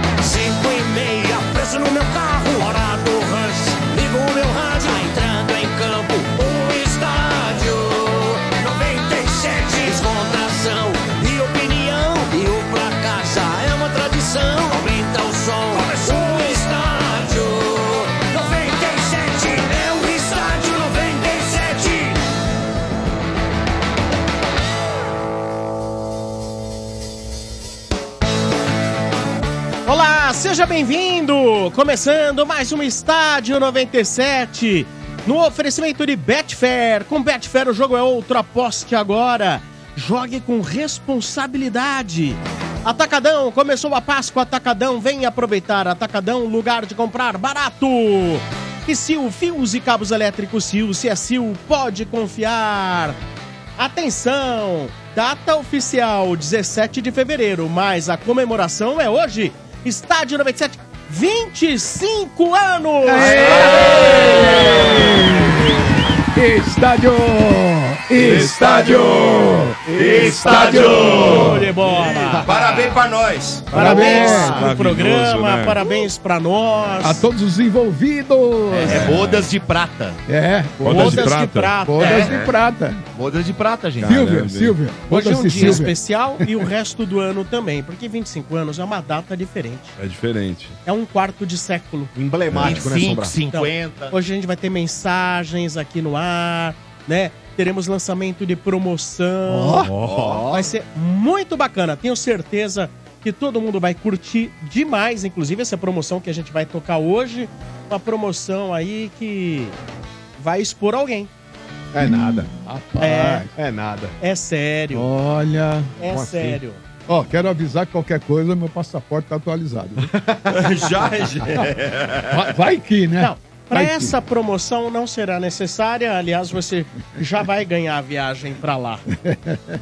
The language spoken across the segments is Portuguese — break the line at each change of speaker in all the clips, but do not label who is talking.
Tá é é
Seja bem-vindo! Começando mais um Estádio 97, no oferecimento de Betfair. Com Betfair o jogo é outro, aposte agora. Jogue com responsabilidade. Atacadão, começou a Páscoa, Atacadão, vem aproveitar. Atacadão, lugar de comprar barato. E Sil, fios e cabos elétricos Sil, se é Sil, pode confiar. Atenção! Data oficial 17 de fevereiro, mas a comemoração é hoje. Estádio 97, 25 anos!
Estádio! Estádio!
Show de bola!
Parabéns pra nós.
Parabéns pro
Maravilhoso,
programa,
né?
parabéns pra nós.
A todos os envolvidos!
É bodas de prata.
É,
Bodas de
Bodas
prata.
bodas
É.
de prata.
Bodas de prata, gente.
Caramba,
Silvio,
hein?
Silvio,
Hoje é
bodas
um
de
dia
Silvio.
especial e o resto do ano também, porque 25 anos é uma data diferente.
É diferente.
É um quarto de século.
Emblemático,
né,
25,
Sombra?
50.
Hoje a gente vai ter mensagens aqui no ar, né? Teremos lançamento de promoção.
Ó.
Vai ser muito bacana. Tenho certeza que todo mundo vai curtir demais, inclusive essa promoção que a gente vai tocar hoje. Uma promoção aí que vai expor alguém.
É nada.
É,
É nada.
é sério.
Olha,
é sério.
ó, quero avisar que qualquer coisa, meu passaporte tá atualizado.
já, já.
Vai, vai que, né?
Não, para
Vai que.
essa promoção não será necessária. Aliás, você já vai ganhar a viagem para lá.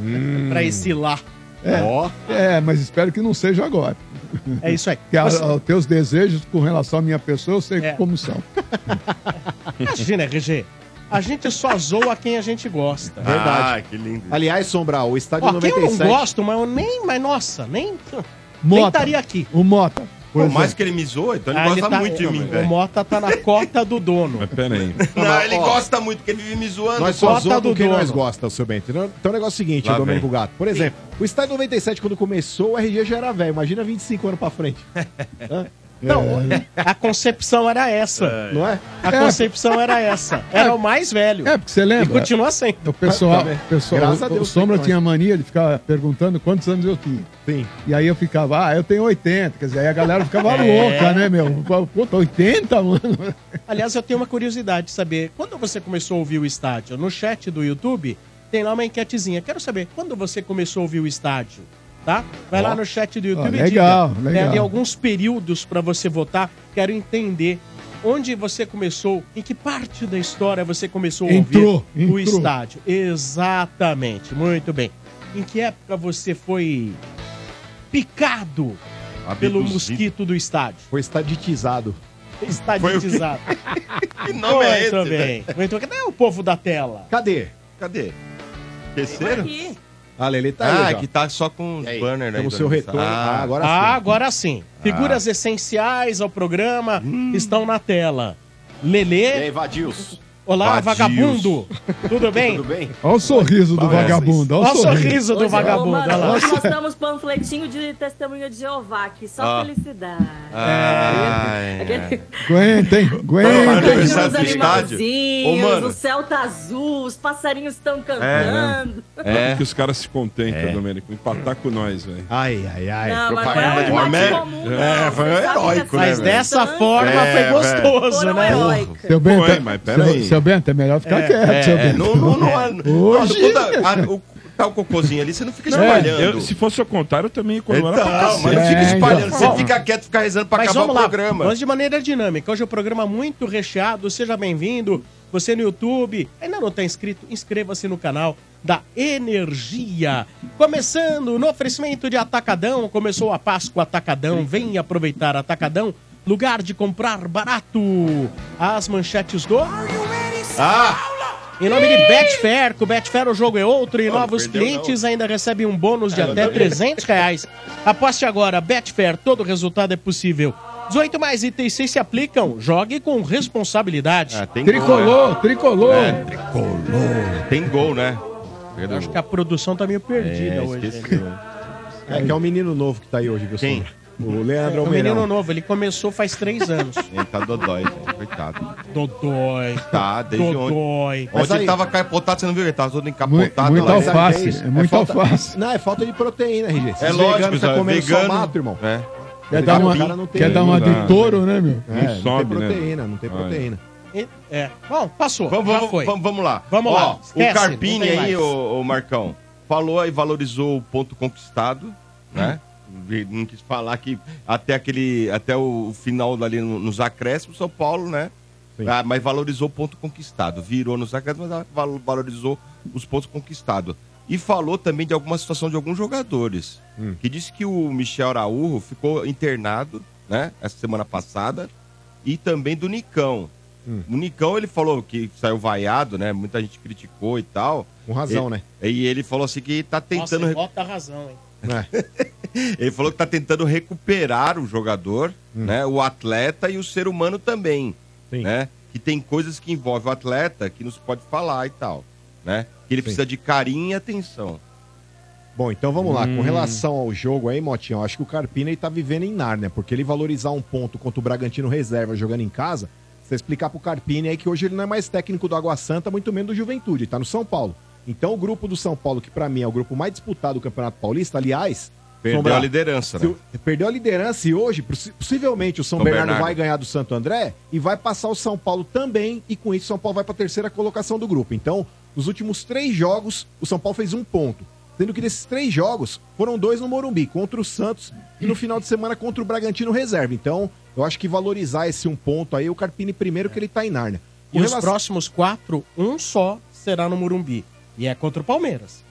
Hum.
Para esse lá.
Ó,
É, mas espero que não seja agora.
É isso aí.
Que a-
Você-
os teus desejos com relação à minha pessoa, eu sei
É.
como são.
Imagina, RG. A gente só zoa quem a gente gosta.
Ah,
Verdade. Ah, que lindo.
aliás, Sombra, o estádio
Ó, quem eu
97.
não gosto, mas eu nem. Mas nossa, nem. Nem
Mota.
estaria aqui.
O Mota, é. por
Por
exemplo,
mais que ele me zoa, então ele
Ah, ele
gosta
tá-
muito de mim,
O
velho.
Mota tá na cota do dono.
Mas peraí.
Não,
Mas,
ele
ó,
gosta muito, porque ele vive me zoando.
Nós só
Cota
um
zoamos
do
do que
dono.
nós gosta, seu Bento. Então o negócio é o seguinte,
Lá
Domênico
vem.
Gato. Por exemplo, o estádio 97, quando começou, o RG já era velho. Imagina 25 anos pra frente.
É.
Hã? É.
Não, a concepção era essa.
Não é?
A concepção era essa. Era o mais velho.
É, porque você
E
lembra?
continua sendo.
O pessoal,
Tá bem.
o pessoal
Graças a
o, o
Deus,
Sombra
tem
tinha mania de ficar perguntando quantos anos eu tinha.
Sim.
E aí eu ficava, ah, eu tenho 80. Quer dizer, aí a galera ficava
É.
louca, né, meu? Puta, 80, mano?
Aliás, eu tenho uma curiosidade de saber. Quando você começou a ouvir o estádio? No chat do YouTube, tem lá uma enquetezinha. Quero saber, quando você começou a ouvir o estádio? Tá? Vai lá no chat do YouTube
Ó,
e
legal,
diga.
legal.
Tem alguns períodos para você votar. Quero entender onde você começou, em que parte da história você começou a
Entrou,
ouvir o
entrou.
estádio. Exatamente. Muito bem. Em que época você foi picado pelo
Abduzido.
mosquito do estádio?
Foi estaditizado.
É.
Estadizado.
Que nome é esse,
Muito
velho?
bem. Muito bem. Cadê o povo da tela?
Cadê?
Cadê? Terceiro?
A Lele tá
Ah,
aí.
que
Que...
tá só com os banners aí.
Temos
do
seu
aniversário.
retorno. Ah,
Ah,
agora sim.
Ah, agora sim. Figuras essenciais ao programa
Hum.
estão na tela. Lelê,
Vadios?
olá,
Vadios.
vagabundo. Tudo bem?
Tudo bem?
Olha o sorriso do
Parece.
vagabundo, olha
Olha
o sorriso.
do vagabundo.
Ô,
olha
mano,
lá.
hoje nós damos panfletinho de testemunho de Jeová, que só
Ah.
felicidade.
Ai,
Aquele-
Aguenta, hein? Aguenta, hein?
Mano,
Os
sabe
é
do estádio? Ô,
animalzinhos,
mano. É, né?
o céu tá azul, os passarinhos estão cantando.
É. que os caras se contentam, Domênico. Empatar com nós, velho.
Ai, ai, ai.
Não, mas não
propaganda
é
de
um
Maomé.
bate comum, não.
É, foi
Você sabe
heróico,
que
né,
Mas
essas
velho?
dessa
danças
forma
É,
foi gostoso,
foram
né?
heróicas.
Seu Bento,
Ué, mas pera
seu,
aí.
seu Bento, é melhor ficar quieto, seu
É,
Bento.
não, não, não, não.
Hoje-
Quando a- a- o, tá o cocôzinho ali, você não fica espalhando.
Eu, se fosse ao contrário, eu também ia
Então,
comemorar pra cacete.
mas não fica
É,
espalhando.
então.
Você fica quieto, fica rezando pra
Mas
acabar
vamos
o
lá,
programa.
mas de maneira dinâmica. Hoje é um programa muito recheado, seja bem-vindo. Você no YouTube, ainda não está inscrito, inscreva-se no canal da Energia. Começando no oferecimento de Atacadão, começou a Páscoa Atacadão, vem aproveitar Atacadão, lugar de comprar barato. As manchetes do...
Ah,
Em nome de Betfair, com Betfair o jogo é outro e novos
perdeu,
clientes ainda recebem um bônus de até 300 reais. Aposte agora, Betfair, todo resultado é possível. 18 mais itens 6 se aplicam, jogue com responsabilidade.
ah, tem gol.
Tricolor, tricolor.
É, né? Tem gol, né?
Eu Acho que a produção
É,
tá meio perdida hoje. né?
É que é um menino novo que tá aí hoje, viu,
Quem?
Sombra? O Leandro
É um
Almeirão.
menino novo, ele começou faz 3 anos.
Ele tá dodói, velho. coitado.
Dodói,
Tá, desde ontem.
Dodói.
Mas
Ontem
aí-
ele tava capotado, você não viu? Ele tava todo
Muito,
encapotado
muito
lá. né?
alfa-
alface,
Mas é
é muito
falta-
alface.
Não, é falta de proteína, RG.
É
Esses
lógico,
veganos tá
Zé,
comendo
vegano.
só mato, irmão.
É.
Quer dar uma,
cara não é tem-
quer dar uma
não dá,
de touro, né, meu?
Não sobe,
não tem
né?
proteína, não tem
Ai.
proteína.
E- É. Bom, passou.
Vamos,
já
vamos,
foi.
vamos, vamos lá.
Vamos
Ó,
lá, esquece,
o Carpini
não tem
aí,
mais.
o, Marcão, falou e valorizou o ponto conquistado, né? Ele Não quis falar que até aquele. Até o final dali no- nos acréscimos, São Paulo, né? Ah, mas valorizou o ponto conquistado. Virou nos acréscimos, mas valo- valorizou os pontos conquistados. E falou também de alguma situação de alguns jogadores. Que disse que o Michel Araújo ficou internado, né? Essa semana passada. E também do Nicão. O Nicão, ele falou que saiu vaiado, né? Muita gente criticou e tal.
Com razão, né?
E ele falou assim que tá
Nossa,
tentando.
o Bob tá razão, hein?
é.
ele falou que tá tentando recuperar o jogador, né? O atleta e o ser humano também.
Hum. Sim.
Né? Que tem coisas que envolvem o atleta que não se pode falar e tal. Né? Que ele precisa de carinho e atenção.
Bom, então vamos
Hum.
lá. Com relação ao jogo aí, Motinho, eu acho que o Carpini ele tá vivendo em Nárnia, porque ele valorizar um ponto contra o Bragantino reserva jogando em casa, você explicar pro Carpini aí que hoje ele não é mais técnico do Água Santa, muito menos do Juventude, ele tá no São Paulo. Então o grupo do São Paulo, que pra mim é o grupo mais disputado do Campeonato Paulista, aliás,
Perdeu
Sombra,
a liderança, né?
se o- perdeu a liderança e hoje, possi- possivelmente, o São,
São
Bernardo,
Bernardo.
vai ganhar do Santo André e vai passar o São Paulo também, e com isso o São Paulo vai para a terceira colocação do grupo. Então, nos últimos três jogos, o São Paulo fez um ponto. Sendo que desses três jogos, foram dois no Morumbi, contra o Santos e no final de semana contra o Bragantino Reserva. Então, eu acho que valorizar esse um ponto aí, o Carpini primeiro que ele tá em Nárnia.
E
Com
os
relação-
próximos quatro, um só será no Murumbi. E é contra o Palmeiras.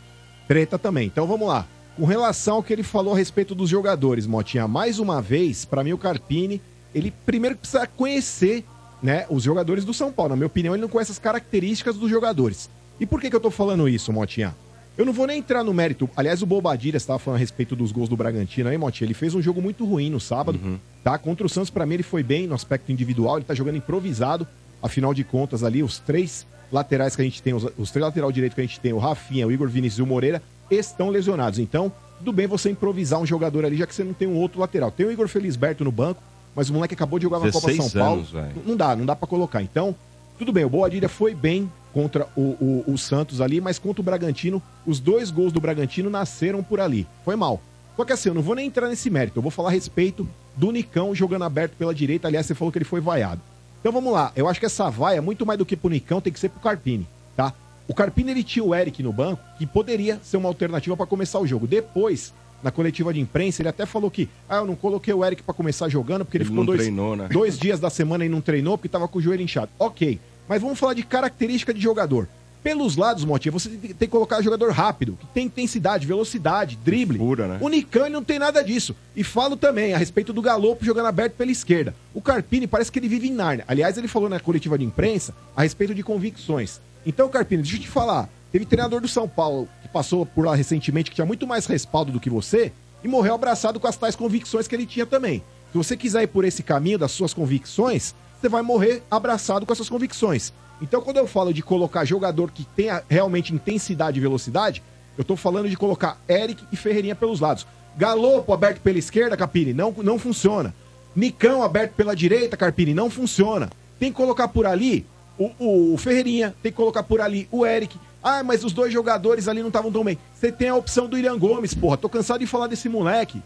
Treta também. Então vamos lá. Com relação ao que ele falou a respeito dos jogadores, Motinha, mais uma vez, pra mim o Carpini, ele primeiro precisa conhecer, né, os jogadores do São Paulo. Na minha opinião, ele não conhece as características dos jogadores. E por que que eu tô falando isso, Motinha? Eu não vou nem entrar no mérito. Aliás, o Bobadilha estava falando a respeito dos gols do Bragantino aí, Motinha. Ele fez um jogo muito ruim no sábado, tá? Contra o Santos, pra mim, ele foi bem no aspecto individual. Ele tá jogando improvisado. Afinal de contas, ali, os três laterais que a gente tem, os, os três lateral direito que a gente tem, o Rafinha, o Igor Vinícius e o Moreira, estão lesionados. Então, tudo bem você improvisar um jogador ali, já que você não tem um outro lateral. Tem o Igor Felisberto no banco, mas o moleque acabou de jogar na Copa
16
São Paulo.
anos, velho.
Não dá, não dá pra colocar. Então, tudo bem, o Boadilha foi bem contra o, o- o Santos ali, mas contra o Bragantino, os dois gols do Bragantino nasceram por ali. Foi mal. Só que assim, eu não vou nem entrar nesse mérito, eu vou falar a respeito do Nicão jogando aberto pela direita. Aliás, você falou que ele foi vaiado. Então vamos lá, eu acho que essa vaia, é muito mais do que pro Nicão, tem que ser pro Carpini, tá? O Carpini ele tinha o Eric no banco, que poderia ser uma alternativa pra começar o jogo. Depois, na coletiva de imprensa, ele até falou que, ah, eu não coloquei o Eric pra começar jogando, porque ele,
Ele
ficou
não
dois,
treinou, né?
dois dias da semana e não treinou porque tava com o joelho inchado. Ok, mas vamos falar de característica de jogador. Pelos lados, Motinha, você tem que tem que colocar jogador rápido, que tem intensidade, velocidade, drible.
Fura, né?
O Nicão ele não tem nada disso. E falo também a respeito do Galopo jogando aberto pela esquerda. O Carpini parece que ele vive em Nárnia. Aliás, ele falou na coletiva de imprensa a respeito de convicções. Então, Carpini, deixa eu te falar. Teve treinador do São Paulo que passou por lá recentemente, que tinha muito mais respaldo do que você, e morreu abraçado com as tais convicções que ele tinha também. Se você quiser ir por esse caminho das suas convicções, você vai morrer abraçado com as suas convicções. Então, quando eu falo de colocar jogador que tenha realmente intensidade e velocidade, eu tô falando de colocar Eric e Ferreirinha pelos lados. Galopo aberto pela esquerda, Capini, não, não funciona. Nicão aberto pela direita, Carpini, não funciona. Tem que colocar por ali o, o- o Ferreirinha, tem que colocar por ali o Eric. Ah, mas os dois jogadores ali não estavam tão bem. Você tem a opção do William Gomes, porra. Tô cansado de falar desse moleque.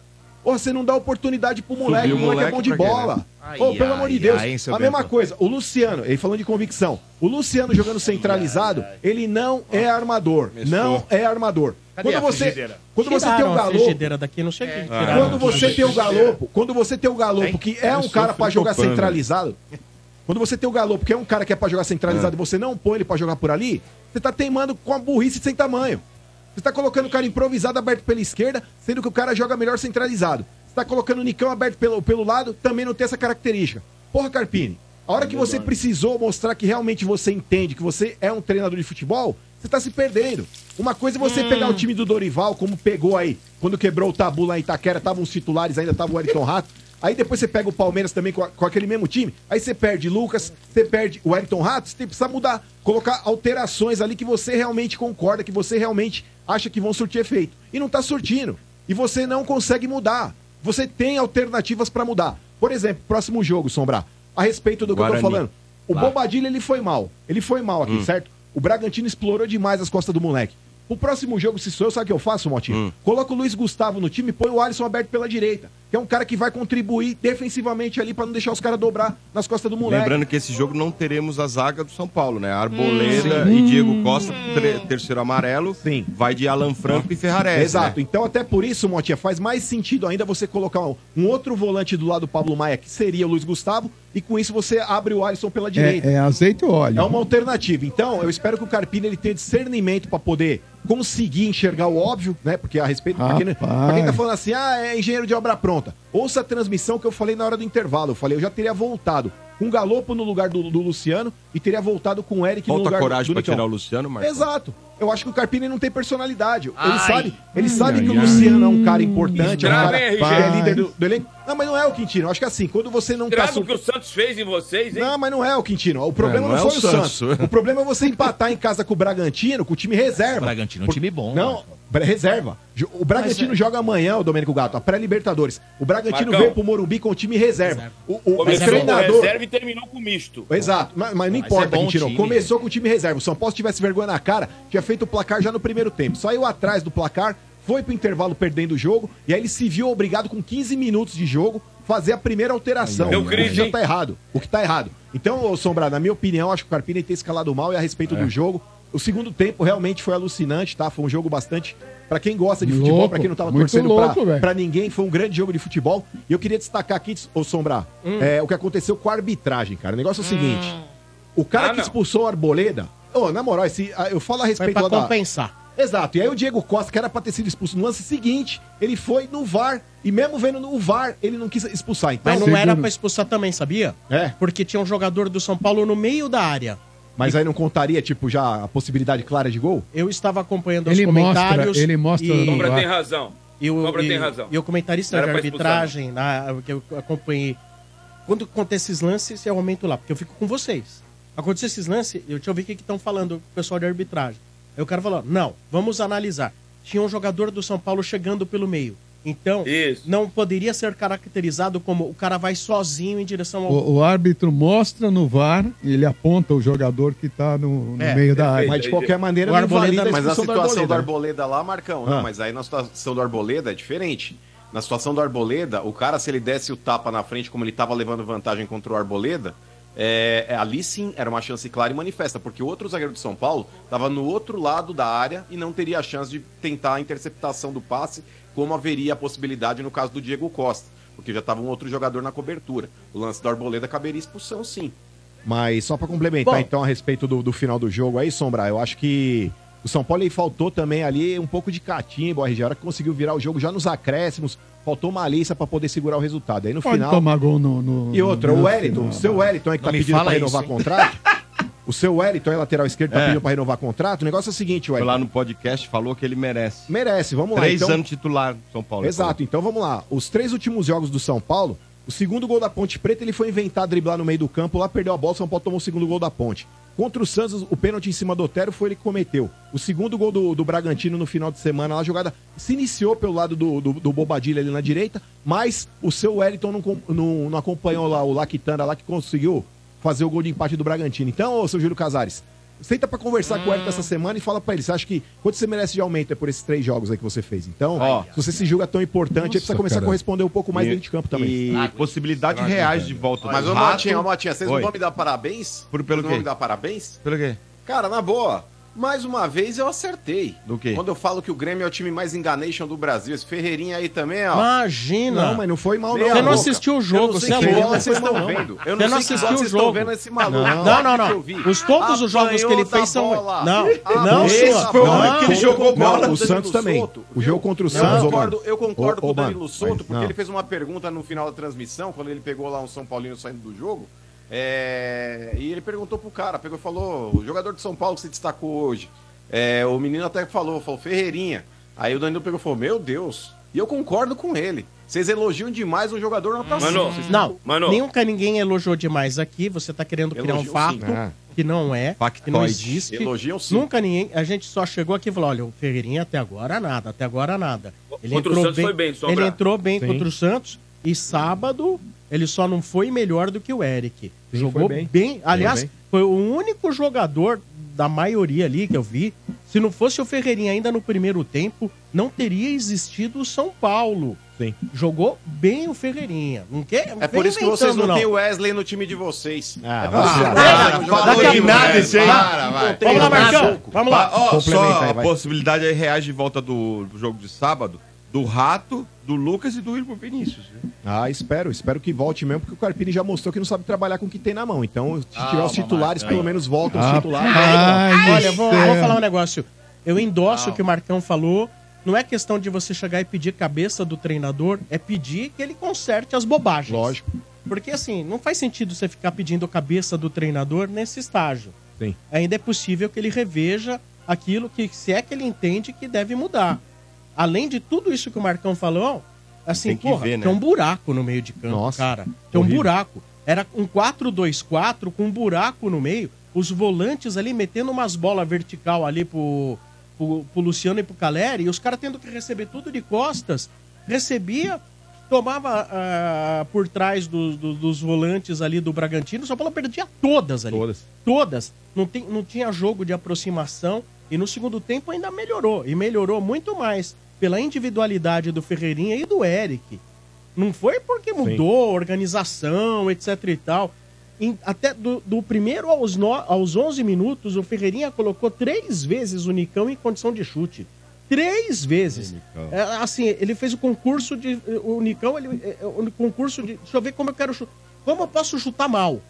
Ô, você não dá oportunidade pro moleque,
Subiu
o
o
moleque é
moleque
bom de
pra quê, né?
bola.
Ai,
Ô, pelo
ai,
amor de Deus.
ai, hein, seu
a mesma
Bento?
coisa, o Luciano, ele falando de convicção. O Luciano jogando centralizado, ele não é armador. Não é armador.
Cadê
quando
a
você,
frigideira?
quando você tem
Tiraram
o
a
galopo,
frigideira daqui, não sei
É.
quem. tiraram.
quando você tem um o galopo, quando você tem o galopo que é um
Eu
cara
sofro
pra jogar
topando.
centralizado, quando você tem o galopo que é um cara que é pra jogar centralizado e você não põe ele pra jogar por ali, você tá teimando com a burrice sem tamanho. Você tá colocando o cara improvisado aberto pela esquerda, sendo que o cara joga melhor centralizado. Você tá colocando o Nicão aberto pelo, pelo lado, também não tem essa característica. Porra, Carpini, a hora que você precisou mostrar que realmente você entende, que você é um treinador de futebol, você tá se perdendo. Uma coisa é você pegar o time do Dorival, como pegou aí, quando quebrou o tabu lá em Itaquera, estavam os titulares ainda, tava o Ayrton Rato. Aí depois você pega o Palmeiras também com, a- com aquele mesmo time. Aí você perde Lucas, você perde o Wellington Rato. Você tem- precisa mudar, colocar alterações ali que você realmente concorda, que você realmente acha que vão surtir efeito. E não tá surtindo. E você não consegue mudar. Você tem alternativas pra mudar. Por exemplo, próximo jogo, Sombra. A respeito do que eu
Guarani.
tô falando.
Hum.
O Bobadilha, ele foi mal. Ele foi mal aqui, certo? O Bragantino explorou demais as costas do moleque. Pro próximo jogo, se sou eu, sabe o que eu faço, Motinho?
Hum.
Coloca o Luiz Gustavo no time e põe o Alisson aberto pela direita. Que é um cara que vai contribuir defensivamente ali pra não deixar os caras dobrar nas costas do moleque.
Lembrando que esse jogo não teremos a zaga do São Paulo, né? Arboleda e Diego Costa, tre- terceiro amarelo. Sim. Vai de Alan Franco e Ferrarese. né?
Exato. Então, até por isso, Motinha, faz mais sentido ainda você colocar um, um outro volante do lado do Pablo Maia, que seria o Luiz Gustavo, e com isso você abre o Alisson pela direita.
É, é azeite ou óleo?
É uma alternativa. Então, eu espero que o Carpini ele tenha discernimento para poder conseguir enxergar o óbvio, né? Porque a respeito. Pra quem, pra quem tá falando assim, ah, é engenheiro de obra pronta. Ouça a transmissão que eu falei na hora do intervalo. Eu falei, eu já teria voltado com o Galopo no lugar do, do Luciano e teria voltado com o Eric no
Falta
lugar do-
coragem
do
pra
Nicão.
tirar o Luciano, Marcão.
Exato. Eu acho que o Carpini não tem personalidade. Ele
Ai.
sabe, ele sabe
Hum, ai,
que o
ai.
Luciano é um cara importante, é um cara
Grave,
que é
RG.
líder do, do elenco. Não, mas não é o Quintino. Eu acho que assim, quando você não tá
Grava
su-
o que o Santos fez em vocês, hein?
não, mas não é o Quintino. O problema
É,
não,
não é
foi
o
o Santos.
Santos.
O problema é você empatar em casa com o Bragantino, com o time reserva.
Bragantino é um
Por-
time bom,
Não, Bra- reserva. Jo- O Bragantino joga amanhã, o Domênico Gato, a pré-Libertadores. O Bragantino
Marcão.
veio pro Morumbi com o time reserva. O,
é
o- o
Começou com
treinador.
é reserva e terminou com misto.
Exato, mas, mas não
Mas
importa,
é bom
Quintino.
time.
Começou com o time reserva. O São Paulo, se tivesse vergonha na cara, tinha feito o placar já no primeiro tempo. Saiu atrás do placar, foi pro intervalo perdendo o jogo, e aí ele se viu obrigado com 15 minutos de jogo fazer a primeira alteração.
Deu
O que
crise,
já
hein?
tá errado. O que tá errado. Então, ô, Sombra, na minha opinião, acho que o Carpini tem escalado mal e a respeito
É.
do jogo. O segundo tempo realmente foi alucinante, tá? Foi um jogo bastante. Pra quem gosta de futebol,
Louco,
pra quem não tava
muito
torcendo
louco,
pra,
velho.
pra ninguém, foi um grande jogo de futebol. E eu queria destacar aqui, ô Sombra,
Hum.
é, o que aconteceu com a arbitragem, cara. O negócio é o seguinte: o cara
Hum. Ah,
que
não.
expulsou o Arboleda, ô, na moral, esse, ah, eu falo a respeito
pra
lá da-
compensar.
Exato. E aí o Diego Costa, que era pra ter sido expulso no lance seguinte, ele foi no VAR. E mesmo vendo no VAR, ele não quis expulsar. Então,
Mas não era pra expulsar também, sabia?
É.
Porque tinha um jogador do São Paulo no meio da área.
Mas aí não contaria, tipo, já a possibilidade clara de gol?
Eu estava acompanhando
Ele
os
mostra,
comentários.
ele mostra
e-
Sombra tem razão.
E o,
Sombra
e,
tem razão.
E o comentarista
Era
de
pra
arbitragem, na, que eu acompanhei. Quando acontece esses lances, eu aumento lá, porque eu fico com vocês. Aconteceu esses lances, eu tinha ouvido o que estão falando, o pessoal de arbitragem. Aí o cara falou: não, vamos analisar. Tinha um jogador do São Paulo chegando pelo meio. Então, não poderia ser caracterizado como o cara vai sozinho em direção ao.
O, o árbitro mostra no VAR e ele aponta o jogador que tá no, no
É,
meio da área.
Mas de qualquer maneira,
o Arboleda,
mas na
do
situação do
Arboleda.
Arboleda lá, Marcão, não,
Ah.
mas aí na situação do Arboleda é diferente. Na situação do Arboleda, o cara, se ele desse o tapa na frente, como ele estava levando vantagem contra o Arboleda, é, é, ali sim era uma chance clara e manifesta, porque o outro zagueiro de São Paulo estava no outro lado da área e não teria a chance de tentar a interceptação do passe, como haveria a possibilidade no caso do Diego Costa, porque já estava um outro jogador na cobertura. O lance do Arboleda caberia expulsão, sim.
Mas só pra complementar,
Bom.
então, a respeito do, do final do jogo aí, Sombra, eu acho que o São Paulo aí faltou também ali um pouco de catimbo, a RG, a hora que conseguiu virar o jogo já nos acréscimos, faltou malícia pra poder segurar o resultado. Aí no
Pode
final...
tomar gol no. no-
E outra,
no-
o Wellington, o seu Wellington é que
Não
tá
me
pedindo
fala
pra
isso,
renovar
hein?
contrato. O seu Wellington é lateral esquerdo, tá
É.
pedindo pra renovar contrato. O negócio é o seguinte,
Foi
Wellington.
lá no podcast, falou que ele merece.
Merece, vamos lá.
Três
então-
anos titular, São Paulo. é
Exato, então vamos lá. Os três últimos jogos do São Paulo, o segundo gol da Ponte Preta, ele foi inventar driblar no meio do campo, lá perdeu a bola, o São Paulo tomou o segundo gol da Ponte. Contra o Santos, o pênalti em cima do Otero foi ele que cometeu. O segundo gol do, do Bragantino no final de semana, lá, a jogada se iniciou pelo lado do, do, do Bobadilha ali na direita, mas o seu Wellington não, com- não, não acompanhou lá o Lactanda lá que conseguiu fazer o gol de empate do Bragantino. Então, ô, seu Júlio Casares, senta pra conversar com o Wellington essa semana e fala pra ele, você acha que quanto você merece de aumento é por esses três jogos aí que você fez? Então, se você se julga tão importante, aí precisa
Nossa,
começar
cara.
a corresponder um pouco mais dentro de campo também. Ah, tá
E possibilidade
Caraca,
reais
cara.
de volta.
Mas,
do
ô
Rato.
Motinha, ô Motinha, vocês
Oi.
não vão me dar parabéns?
Por- pelo
Vocês não vão
quê?
me dar parabéns?
Pelo quê?
Cara, na boa, mais uma vez eu acertei.
Do quê?
Quando eu falo que o Grêmio é o time mais enganation do Brasil, esse Ferreirinha aí também, ó.
Imagina!
Não, mas não foi mal, não.
Você não
Boca.
assistiu o jogo,
Eu não sei
você é
que
louco.
bola vocês
Não foi
estão
mal, não.
vendo. Eu não
Você não
sei que
assistiu
bola
o
vocês
jogo.
estão vendo esse maluco.
Não,
Olha
não,
o que
não.
eu vi.
Os- todos os jogos que ele
Apanhou
fez
da
são-
bola.
Não,
Apanhou
não,
da
esse
bola.
foi o ano que ele
Não, é
jogou
contra
bola.
O
Danilo
Santos também.
Soto.
O jogo contra o
Eu
Santos, ô,
concordo,
Mano.
eu concordo
Ô,
com
ô,
o Danilo
Mano,
Souto,
mas
porque
não.
ele fez uma pergunta no final da transmissão, quando ele pegou lá um São Paulino saindo do jogo. é, E ele perguntou pro cara, pegou e falou: o jogador de São Paulo que se destacou hoje. é, O menino até falou, falou, Ferreirinha. Aí o Danilo pegou e falou: Meu Deus! E eu concordo com ele. Vocês elogiam demais um jogador nota
Mano,
cinco, vocês
não,
Mano.
nunca ninguém elogiou demais aqui. Você tá querendo criar
Elogio,
um fato
sim. Ah.
que não é, que não existe.
Elogiam sim.
Nunca ninguém. A gente só chegou aqui e falou: olha, o Ferreirinha até agora nada, até agora nada. Ele
Contra o
entrou
Santos
bem,
foi bem, Sombra.
Ele entrou bem
Sim.
contra o Santos e sábado ele só não foi melhor do que o Eric.
Sim,
Jogou
foi
bem.
bem.
Aliás,
Foi bem.
foi o único jogador da maioria ali que eu vi Se não fosse o Ferreirinha ainda no primeiro tempo, não teria existido o São Paulo.
Sim.
Jogou bem o Ferreirinha. Não quer,
É por isso que vocês não, têm o Wesley no time de vocês.
Ah,
é
vai
você-
se-
Para,
Dá
valoriza o
caminhada
Wesley,
esse aí.
para, vai.
Vamos
um
lá, Marcão. Vamos lá.
Ba- ó,
Complementa
só
aí,
a
vai.
possibilidade aí reage de volta do, do jogo de sábado, do Rato, do Lucas e do Igor Vinícius. viu?
Ah, espero, espero que volte mesmo, porque o Carpini já mostrou que não sabe trabalhar com o que tem na mão. Então, se
Ah,
tiver os titulares, pelo menos voltam
Ah,
os titulares.
Ai,
Olha, vou,
do
vou
céu.
falar um negócio. Eu endosso o que o Marcão falou. Não é questão de você chegar e pedir cabeça do treinador, é pedir que ele conserte as bobagens.
Lógico.
Porque assim, não faz sentido você ficar pedindo cabeça do treinador nesse estágio.
Sim.
Ainda é possível que ele reveja aquilo que, se é que ele entende, que deve mudar. Além de tudo isso que o Marcão falou, assim,
Tem que
porra,
ver, né?
tem um buraco no meio de campo,
Nossa,
cara. Tem um
horrível.
buraco. Era um 4-2-4 com um buraco no meio, os volantes ali metendo umas bolas vertical ali pro, pro, pro Luciano e pro Caleri, e os caras tendo que receber tudo de costas. Recebia, tomava ah, por trás do- do- dos volantes ali do Bragantino, só bola perdia todas ali
Todas.
todas. Não, tem, não tinha jogo de aproximação. E no segundo tempo ainda melhorou. E melhorou muito mais pela individualidade do Ferreirinha e do Eric. Não foi porque mudou a organização, etc e tal. Em- até do, do primeiro aos, no, aos 11 minutos, o Ferreirinha colocou três vezes o Nicão em condição de chute. Três vezes. É, assim, ele fez o concurso de. O Nicão, ele, é, é, o concurso de. Deixa eu ver como eu quero chutar. Como eu posso chutar mal?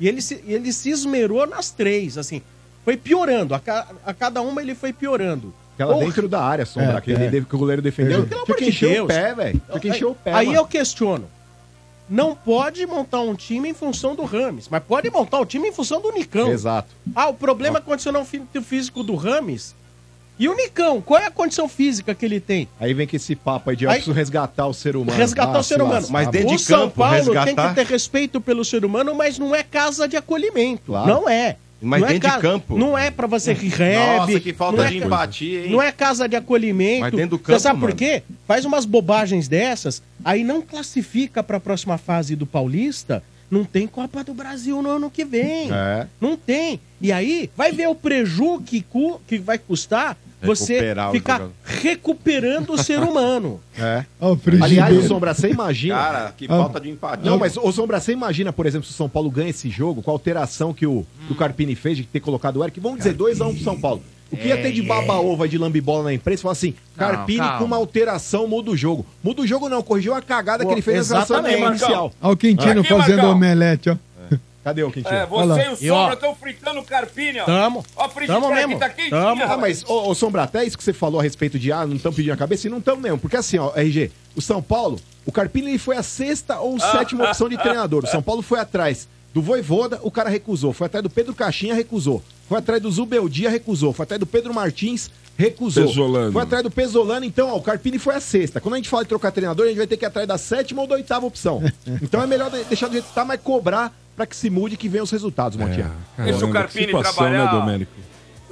E ele se, e ele se esmerou nas três, assim. Foi piorando. A, ca- a cada uma ele foi piorando.
Aquela
Porra.
dentro da área, Sombra,
É,
aquele
é.
de- que o goleiro defendeu.
Pelo amor
Tinha que
de
encher o
Deus.
pé, velho. Tinha que encher o pé,
Aí
mano.
eu questiono. Não pode montar um time em função do Rames, mas pode montar o time em função do Nicão.
Exato.
Ah, o problema é a condição fí- físico do Rames. E o Nicão, qual é a condição física que ele tem?
Aí vem com esse papo aí de eu
Aí-
preciso resgatar o ser humano.
Resgatar
Ah,
o ser
se
humano.
lasca.
Mas
Ah,
dentro
o
de
São
campo,
Paulo tem
resgatar?
que ter respeito pelo ser humano, mas não é casa de acolhimento.
Claro.
Não é.
Mas
não
dentro
é
de
ca-
campo?
Não é pra você que rebe.
Nossa, que
não
falta
é
de
ca-
empatia, hein?
Não é casa de acolhimento.
Mas dentro do campo,
Você sabe por
mano.
quê? Faz umas bobagens dessas, aí não classifica pra próxima fase do Paulista, não tem Copa do Brasil no ano que vem.
É.
Não tem. E aí vai ver o preju que, cu- que vai custar você
Recuperar o
ficar
jogador.
recuperando o ser humano.
É.
Ó, o frigideiro.
Aliás, o Sombra, você imagina.
Cara, que falta de empatia.
Não, mas, ô Sombra, você imagina, por exemplo, se o São Paulo ganha esse jogo, com a alteração que o, que o Carpini fez de ter colocado o Eric, vamos dizer 2x1 pro São Paulo. O que ia ter de baba-ova de lambibola na imprensa, falar assim, Carpini com uma alteração muda o jogo. Muda o jogo não, corrigiu a cagada que ele fez na alteração
exatamente,
inicial.
Olha o Quintino
Aqui,
fazendo
Marcão.
omelete, ó.
Cadê o Quintino?
É,
Olha
você
lá.
e o
E, ó,
Sombra estão fritando o carpini, ó.
Tamo.
Ó, a frigideira
Tamo
aqui
mesmo.
tá quentinha.
Tamo.
Ah,
rapaz.
mas, ô, ô, Sombra, até isso que você falou a respeito de, ah, não estão pedindo a cabeça, e não estão mesmo. Porque assim, ó, RG, o São Paulo, o Carpini ele foi a sexta ou
Ah.
sétima opção de treinador. O São Paulo foi atrás do Voivoda, o cara recusou. Foi atrás do Pedro Caixinha, recusou. Foi atrás do Zubeldia, recusou. Foi atrás do Pedro Martins, recusou.
Pesolano.
Foi atrás do Pesolano, então, ó, o Carpini foi a sexta. Quando a gente fala de trocar treinador, a gente vai ter que ir atrás da sétima ou da oitava opção. Então é melhor de- deixar do jeito que tá, mas cobrar pra que se mude e que venham os resultados,
É,
Montinha.
Deixa o
que
Carpini
situação,
trabalhar.
né, Domênico?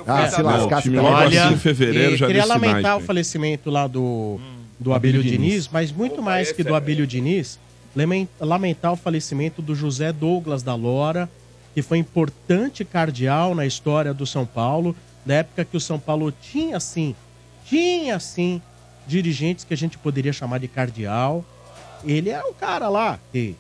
Ah, se
Não,
lascar,
o time
se
logo
Olha,
assim, em fevereiro
e
já
queria
deu sinais,
lamentar o
né?
falecimento lá do, do Abílio Diniz, mas muito
Opa,
mais
esse
que do
é-
Abílio Diniz, lamen- lamentar o falecimento do José Douglas da Lora, que foi importante cardeal na história do São Paulo, da época que o São Paulo tinha sim, tinha sim dirigentes que a gente poderia chamar de cardeal. Ele era um cara lá que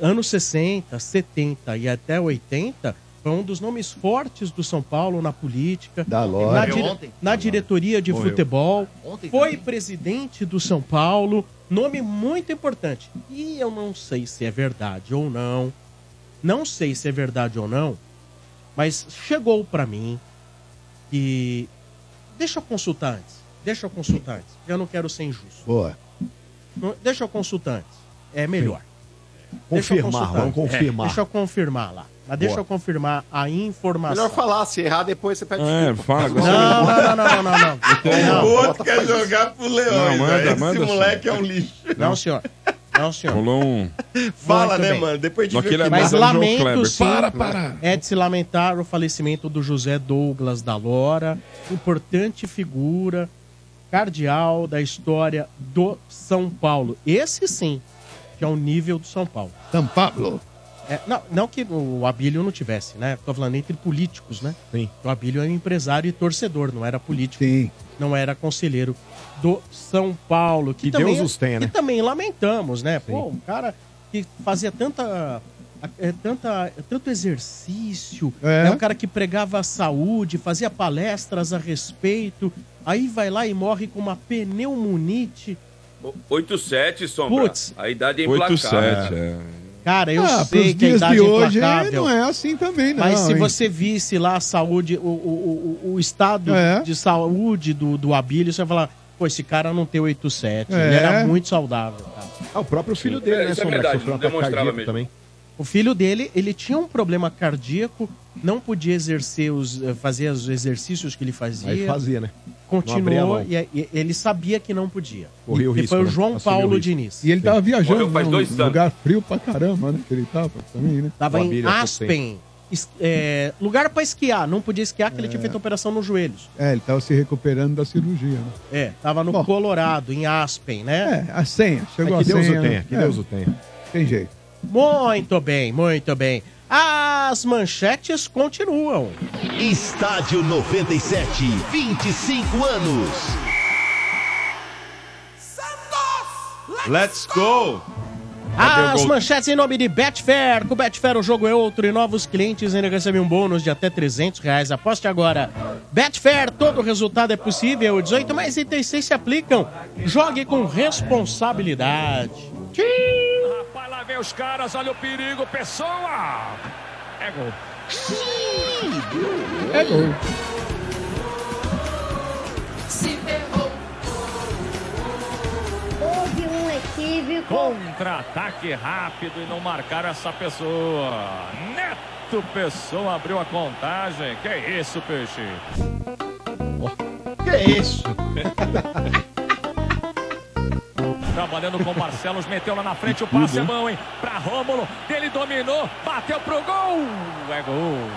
anos 60, 70 e até 80, foi um dos nomes fortes do São Paulo na política,
Da Lora.
na,
Morreu
dire-
ontem?
na diretoria de
Morreu.
futebol,
Ontem
foi
também.
presidente do São Paulo, nome muito importante. E eu não sei se é verdade ou não, não sei se é verdade ou não, mas chegou pra mim que... Deixa eu consultar antes, deixa eu consultar antes, eu não quero ser injusto.
Boa.
Não- Deixa eu consultar antes, é melhor. Deixa eu
Confirmar,
consultar.
vamos confirmar.
Deixa eu confirmar lá. Mas deixa eu confirmar a informação.
Melhor falar, se errar depois você pede
É, fala agora.
Não, não, não, não, não, não, não.
O
Não,
outro quer jogar pro Leão.
Não, manda,
Esse
manda,
moleque é um lixo.
não, senhor. Não, senhor.
Rolou um...
Fala,
Muito
né,
bem.
mano? Depois de
Naquele
Mas
Mas é o João
lamento
Kleber.
sim.
Para,
É de se lamentar o falecimento do José Douglas da Lora, importante figura, cardeal da história do São Paulo. Esse sim, que é o nível do São Paulo.
São Paulo.
É, não, não que o Abílio não tivesse, né? Tô falando entre políticos, né?
Sim.
O Abílio é um empresário e torcedor, não era político. Não era conselheiro do São Paulo.
Que
também- é-
Deus os tenha,
que
né?
também lamentamos, né? Pô, um cara que fazia tanta... é, tanta, tanto exercício,
É.
é um cara que pregava a saúde, fazia palestras a respeito, aí vai lá e morre com uma pneumonite.
8-7, Sombra.
Putz.
A idade é implacável.
8-7, é.
Cara, eu
Ah, pros
sei que a
dias
idade
de hoje
é implacável.
não é assim também, não.
Mas se
hein?
você visse lá a saúde, o, o, o, o estado
É.
de saúde do, do Abílio, você vai falar, pô, esse cara não tem 87,
É.
ele era muito saudável. cara."
Ah, o próprio filho
Sim.
dele,
É,
né,
isso é
Sombra?
verdade,
Sofreu um
não
ataque
demonstrava
cardíaco
mesmo.
também.
O filho dele, ele tinha um problema cardíaco, não podia exercer os, eh, fazer os exercícios que ele fazia,
Aí fazia, né? não abria a
continuou
mão.
e, e ele sabia que não podia.
Corria o
e
risco,
foi o
né?
João
Assumiu o
Paulo
risco.
Diniz.
E ele tava viajando né?
Morreu faz
num
dois anos.
lugar frio pra caramba, né? Que ele tava também, né?
Tava
O
em
Abílio,
Aspen, es- eh, lugar pra esquiar, não podia esquiar porque ele
É.
tinha feito operação nos joelhos.
É, ele tava se recuperando da cirurgia, né?
É, tava no
Bom.
Colorado, em Aspen, né?
É, a senha. Chegou
que
a
Deus
senha.
o tenha, que
É,
Deus o tenha.
Tem jeito.
Muito bem, muito bem. As manchetes continuam.
Estádio 97, 25 anos.
Let's go! Cadê o
As
gol?
manchetes em nome de Betfair. Com Betfair o jogo é outro e novos clientes ainda recebem um bônus de até 300 reais. Aposte agora. Betfair, todo resultado é possível. 18 mais 36 se aplicam. Jogue com responsabilidade.
Rapaz, lá vem os caras, olha o perigo, pessoa! É gol.
É gol.
Houve um equívoco.
Contra-ataque rápido e não marcaram essa pessoa. Neto Pessoa abriu a contagem. Que isso, peixe?
Que é isso?
Trabalhando com Marcelos, meteu lá na frente o passe
né?
é mão, hein? Pra Rômulo, ele dominou, bateu pro gol. É gol.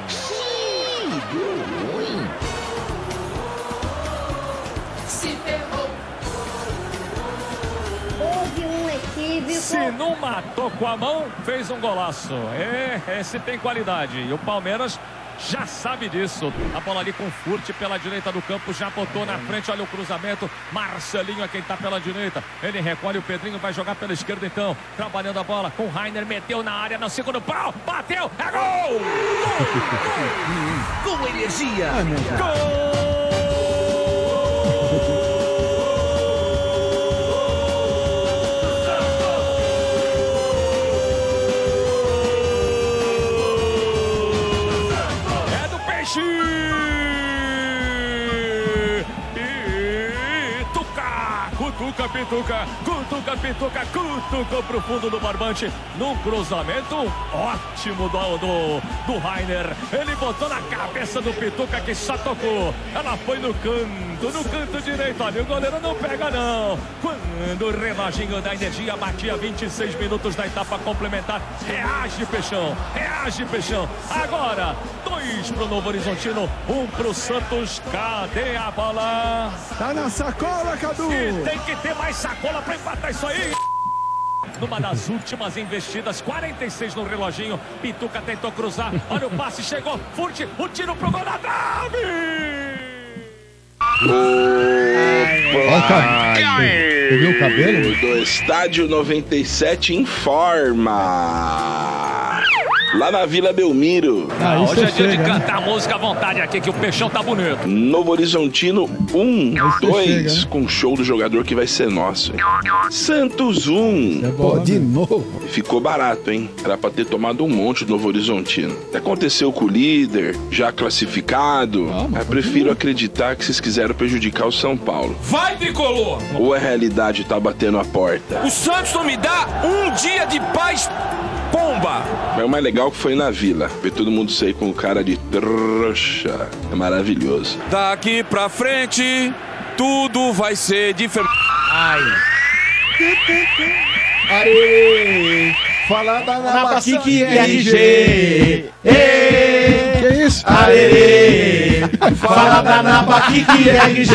Houve um equívoco.
Se não matou com a mão, fez um golaço. É, esse tem qualidade. E o Palmeiras já sabe disso. A bola ali com Furt pela direita do campo, já botou na frente, olha o cruzamento. Marcelinho é quem tá pela direita. Ele recolhe o Pedrinho, vai jogar pela esquerda então. Trabalhando a bola com o Rainer, meteu na área no segundo pau, bateu, é gol!
Com
É
energia.
É do Peixe! E Tuca! Cutuca, pituca, cutuca, pituca, cutuca pro fundo do barbante. Num cruzamento ótimo do, do, do Rainer. Ele botou na cabeça do Pituca que só tocou. Ela foi no canto, no canto direito. Ali o goleiro não pega, não. Quando o reloginho da energia batia 26 minutos da etapa complementar. Reage, Peixão! Reage, Peixão! Agora, dois pro Novo Horizontino, um pro Santos. Cadê a bola?
Tá na sacola, Cadu!
E tem que ter mais sacola pra empatar isso aí. Numa das últimas investidas, 46 no reloginho. Pituca tentou cruzar. Olha o passe, chegou. Furte, o tiro pro gol da trave!
Olha o cabelo. Você viu o cabelo?
do Estádio 97 informa. Lá na Vila Belmiro,
Ah, isso
Hoje
eu
é dia
sei,
de
né?
cantar música à vontade aqui, que o peixão tá bonito.
Novo Horizontino 1,
você
2,
chega. né?
com show do jogador que vai ser nosso. hein? Santos 1.
É bola, né?
novo? Ficou barato, hein? Era pra ter tomado um monte do Novo Horizontino. Aconteceu com o líder, já classificado.
Ah, mas
Eu prefiro acreditar que vocês quiseram prejudicar o São Paulo.
Vai, Bicolor!
Ou a realidade tá batendo a porta.
O Santos não me dá um dia de paz, pomba!
Mas o mais legal que foi na vila. Ver todo mundo sair com cara de trouxa. É maravilhoso.
Daqui pra frente, tudo vai ser diferente.
Falar da
Abaquique
Nabaquique
RG.
Que isso? é
é Fala da Naba RG.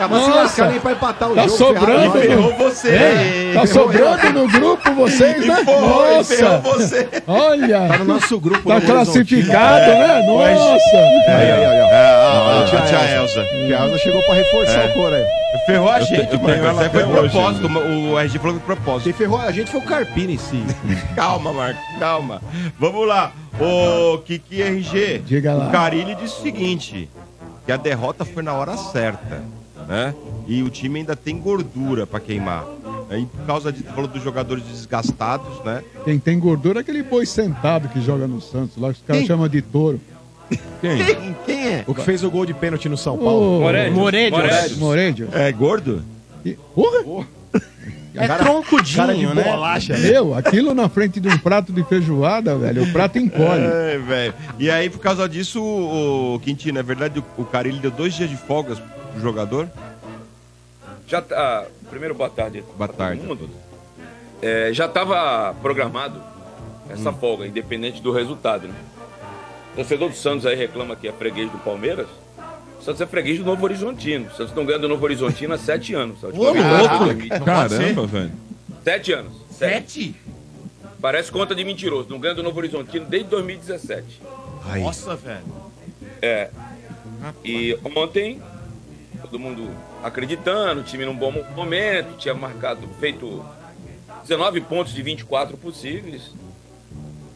Ah, mas se
Nossa.
lascar nem pra empatar o
Tá
jogo.
sobrando.
ferrado,
no-
ferrou você.
É, Tá
Ferrou
sobrando
eu.
no grupo vocês, né?
E foi, ferrou
você. Olha. Tá
no nosso grupo. né? É.
Tá
no
classificado, né?
Mas-
Nossa.
um É.
É.
Aí, aí, aí, ó.
Ah,
Olha,
a tia Elza.
Tia Elza chegou pra reforçar
É.
o cor aí.
Ferrou a gente, mano. Isso aí foi propósito.
mano.
O RG falou que foi propósito.
Quem ferrou a gente foi o Carpini em si.
calma, Marcos, calma. Vamos lá. O Kiki RG.
Diga lá.
O Carilli disse o seguinte: que a derrota foi na hora certa. Né? E o time ainda tem gordura pra queimar. E por causa de, falou dos jogadores desgastados, né?
Quem tem gordura é aquele boi sentado que joga no Santos, lá que os caras
Quem?
chamam de touro.
Quem? Quem é?
O que fez o gol de pênalti no São
Ô,
Paulo?
Moredio. Moredio. Moredio.
É gordo?
Porra!
É Cara- troncudinho, cara de né? bolacha, né?
Meu, aquilo na frente de um prato de feijoada, velho, o prato encolhe.
É, velho. E aí, por causa disso, o o Quintino, é verdade, o- o Carilli deu dois dias de folgas pro jogador?
Já tá. Primeiro, boa tarde.
Boa tarde.
mundo. É, já estava programado essa folga, independente do resultado. Né? O torcedor do Santos aí reclama que é freguês do Palmeiras. O Santos é freguês do Novo Horizontino. O Santos não ganha do Novo Horizontino há sete anos. Sabe?
Ô, louco!
Não pode ser.
Caramba, velho.
Sete anos. Sete? Parece conta de mentiroso. Não ganha do Novo Horizontino desde 2017.
Nossa, velho.
É. E ontem, todo mundo acreditando, o time num bom momento, tinha marcado, feito 19 pontos de 24 possíveis.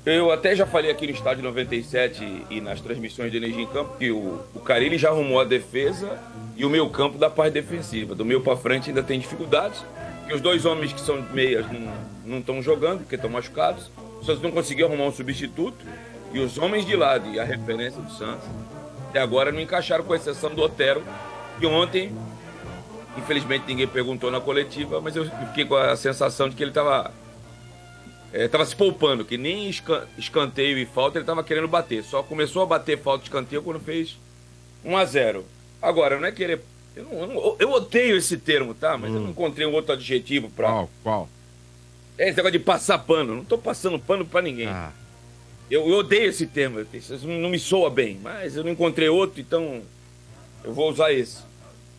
Eu até já falei aqui no estádio 97 e nas transmissões de Energia em Campo que o, o Carilli já arrumou a defesa e o meio campo da parte defensiva. Do meio pra frente ainda tem dificuldades, porque os dois homens que são meias não- não estão jogando, porque estão machucados. O Santos não conseguiu arrumar um substituto. E os homens de lado e a referência do Santos até agora não encaixaram, com exceção do Otero, que ontem, infelizmente ninguém perguntou na coletiva, mas eu fiquei com a sensação de que ele estava é, tava se poupando, que nem esca- escanteio e falta ele estava querendo bater. Só começou a bater falta de escanteio quando fez 1 a 0 Agora, não é querer. Eu, não- eu não- eu odeio esse termo, tá? Mas eu não encontrei um outro adjetivo pra. Qual?
Qual?
É esse negócio de passar pano. Eu Não tô passando pano pra ninguém. Eu, eu odeio esse termo. eu- Isso não não me soa bem. Mas eu não encontrei outro, então eu vou usar esse.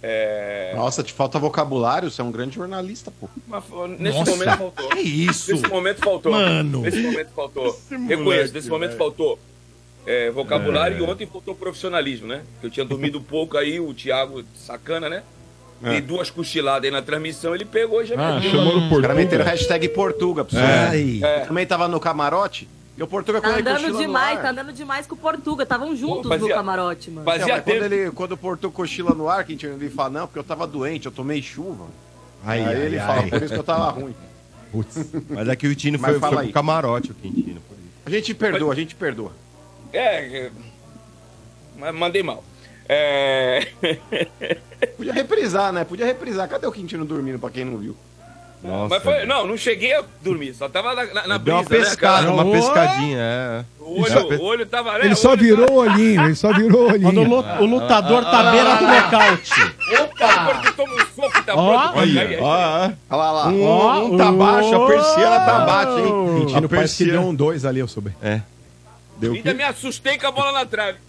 É...
Nossa, te falta vocabulário, você é um grande jornalista, pô.
Mas, ó, nesse
Nossa,
momento faltou.
que isso?
Nesse momento faltou.
Mano.
Nesse momento faltou.
moleque,
Reconheço, nesse momento
velho.
faltou é, vocabulário
É.
e ontem faltou profissionalismo, né? Eu tinha dormido pouco aí, o Thiago, sacana, né?
É.
Dei duas cochiladas aí na transmissão, ele pegou e já
Ah,
meteu.
chamou no Os caras Portuga. meteram hashtag Portuga, pessoal.
É.
Ai. Eu Também tava no camarote e o Portuga
Tá
quando ele
andando
cochila no
demais,
ar-
tá andando demais com o Portuga. Estavam juntos
fazia-
no camarote, mano.
Não, É, mas quando, ele, quando o Portuga cochila no ar, que a gente ele fala, não, porque eu tava doente, eu tomei chuva.
Ai,
aí
ai,
ele
ai.
fala, por isso que eu tava ruim.
Putz. Mas é que o Quintino
Mas
foi,
fala
foi pro
aí.
camarote, o Quintino.
A gente perdoa, a gente perdoa.
É, é, mas mandei mal. É...
Podia reprisar, né? Podia reprisar. Cadê o Quintino dormindo, pra quem não viu?
Nossa.
mas foi, não, não cheguei a dormir, só tava na, na, na
Deu
brisa,
uma pescada,
né, cara?
uma pescadinha, é.
O olho, o olho tava... né,
Ele
o
só
olho
virou o olhinho, ele só virou o olhinho.
Quando o lu- o lutador tá
Ah,
à beira do
Ah.
nocaute.
Opa! Porque toma um soco e tá
Ó.
pronto.
Olha,
Aí, aí.
Ah, Olha lá, lá.
Um,
Ó,
um tá baixo, a persiana tá baixa, hein?
Quintino
a
parece que
persiana-
deu um dois ali, eu soube.
É.
Deu
Ainda me assustei com a bola na trave.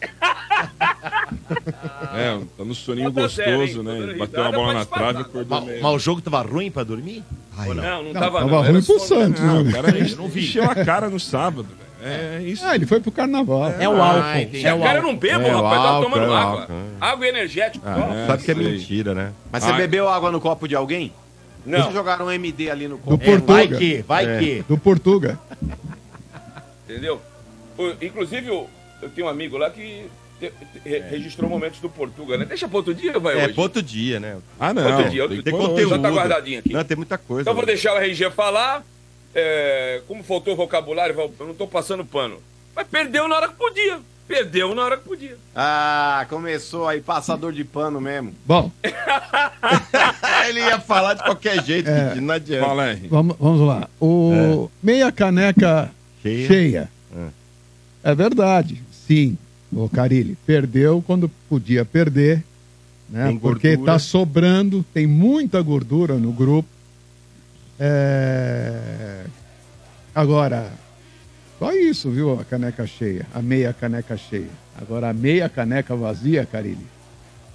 É, tá no soninho
Tá zero, hein?
gostoso,
Tô
né?
dando
Ele
risada,
Bateu uma bola na
mas
trave e
passa.
acordou meio.
Mas o jogo tava ruim pra dormir?
Não, não,
Não,
tava
tava ruim
Era
pro
só-
Santos,
Não,
né?
o cara
Eu não vi.
encheu a cara no sábado, velho. É isso.
Ah, ele foi pro carnaval.
É o álcool, Ah, entendi. é o
um
Cara, eu não bebo,
É, o
rapaz. Tava
álcool,
tomando
é o
água.
álcool,
Água e energético. Ó.
Ah,
Sabe que é mentira, né?
Mas você
Ah,
bebeu água no copo de alguém?
Não.
Vocês jogaram um MD ali no copo.
Do Portuga.
É.
Do Portuga.
Entendeu? O- Inclusive, eu, eu tenho um amigo lá que te- te- re- registrou momentos do Portuga, né? Deixa pra outro dia ou vai
É,
hoje?
pra outro dia, né?
Ah,
não. Outro dia, outro
Tem que ter
dia.
conteúdo.
Já tá guardadinho aqui.
Não, tem muita coisa.
Então vou
velho.
deixar o RG falar. É, como faltou vocabulário, Val- eu não tô passando pano. Mas perdeu na hora que podia. Perdeu na hora que podia.
Ah, começou aí, passador de pano mesmo.
Bom,
Ele ia falar de qualquer jeito,
É.
Quintino, não adianta.
vamos, vamos lá.
É.
O meia caneca
Cheia.
cheia. É verdade, sim. O Carilli perdeu quando podia perder, né?
Tem
Porque
gordura.
tá sobrando, tem muita gordura no grupo. É... Agora, só isso, viu? A caneca cheia, a meia caneca cheia. Agora, a meia caneca vazia, Carilli,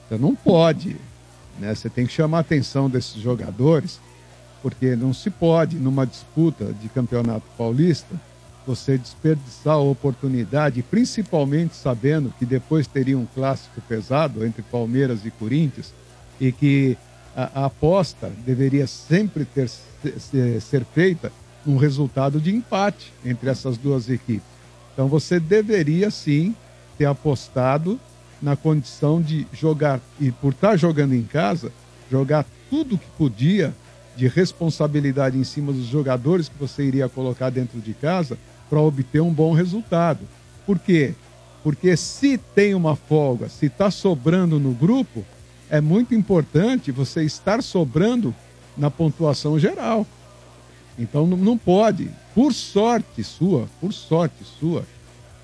você não pode né? Você tem que chamar a atenção desses jogadores, porque não se pode, numa disputa de campeonato paulista, você desperdiçar a oportunidade, principalmente sabendo que depois teria um clássico pesado entre Palmeiras e Corinthians, e que a, a aposta deveria sempre ter, ser, ser feita num resultado de empate entre essas duas equipes. Então você deveria sim ter apostado na condição de jogar, e por estar jogando em casa, jogar tudo que podia de responsabilidade em cima dos jogadores que você iria colocar dentro de casa para obter um bom resultado. Por quê? Porque se tem uma folga, se está sobrando no grupo, é muito importante você estar sobrando na pontuação geral. Então não- não pode. Por sorte sua, por sorte sua,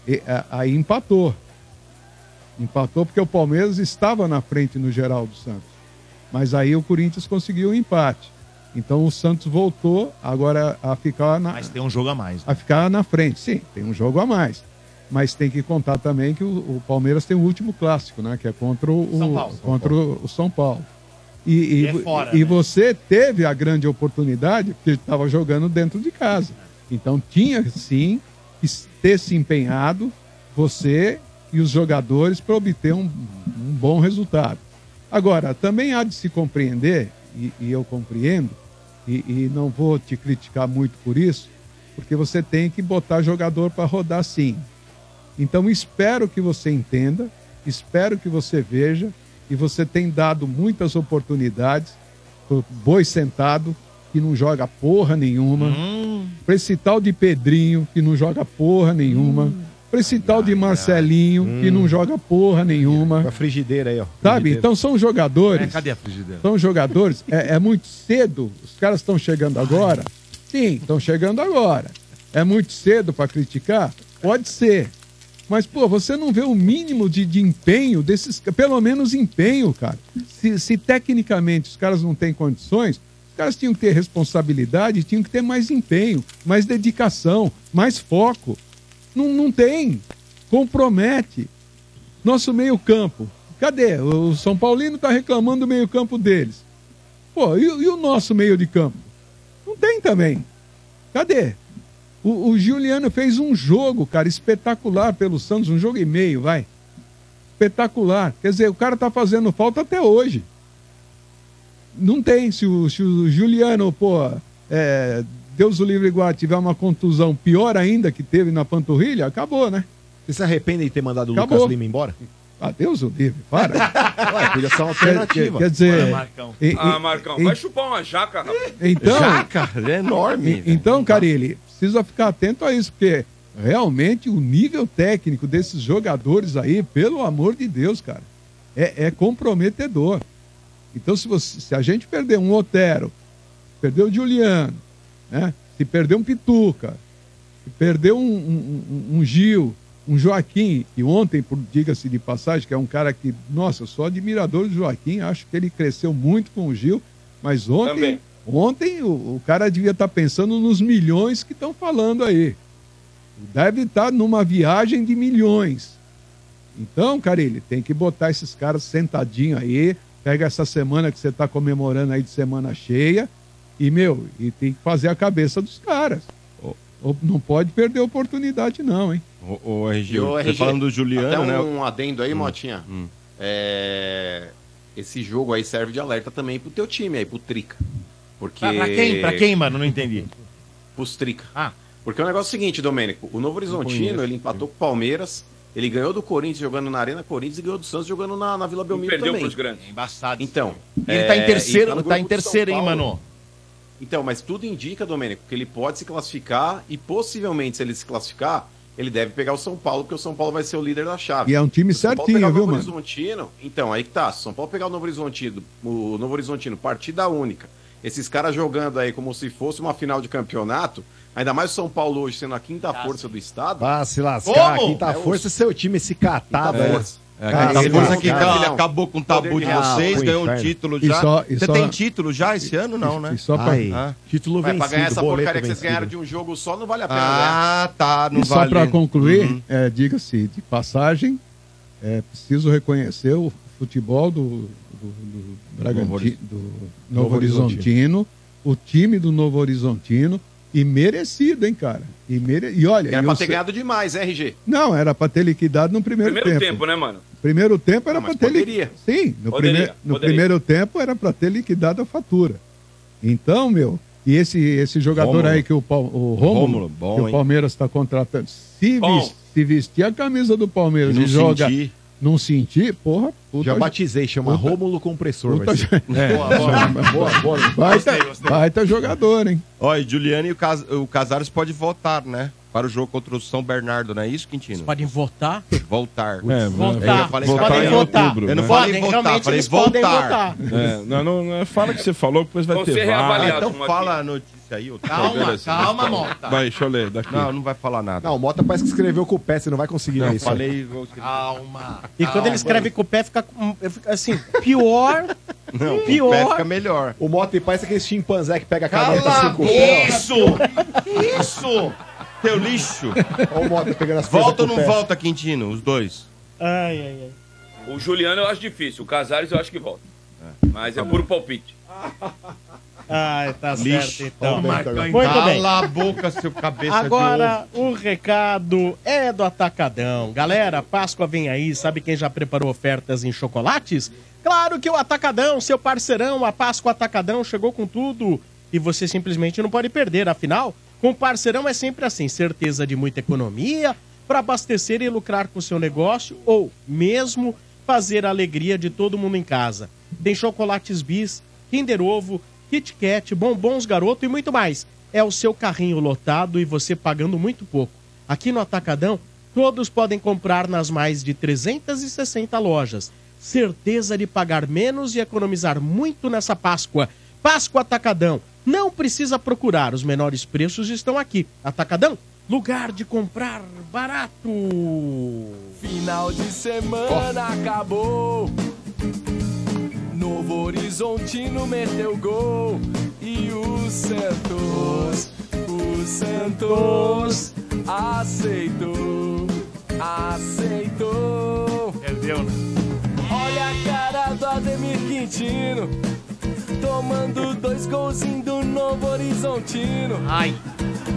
e- a- aí empatou. Empatou porque o Palmeiras estava na frente no geral do Santos. Mas aí o Corinthians conseguiu o empate. Então o Santos voltou agora a ficar na,
Mas tem um jogo a mais.
a ficar na frente. Sim, tem um jogo a mais. Mas tem que contar também que o, o Palmeiras tem o último clássico, né? Que é contra o
São Paulo.
Contra o São Paulo. E, e,
E é fora,
e
né?
você teve a grande oportunidade porque estava jogando dentro de casa. Então tinha sim que s- ter se empenhado você e os jogadores para obter um, um bom resultado. Agora, também há de se compreender, e, e eu compreendo, e- e não vou te criticar muito por isso, porque você tem que botar jogador para rodar sim. Então espero que você entenda, espero que você veja e você tem dado muitas oportunidades pro boi sentado que não joga porra nenhuma,
Hum.
pra esse tal de Pedrinho que não joga porra nenhuma,
Hum.
pra esse tal de Marcelinho que não joga porra nenhuma.
A Hum. frigideira aí, ó.
Sabe? Então são jogadores.
É, cadê a frigideira?
São jogadores. É, é muito cedo. Os caras estão chegando agora. Sim, estão chegando agora. É muito cedo para criticar? Pode ser. Mas, pô, você não vê o mínimo de, de empenho desses. ca- Pelo menos empenho, cara. Se, se tecnicamente os caras não têm condições, os caras tinham que ter responsabilidade, tinham que ter mais empenho, mais dedicação, mais foco. Não, não tem. Compromete. Nosso meio-campo. Cadê? O São Paulino tá reclamando do meio-campo deles. Pô, e, o- e o nosso meio de campo? Não tem também. Cadê? O, o Juliano fez um jogo, cara, espetacular pelo Santos, um jogo e meio, vai. Espetacular. Quer dizer, o cara tá fazendo falta até hoje. Não tem. Se o, se o Juliano, pô, é, Deus o livre e guarde, tiver uma contusão pior ainda que teve na panturrilha, acabou, né?
Você se arrepende de ter mandado o
Acabou.
Lucas Lima embora?
Ah, Deus o livre, para.
Ué, podia ser uma alternativa.
Quer dizer,
Olha,
e- e-
ah, Marcão,
e-
vai chupar uma jaca, rapaz.
Então,
é enorme,
E- Então, Carilli, precisa ficar atento a isso, porque realmente o nível técnico desses jogadores aí, pelo amor de Deus, cara, é, é comprometedor. Então, se, você- se a gente perder um Otero, perder o Juliano, né? se perder um Pituca, se perder um, um- um- um Gil, um Joaquim, e ontem, por diga-se de passagem, que é um cara que, nossa, eu sou admirador do Joaquim, acho que ele cresceu muito com o Gil, mas ontem,
Também.
ontem o, o cara devia estar pensando nos milhões que estão falando aí. Deve estar numa viagem de milhões. Então, cara, ele tem que botar esses caras sentadinho aí. Pega essa semana que você tá comemorando aí de semana cheia. E, meu, e tem que fazer a cabeça dos caras. Ou- Não pode perder a oportunidade, não, hein?
O,
E
RG,
o
você
RG,
falando do Juliano,
até
né?
um adendo aí, Motinha.
hum.
É, Esse jogo aí serve de alerta também pro teu time aí, pro Trica. Porque...
Pra, pra quem? Pra quem, mano? Não entendi.
Pros Trica. Porque o negócio é o seguinte, Domênico. O Novo Horizontino,
conheço.
ele empatou com o Palmeiras, ele ganhou do Corinthians jogando na Arena Corinthians e ganhou do Santos jogando na, na Vila Belmiro
perdeu
também.
pros grandes.
É Embaçado.
Então.
E ele tá
É,
em terceiro,
então,
e no
tá em
grupo de São
terceiro, hein,
Paulo.
mano?
Então, mas tudo indica, Domênico, que ele pode se classificar e possivelmente, se ele se classificar, ele deve pegar o São Paulo, porque o São Paulo vai ser o líder da chave.
E é um time
Se o São Paulo pegar
certinho,
o
viu,
Novo
mano?
Horizontino, então, aí que tá. Se o São Paulo pegar o Novo Horizontino, o Novo Horizontino, partida única. Esses caras jogando aí como se fosse uma final de campeonato, ainda mais o São Paulo hoje sendo a quinta força do estado.
Vá se lascar,
Como?
quinta
É o-
força, seu time, esse catado.
Quinta
aí.
força.
É,
Cara,
quinta
ele-
força que
cara,
ele
não.
acabou com o tabu de
Ah,
vocês,
foi
ganhou o
inferno.
título
E
já.
só- e
Você
só-
tem título já esse ano, não, né?
e só pra- Ai,
Ah.
título
Mas pra ganhar essa porcaria que vocês ganharam
de
de um jogo só, não vale a pena, né?
Ah, tá, não
e só
vale.
para concluir, é, diga-se de passagem, é, preciso reconhecer o futebol do, do, do,
Novo
Bragantino,
Horiz-
do Novo,
Novo
Horizontino, o time do Novo Horizontino, e merecido, hein, cara? E, mere... e olha.
Era
e
pra
eu
ter
sei-
ganhado demais, né, RG?
Não, era pra ter liquidado no primeiro,
Primeiro
tempo.
tempo, né, mano?
Primeiro tempo era
Não,
pra
mas
ter. li-
poderia.
Sim, no,
Poderia,
primeiro- no
poderia.
primeiro tempo era pra ter liquidado a fatura. Então, meu, e esse, esse jogador
Rômulo.
aí que o, Pal- o Rômulo,
Rômulo, bom,
que o
hein?
Palmeiras está contratando, se,
Bom.
vis- se vestir a camisa do Palmeiras
E
e,
não
joga,
sentir.
não sentir, porra, puta,
Já batizei, chama Rômulo Compressor.
puta-
vai ser.
É.
Boa, boa, boa, boa.
Baita, baita jogador, hein?
Ó, e Juliano e o, Cas... o Casares pode voltar, né? Para o jogo contra o São Bernardo, não é isso, Quintino?
Podem votar?
Voltar.
É,
Eu falei votar em outubro, Eu não
né?
falei
Podem,
votar,
realmente
falei
eles podem
voltar.
votar. É, não, não, não, fala o que você falou, depois vai ter VAR.
Então fala a notícia aí, ô.
Calma, calma,
Mota.
Vai, deixa eu ler daqui.
Não, não vai falar nada.
Não, o Mota parece que escreveu com o pé, você não vai conseguir ler
Não,
isso.
falei... Ah, vou escrever.
Calma. E quando ele escreve com o pé, fica, com- fica assim, pior.
Não,
pior.
melhor.
O Mota e parece aquele chimpanzé que pega a
Cala
caneta assim com o pé.
Isso! Isso! Teu lixo!
Ó, o Mota pegando as
Volta ou
coisas
não
com o pé.
volta, Quintino? Os dois.
Ai, ai,
O Juliano eu acho difícil, o Casares eu acho que volta. Mas é puro palpite.
ai. Ai, tá
Lixo.
certo, então.
Ó, Marcão,
Muito bem.
Cala a boca, seu cabeça
Agora, o recado é do Atacadão. Galera, Páscoa vem aí. Sabe quem já preparou ofertas em chocolates? Claro que o Atacadão, seu parceirão, a Páscoa Atacadão chegou com tudo. E você simplesmente não pode perder. Afinal, com o parceirão é sempre assim: certeza de muita economia para abastecer e lucrar com o seu negócio ou mesmo fazer a alegria de todo mundo em casa. Tem chocolates bis, Kinder Ovo, Kit Kat, bombons garoto e muito mais. É o seu carrinho lotado e você pagando muito pouco. Aqui no Atacadão, todos podem comprar nas mais de 360 lojas. Certeza de pagar menos e economizar muito nessa Páscoa. Páscoa Atacadão. Não precisa procurar, os menores preços estão aqui. Atacadão, lugar de comprar barato.
Final de semana acabou. Novo Horizontino meteu gol. E o Santos, o Santos aceitou, aceitou. Perdeu, né? Olha a cara do Ademir Quintino. Tomando dois golzinhos do Novo Horizontino. Ai.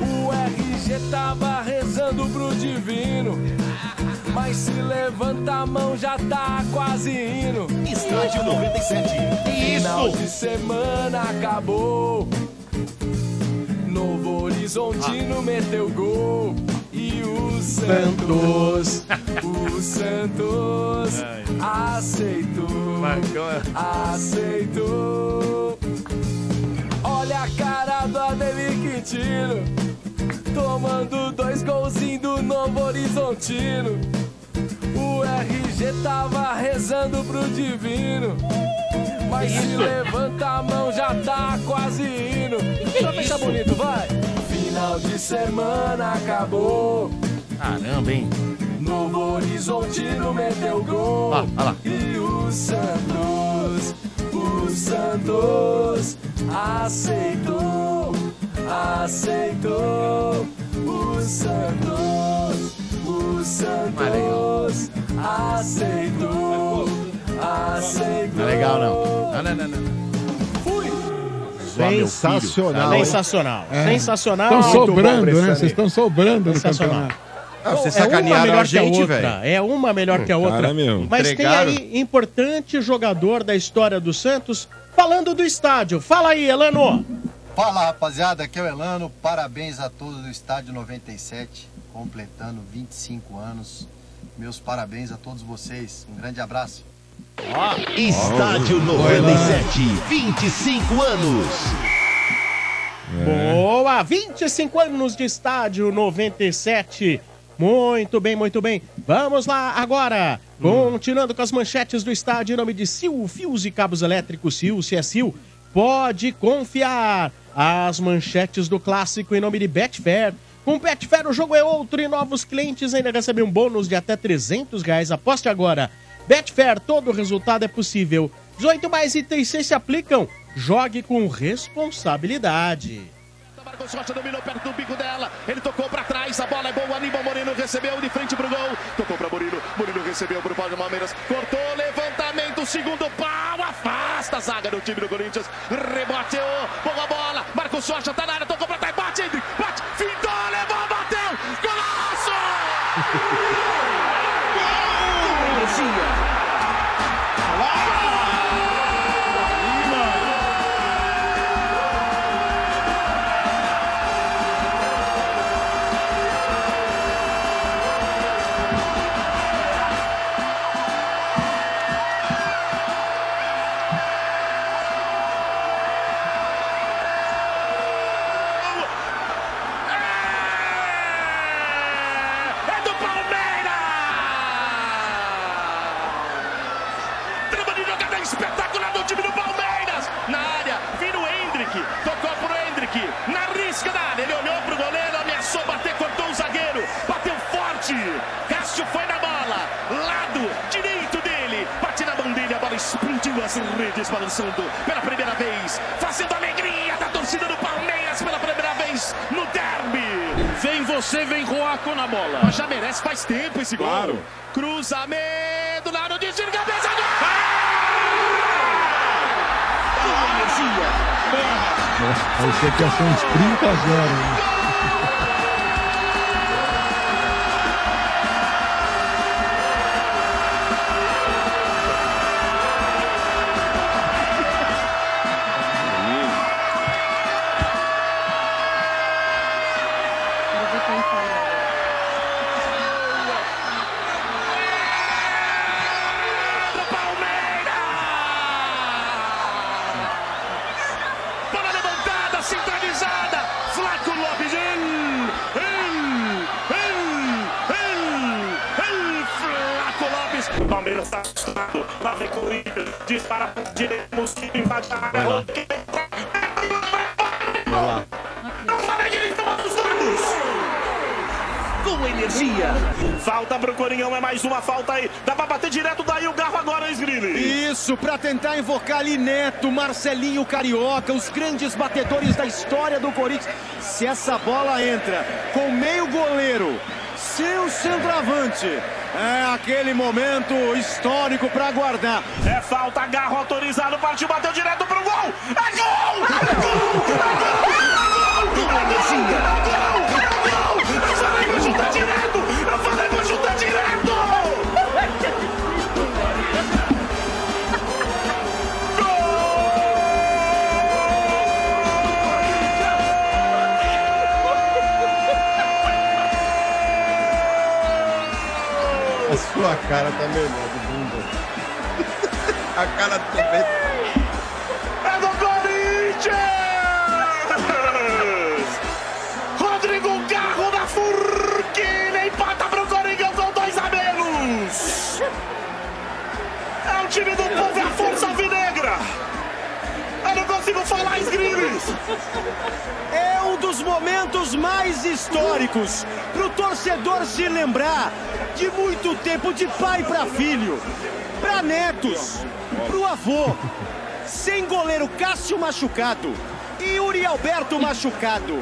O RG tava rezando pro divino. Mas se levanta a mão já tá quase indo. Estádio 97. Final de semana acabou. Novo Horizontino meteu gol. E o Santos, o Santos aceitou, aceitou. Olha a cara do Ademir Quintino, tomando dois golzinhos do Novo Horizontino. O RG tava rezando pro divino. Mas se levanta a mão já tá quase indo. Pra fechar bonito, vai! Final de semana acabou.
Caramba, hein?
Novo Horizontino meteu gol.
Lá, lá, lá.
E o Santos, o Santos aceitou, aceitou. O Santos, o Santos aceitou, aceitou.
Não é legal, não. Não, não, não, não.
Tá
Sensacional, hein?
Sensacional.
É.
Sensacional.
Estão
Muito bom,
sobrando, né?
Bressanei.
Vocês estão sobrando no
Sensacional.
campeonato.
Não, é uma melhor que a outra, É uma melhor que a
Hum,
Hum,
Cara
outra.
mesmo.
Mas
Entregaram.
tem aí importante jogador da história do Santos falando do estádio. Fala aí, Elano.
Fala rapaziada, aqui é o Elano, parabéns a todos do Estádio 97, completando 25 anos. Meus parabéns a todos vocês, um grande abraço.
Estádio 97, 25 anos.
É.
Boa! 25 anos de estádio 97. Muito bem, muito bem. Vamos lá agora. Continuando com as manchetes do estádio em nome de Sil, Fios e Cabos Elétricos. Sil, se é Sil, pode confiar. As manchetes do clássico em nome de Betfair. Com Betfair o jogo é outro e novos clientes ainda recebem um bônus de até 300 reais. Aposte agora. Betfair, todo resultado é possível. 18 mais itens 6 se aplicam. Jogue com responsabilidade.
Matheus Rocha dominou perto do bico dela. Ele tocou pra trás. A bola é boa. Aníbal Moreno recebeu de frente pro gol. Tocou pra Murilo. Murilo recebeu pro Paulo Palmeiras. Cortou. Levantamento. Segundo pau. Afasta a zaga do time do Corinthians. Reboteou. Boa bola. Marcos Rocha tá na área. Tocou pra trás. Bate. Bate. Fintou. Levou. Bateu. Golaço! Gol! Merecia. É do Palmeiras! Trama de jogada espetacular do time do Palmeiras! Na área, vira o Hendrick, tocou pro Hendrick, na risca da área, ele olhou pro goleiro, ameaçou bater, cortou o zagueiro, bateu forte! Cássio foi na bola, lado direito dele, bate na mão dele, a bola explodiu as redes balançando pela primeira vez, fazendo a alegria da torcida do Palmeiras pela primeira vez no derby! Vem você, vem Roaco na bola. Mas já merece faz tempo esse gol.
Claro.
Cruzamento, na hora de tiro, cabeça, gol! Ah!
Parecia que ia ser uns 30 a 0. Né?
Bola levantada, centralizada. Flaco Lopes. Hum, hum, hum, hum, hum, Flaco Lopes. Palmeiras tá assustado. Lá vem Corinthians. Dispara pra direita. Mosquito invade a área. Rodrigo. Com energia. Falta pro Coringão, é mais uma falta aí. Dá pra bater direto daí o garro agora, hein, Sgrini?
Isso, pra tentar invocar ali Neto, Marcelinho Carioca, os grandes batedores da história do Corinthians. Se essa bola entra com meio goleiro, seu centroavante, é aquele momento histórico pra guardar.
É falta, garro autorizado, partiu, bateu direto pro gol! É gol! É gol! É gol! É gol! Com energia. Eu falei pra chutar direto! Eu falei pra chutar direto!
A sua cara tá melhor do bunda. A cara também.
É do Corinthians! Rodrigo Garro da Furquilha empata pro Corinthians com dois a menos! É o time do povo, é a força alvinegra! Eu não consigo falar, Sgrilis!
É um dos momentos mais históricos pro torcedor se lembrar de muito tempo de pai pra filho, pra netos, pro avô. Sem goleiro Cássio machucado e Uri Alberto machucado.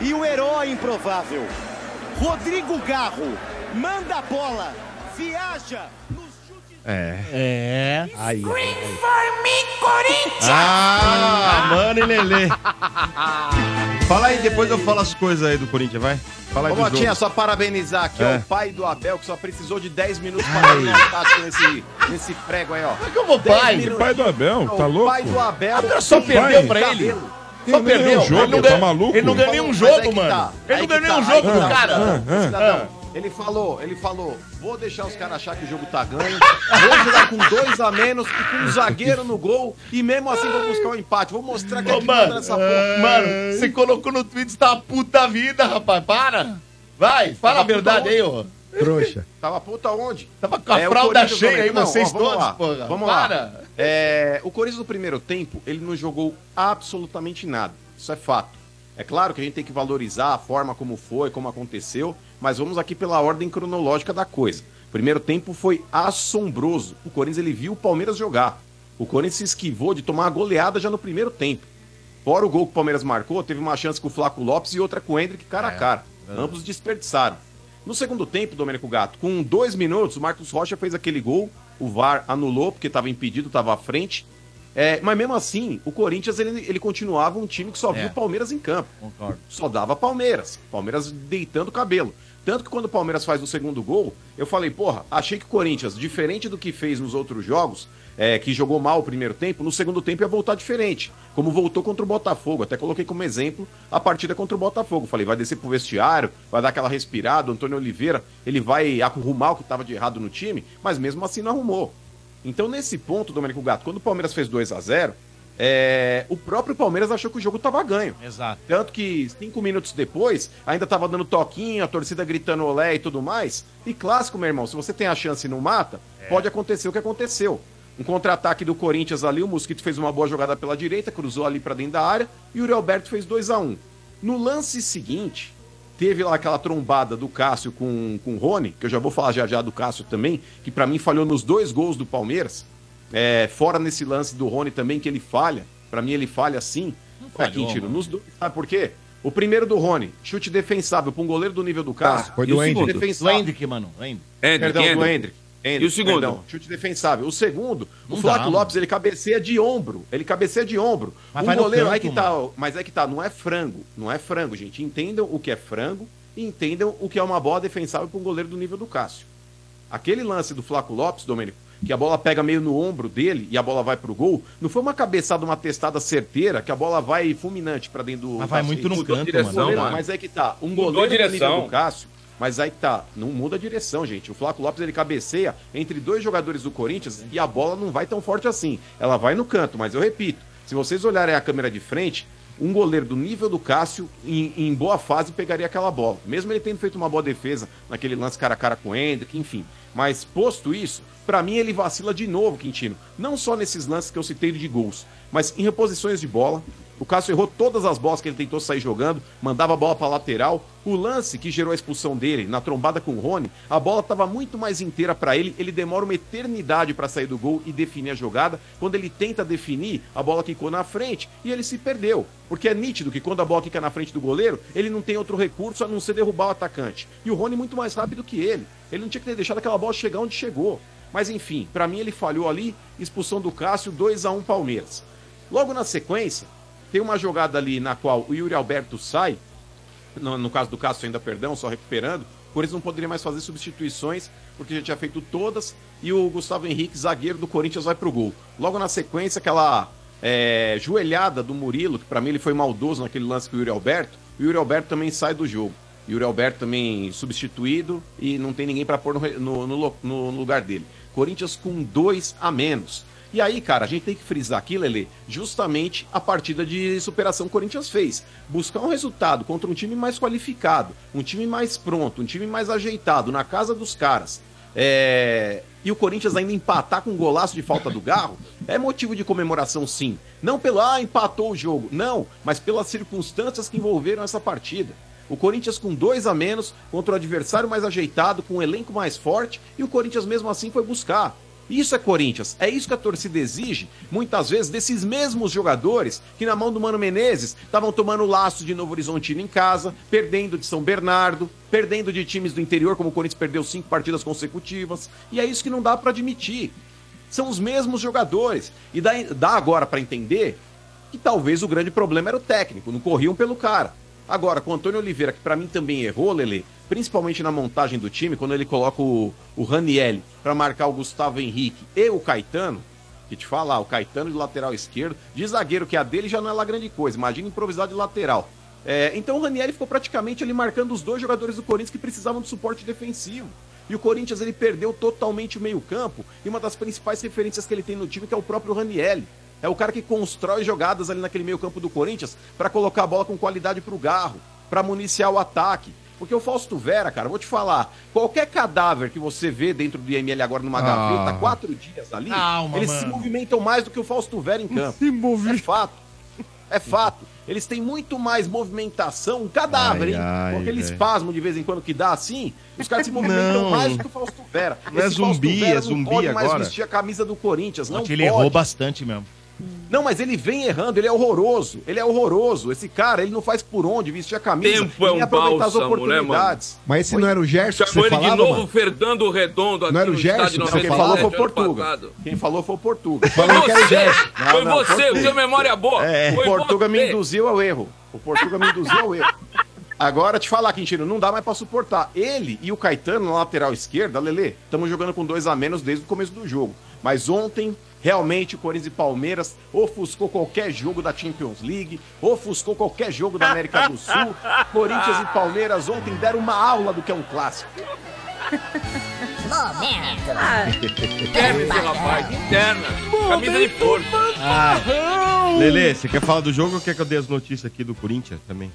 E o herói improvável, Rodrigo Garro, manda a bola, viaja.
É. É. Aí.
Ah, mano e Lelê. Fala aí, depois eu falo as coisas aí do Corinthians, vai. Fala aí
Ô,
do
Motinha,
jogo.
só parabenizar aqui ó,
É.
o pai do Abel, que só precisou de 10 minutos para fazer um tático nesse, nesse prego aí, ó. Como é que eu
vou, pai? Pai do Abel, tá
O pai
louco?
do Abel.
Abel só perdeu pra ele.
Só
Ele não ganhou
perdeu.
um jogo,
Ele não
tá
ganhou-
maluco?
ele não ganhou nenhum jogo, mano. Ele não ganhou nenhum jogo do cara.
Ah, ah, ah.
tá. Cidadão, Ele falou, ele falou, vou deixar os caras achar que o jogo tá ganho, vou jogar com dois a menos e com um zagueiro no gol e mesmo assim vou buscar um empate. Vou mostrar que
Ô,
é que
mano,
manda nessa porra.
mano, você colocou no Twitter, você tá puta da vida, rapaz, para! Vai, fala a verdade aí, ô.
Trouxa.
Tava puta onde?
Tava com a fralda cheia aí, vocês
vamos
todos,
lá.
porra.
Vamos
Para.
lá. É, o Corinthians no primeiro tempo, ele não jogou absolutamente nada. Isso é fato. É claro que a gente tem que valorizar a forma como foi, como aconteceu, mas vamos aqui pela ordem cronológica da coisa. Primeiro tempo foi assombroso. O Corinthians ele viu o Palmeiras jogar. O Corinthians se esquivou de tomar a goleada já no primeiro tempo. Fora o gol que o Palmeiras marcou, teve uma chance com o Flaco Lopes e outra com o Hendrick cara a cara. Ambos desperdiçaram. No segundo tempo, Domênico Gato, com dois minutos, o Marcos Rocha fez aquele gol, o VAR anulou porque estava impedido, estava à frente. É, mas mesmo assim, o Corinthians ele, ele continuava um time que só viu o Palmeiras em campo. Só dava Palmeiras. Palmeiras deitando o cabelo. Tanto que quando o Palmeiras faz o segundo gol, eu falei, porra, achei que o Corinthians, diferente do que fez nos outros jogos, é, que jogou mal o primeiro tempo, no segundo tempo ia voltar diferente. Como voltou contra o Botafogo. Até coloquei como exemplo a partida contra o Botafogo. Falei, vai descer pro vestiário, vai dar aquela respirada, o Antônio Oliveira, ele vai arrumar o que tava de errado no time, mas mesmo assim não arrumou. Então, nesse ponto, Domenico Gato, quando o Palmeiras fez 2 a 0 é, o próprio Palmeiras achou que o jogo tava ganho.
Exato.
Tanto que cinco minutos depois, ainda tava dando toquinho, a torcida gritando olé e tudo mais. E clássico, meu irmão, se você tem a chance e não mata, pode acontecer o que aconteceu. Um contra-ataque do Corinthians ali, o Mosquito fez uma boa jogada pela direita, cruzou ali pra dentro da área, e o Yuri Alberto fez 2 a 1 No lance seguinte, teve lá aquela trombada do Cássio com, com o Rony, que eu já vou falar já já do Cássio também, que pra mim falhou nos dois gols do Palmeiras. É, fora nesse lance do Rony também, que ele falha. Pra mim, ele falha sim. Pra
falhou,
quem tiro?
mano.
Nos dois. Sabe por quê? O primeiro do Rony, chute defensável pra um goleiro do nível do Cássio.
Tá, Foi
e o
do
segundo
Hendrick. Do
defensável.
Hendrick, mano. do Hendrick.
Perdão, do Hendrick. Hendrick,
E o segundo?
chute defensável. O segundo,
Não
o
dá,
Flaco
mano.
Lopes, ele cabeceia de ombro. Ele cabeceia de ombro.
Mas
um
vai no
goleiro,
canto,
aí que tá, mas é que tá, não é frango. Não é frango, gente. Entendam o que é frango e entendam o que é uma bola defensável pra um goleiro do nível do Cássio. Aquele lance do Flaco Lopes, Domênico, que a bola pega meio no ombro dele e a bola vai pro gol, não foi uma cabeçada, uma testada certeira, que a bola vai fulminante pra dentro do.
Mas vai
da
muito no
rede. Mudou
canto,
direção,
mano.
né? Mas é que tá. Um
Mudou a
goleiro do
direção.
nível do Cássio, mas aí que tá. Não muda a direção, gente. O Flaco Lopes ele cabeceia entre dois jogadores do Corinthians e a bola não vai tão forte assim. Ela vai no canto, mas eu repito, se vocês olharem a câmera de frente. Um goleiro do nível do Cássio, em, em boa fase, pegaria aquela bola. Mesmo ele tendo feito uma boa defesa naquele lance cara a cara com o Hendrick, enfim. Mas posto isso, pra mim ele vacila de novo, Quintino. Não só nesses lances que eu citei de gols, mas em reposições de bola. O Cássio errou todas as bolas que ele tentou sair jogando, mandava a bola pra lateral. O lance que gerou a expulsão dele na trombada com o Rony, a bola tava muito mais inteira pra ele. Ele demora uma eternidade pra sair do gol e definir a jogada. Quando ele tenta definir, a bola quicou na frente e ele se perdeu. Porque é nítido que quando a bola quica na frente do goleiro, ele não tem outro recurso a não ser derrubar o atacante. E o Rony muito mais rápido que ele. Ele não tinha que ter deixado aquela bola chegar onde chegou. Mas enfim, pra mim ele falhou ali, expulsão do Cássio, 2 a 1 Palmeiras. Logo na sequência, tem uma jogada ali na qual o Yuri Alberto sai, no, no caso do Cássio ainda, perdão, só recuperando, por isso não poderia mais fazer substituições, porque já tinha feito todas, e o Gustavo Henrique, zagueiro do Corinthians, vai pro gol. Logo na sequência, aquela é, joelhada do Murilo, que pra mim ele foi maldoso naquele lance com o Yuri Alberto, o Yuri Alberto também sai do jogo. Yuri Alberto também substituído e não tem ninguém pra pôr no, re- no- no lo- no lugar dele. Corinthians com dois a menos. E aí, cara, a gente tem que frisar aqui, Lele, justamente a partida de superação que o Corinthians fez. Buscar um resultado contra um time mais qualificado, um time mais pronto, um time mais ajeitado, na casa dos caras. É, E o Corinthians ainda empatar com um golaço de falta do Garro é motivo de comemoração, sim. Não pelo, ah, empatou o jogo. Não, mas pelas circunstâncias que envolveram essa partida. O Corinthians com dois a menos, contra o adversário mais ajeitado, com um elenco mais forte, e o Corinthians mesmo assim foi buscar. Isso é Corinthians, é isso que a torcida exige, muitas vezes, desses mesmos jogadores que, na mão do Mano Menezes, estavam tomando laço de Novo Horizontino em casa, perdendo de São Bernardo, perdendo de times do interior, como o Corinthians perdeu cinco partidas consecutivas, e é isso que não dá pra admitir. São os mesmos jogadores, e dá, dá agora pra entender que talvez o grande problema era o técnico, não corriam pelo cara. Agora, com o Antônio Oliveira, que pra mim também errou, Lele, principalmente na montagem do time, quando ele coloca o, o Raniel pra marcar o Gustavo Henrique e o Caetano, que te falar, o Caetano de lateral esquerdo, de zagueiro que a dele já não é lá grande coisa, imagina improvisar de lateral. É, então o Raniel ficou praticamente ali marcando os dois jogadores do Corinthians que precisavam de suporte defensivo. E o Corinthians ele perdeu totalmente o meio-campo e uma das principais referências que ele tem no time que é o próprio Raniel. É o cara que constrói jogadas ali naquele meio-campo do Corinthians pra colocar a bola com qualidade pro garro, pra municiar o ataque. Porque o Fausto Vera, cara, eu vou te falar, qualquer cadáver que você vê dentro do IML agora numa
Ah.
gaveta, tá quatro dias ali,
Calma,
eles se
mano.
movimentam mais do que o Fausto Vera em campo. É fato. É fato. Eles têm muito mais movimentação, um cadáver,
Ai,
hein?
ai,
Com aquele
velho.
espasmo de vez em quando que dá assim, os caras se movimentam
Não.
mais do que o Fausto Vera.
Não é
Esse Fausto
zumbi,
Vera
é zumbi
Não pode mais
agora.
vestir a camisa do Corinthians, não
Ontem
pode.
ele errou bastante mesmo.
Não, mas ele vem errando, ele é horroroso. Ele é horroroso. Esse cara, ele não faz por onde vestir a camisa.
Tempo é
nem
um bálsamo, né, mano?
Mas esse não era o Gerson que
Chamou
você
ele
falava,
de novo
mano?
Fernando Redondo aqui
Não era o
no
Gerson?
estádio
Não,
97
quem falou foi o
ano
Portuga.
né? passado.
Quem falou foi o Portuga.
Foi
Falou que era o
você,
Gerson.
foi você,
Portuga.
o seu memória boa.
É, o
Foi
Portuga me
você.
induziu ao erro. O Portuga me induziu ao erro. Agora, te falar, Quintino, não dá mais pra suportar. Ele e o Caetano na lateral esquerda, Lele, estamos jogando com dois a menos desde o começo do jogo. Mas ontem, realmente, o Corinthians e Palmeiras ofuscou qualquer jogo da Champions League, ofuscou qualquer jogo da América do Sul. Corinthians e Palmeiras ontem deram uma aula do que é um clássico.
Interna esse rapaz, interna. Camisa de porco.
Ah. Lele, você quer falar do jogo ou quer que eu dê as notícias aqui do Corinthians também?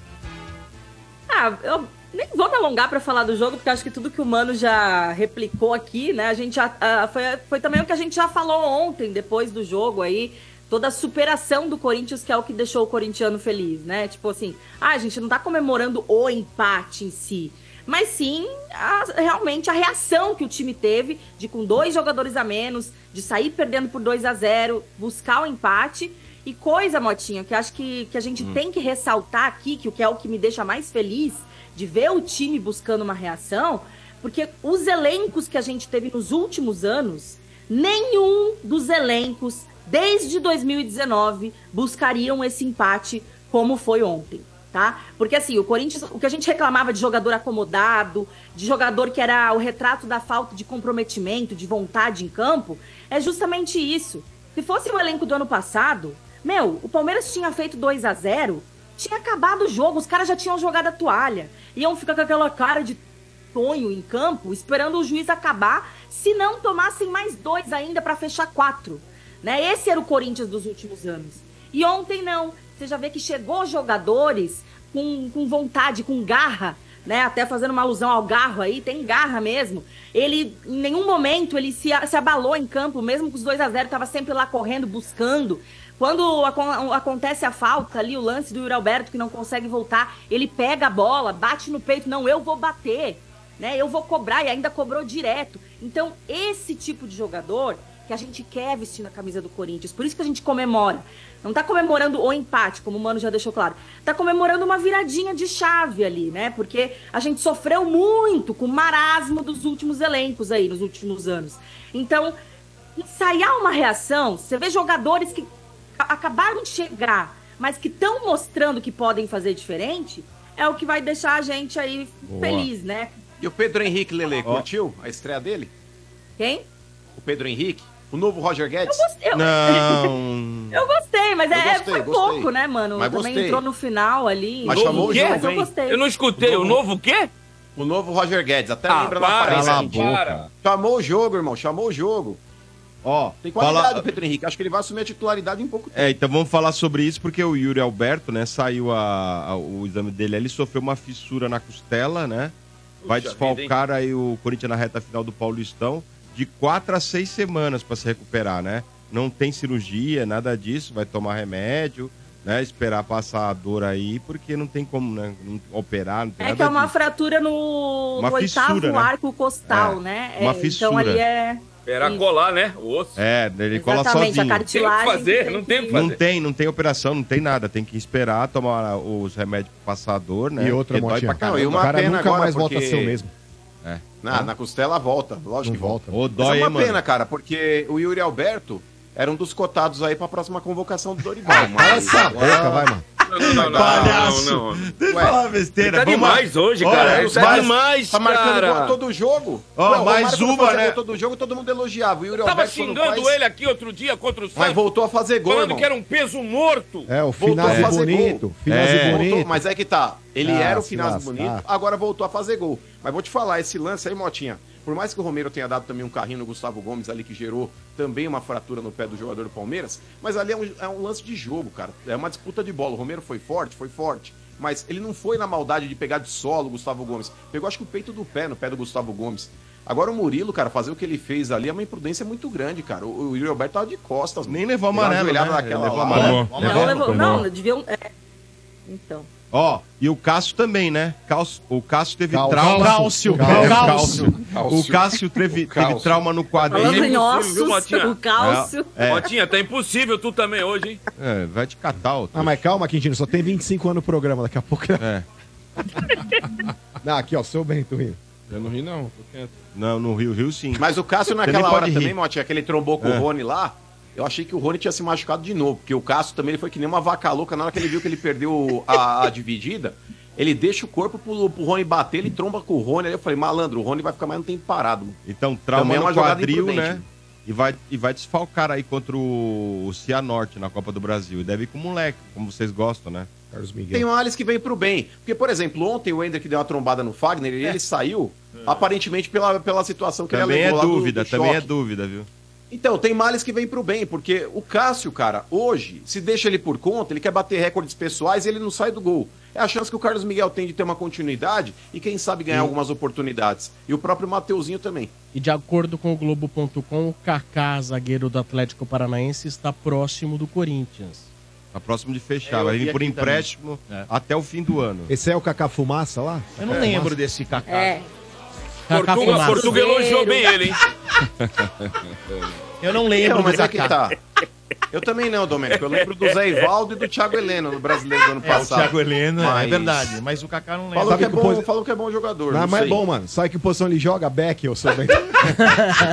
Ah, eu nem vou me alongar pra falar do jogo, porque acho que tudo que o Mano já replicou aqui, né? A gente já, ah, foi, foi também o que a gente já falou ontem, depois do jogo aí. Toda a superação do Corinthians, que é o que deixou o corintiano feliz, né? Tipo assim, ah, a gente não tá comemorando o empate em si. Mas sim, a- realmente a reação que o time teve de com dois jogadores a menos, de sair perdendo por 2 a 0 buscar o empate. E coisa, Motinha, que acho que, que a gente
Hum.
tem que ressaltar aqui, que o que é o que me deixa mais feliz de ver o time buscando uma reação, porque os elencos que a gente teve nos últimos anos, nenhum dos elencos, desde 2019, buscariam esse empate como foi ontem tá? Porque assim, o Corinthians, o que a gente reclamava de jogador acomodado, de jogador que era o retrato da falta de comprometimento, de vontade em campo, é justamente isso. Se fosse o elenco do ano passado, meu, o Palmeiras tinha feito 2 a 0 tinha acabado o jogo, os caras já tinham jogado a toalha. Iam ficar com aquela cara de tonho em campo, esperando o juiz acabar, se não tomassem mais dois ainda para fechar quatro. Né? Esse era o Corinthians dos últimos anos. E ontem não. Você já vê que chegou jogadores com, com vontade, com garra, né? Até fazendo uma alusão ao garro aí, tem garra mesmo. Ele, em nenhum momento, ele se, a- se abalou em campo, mesmo com os 2 a 0 estava sempre lá correndo, buscando. Quando acon- acontece a falta ali, o lance do Yuri Alberto que não consegue voltar, ele pega a bola, bate no peito, não, eu vou bater né? Eu vou cobrar e ainda cobrou direto. Então, esse tipo de jogador que a gente quer vestir na camisa do Corinthians, por isso que a gente comemora. Não tá comemorando o empate, como o Mano já deixou claro. Tá comemorando uma viradinha de chave ali, né? Porque a gente sofreu muito com o marasmo dos últimos elencos aí, nos últimos anos. Então, ensaiar uma reação, você vê jogadores que a- acabaram de chegar, mas que estão mostrando que podem fazer diferente, é o que vai deixar a gente aí
Boa.
feliz, né?
E o Pedro Henrique, Lele, curtiu a estreia dele?
Quem?
O Pedro Henrique? O novo Roger Guedes?
eu-
Não.
Eu gostei, mas
Eu
é,
gostei,
foi
gostei.
pouco, né, mano?
Mas
Também
gostei.
entrou no final ali.
Mas chamou o
jogo,
jogo,
mas eu
hein?
gostei.
É
escutei. O novo o quê?
O novo Roger Guedes. Até
Tá
Ah,
lembra
para,
na
cala
aparência.
a boca.
Chamou o jogo, irmão. Chamou o jogo.
Ó,
tem qualidade
fala-
o Pedro Henrique. Acho que ele vai assumir a titularidade em pouco tempo.
É, então vamos falar sobre isso, porque o Yuri Alberto, né, saiu a, a- o exame dele, ele sofreu uma fissura na costela, né? Vai
Puxa
desfalcar aí o Corinthians na reta final do Paulistão de quatro a seis semanas para se recuperar, né? Não tem cirurgia, nada disso, vai tomar remédio, né? Esperar passar a dor aí, porque não tem como, né? Não operar, não tem
É
nada
que é uma
disso.
fratura no,
Uma
no oitavo
fissura, né?
arco costal,
É,
né?
uma
É,
fissura.
Então ali é.
Esperar
Isso.
colar, né? O osso.
É, ele cola
Exatamente,
sozinho.
a cartilagem.
Tem o que fazer,
que
não tem o que
Não tem, não tem operação, não tem nada. Tem que esperar tomar os remédios pra passar a dor, né?
E outra,
Porque dói
Motinha,
pra caramba.
o cara nunca mais volta a ser o mesmo.
É.
Na, na costela volta, lógico que volta.
Ô,
Mas
dói,
é
hein,
uma
mano?
pena, cara, porque o Yuri Alberto era um dos cotados aí pra próxima convocação do Dorival. Mas essa
boca, vai, mano.
Não, não, não,
Palhaço.
não, não.
Deixa eu falar besteira.
Ele tá
Vamos lá.
demais hoje, cara. Ele tá
mais-
demais,
Tá marcando
cara.
gol todo jogo.
Ó,
o
mais
Romário, quando
uma,
fazia
né?
gol Todo jogo todo mundo elogiava. O Yuri
Eu tava
Alberto, quando
xingando
faz,
ele aqui outro dia contra o Santos.
Mas voltou a fazer gol,
Falando
irmão.
que era um peso morto.
É, o
Voltou a
Finazzi
fazer
bonito.
gol.
Finazzi
Voltou,
bonito.
mas é que tá. Ele
Ah,
era o
se
Finazzi
lascar.
bonito, agora voltou a fazer gol. Mas vou te falar, esse lance aí, Motinha, por mais que o Romero tenha dado também um carrinho no Gustavo Gomes ali, que gerou também uma fratura no pé do jogador do Palmeiras, mas ali é um, é um lance de jogo, cara. É uma disputa de bola. O Romero foi forte, foi forte. Mas ele não foi na maldade de pegar de solo o Gustavo Gomes. Pegou, acho que o peito do pé, no pé do Gustavo Gomes. Agora o Murilo, cara, fazer o que ele fez ali é uma imprudência muito grande, cara. O, o Yuri Alberto tava de costas.
Nem levou
Deu uma
amarelo,
ajoelhada
né?
naquela
Levou
lá.
amarelo.
Ó,
Não,
amarelo.
levou- não, devia. um- é. Então.
Ó, e o Cássio também, né? Cássio- o Cássio teve
Cálcio.
trauma.
Cálcio.
É,
Cálcio.
Cálcio. O Cássio teve, teve trauma no quadril.
Falando em ossos, Viu, Motinha? o
Cássio. É, é.
Motinha, tá impossível tu também hoje, hein?
É, vai te catar, ô.
Ah, mas calma, Quintino, só tem 25 anos o programa, daqui a pouco.
É.
Não, aqui, ó, seu Bento Rio.
Eu não ri, não. Tô quieto.
Não, no Rio, Rio sim.
Mas o Cássio
Também
naquela
pode
hora
rir.
também, Motinha, que ele trombou com
É.
o Rony lá, eu achei que o Rony tinha se machucado de novo, porque o Cássio também ele foi que nem uma vaca louca, na hora que ele viu que ele perdeu a, a dividida, ele deixa o corpo pro, pro Rony bater, ele tromba com o Rony, aí eu falei, malandro, o Rony vai ficar mais um tempo parado. mano."
Então, trauma
Também é uma
no
jogada
quadril,
imprudente,
né?
né?
E vai, e vai desfalcar aí contra o o Cianorte na Copa do Brasil. E deve ir com o moleque, como vocês gostam, né?
Carlos
Tem males que vem pro bem. Porque, por exemplo, ontem o Ender que deu uma trombada no Fagner,
É.
ele, ele saiu, aparentemente pela, pela situação que
Também
ele
é
alegou lá do-
dúvida,
do
também é
choque.
dúvida, viu?
Então, tem males que vêm pro bem, porque o Cássio, cara, hoje, se deixa ele por conta, ele quer bater recordes pessoais e ele não sai do gol. É a chance que o Carlos Miguel tem de ter uma continuidade e, quem sabe, ganhar algumas oportunidades. E o próprio Mateuzinho também.
E de acordo com o Globo.com, o Kaká, zagueiro do Atlético Paranaense, está próximo do Corinthians.
Tá próximo de fechar.
Eu
vai
vi
vir por
aqui também.
empréstimo até o fim do ano.
Esse é o Cacá Fumaça lá?
Eu não
É.
lembro desse Kaká. Kaká
Portuga,
Fumaça.
Portuga elogiou bem ele, hein?
Eu não lembro
mas
do
é que
Kaká.
tá. Eu também não, Domênico. Eu lembro do Zé Ivaldo e do Thiago Heleno, no brasileiro do
É,
É.
ano passado. Mas-
mas o Kaká não
Falou que,
Sabe
é
que o
bom,
Poz-
falou que é bom jogador.
Não,
não
mas é
sei.
bom, mano. Sabe que posição ele joga? Back, eu sou bem.
O que é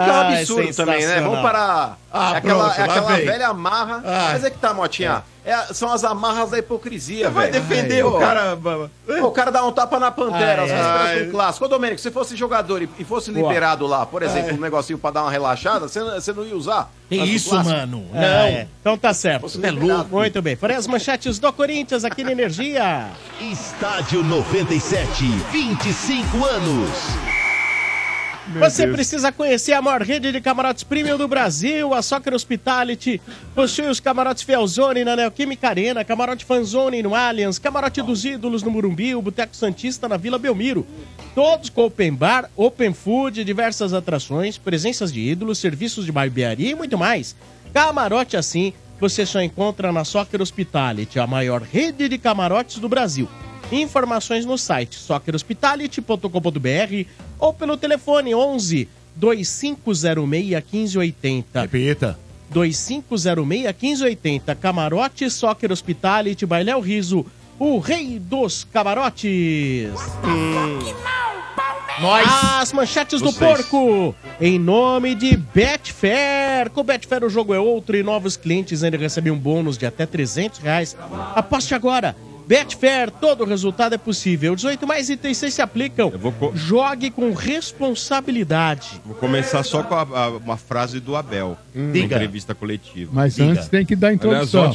um
Ah, é
absurdo também, né? Vamos
sensacional.
parar.
Ah,
é aquela,
pronto,
é
lá
aquela
vem.
velha amarra.
Ah.
Mas é que tá, Motinha. É a- são as amarras da hipocrisia, velho.
vai defender o
Pô,
cara,
pô, O cara dá um tapa na pantera,
Ah,
às
Ai,
é.
vezes
ai.
um clássico. Ô, Domênico, se fosse jogador e, e fosse
Boa.
liberado lá, por exemplo,
Ai.
um negocinho pra dar uma relaxada, você, não- você não ia usar?
Que
Mas Tá no
isso,
clássico?
mano. Não.
É.
Então tá certo.
é louco.
Muito bem. Foram as manchetes do Corinthians aqui na Energia.
Estádio 97, 25 anos.
Você
Deus.
precisa conhecer a maior rede de camarotes premium do Brasil, a Soccer Hospitality. Possui os camarotes Felzone na Neoquímica Arena, camarote Fanzone no Allianz, camarote dos Ídolos no Murumbi, o Boteco Santista na Vila Belmiro. Todos com open bar, open food, diversas atrações, presenças de ídolos, serviços de barbearia e muito mais. Camarote assim você só encontra na Soccer Hospitality, a maior rede de camarotes do Brasil. Informações no site soccerhospitality.com.br ou pelo telefone 11 2506 1580. Repita. 2506 1580. Camarote Soccer Hospitality, Bailel Riso, o rei dos camarotes. Nós. As manchetes do
Vocês.
porco. Em nome de Betfair. Com Betfair o jogo é outro e novos clientes ainda recebem um bônus de até 300 reais. Aposte agora. Betfair, todo resultado é possível. 18 mais itens 6 se aplicam. Jogue com responsabilidade.
Vou começar só com a- a- uma frase do Abel, na
Diga.
entrevista coletiva.
Mas antes tem que dar a introdução.
É, é,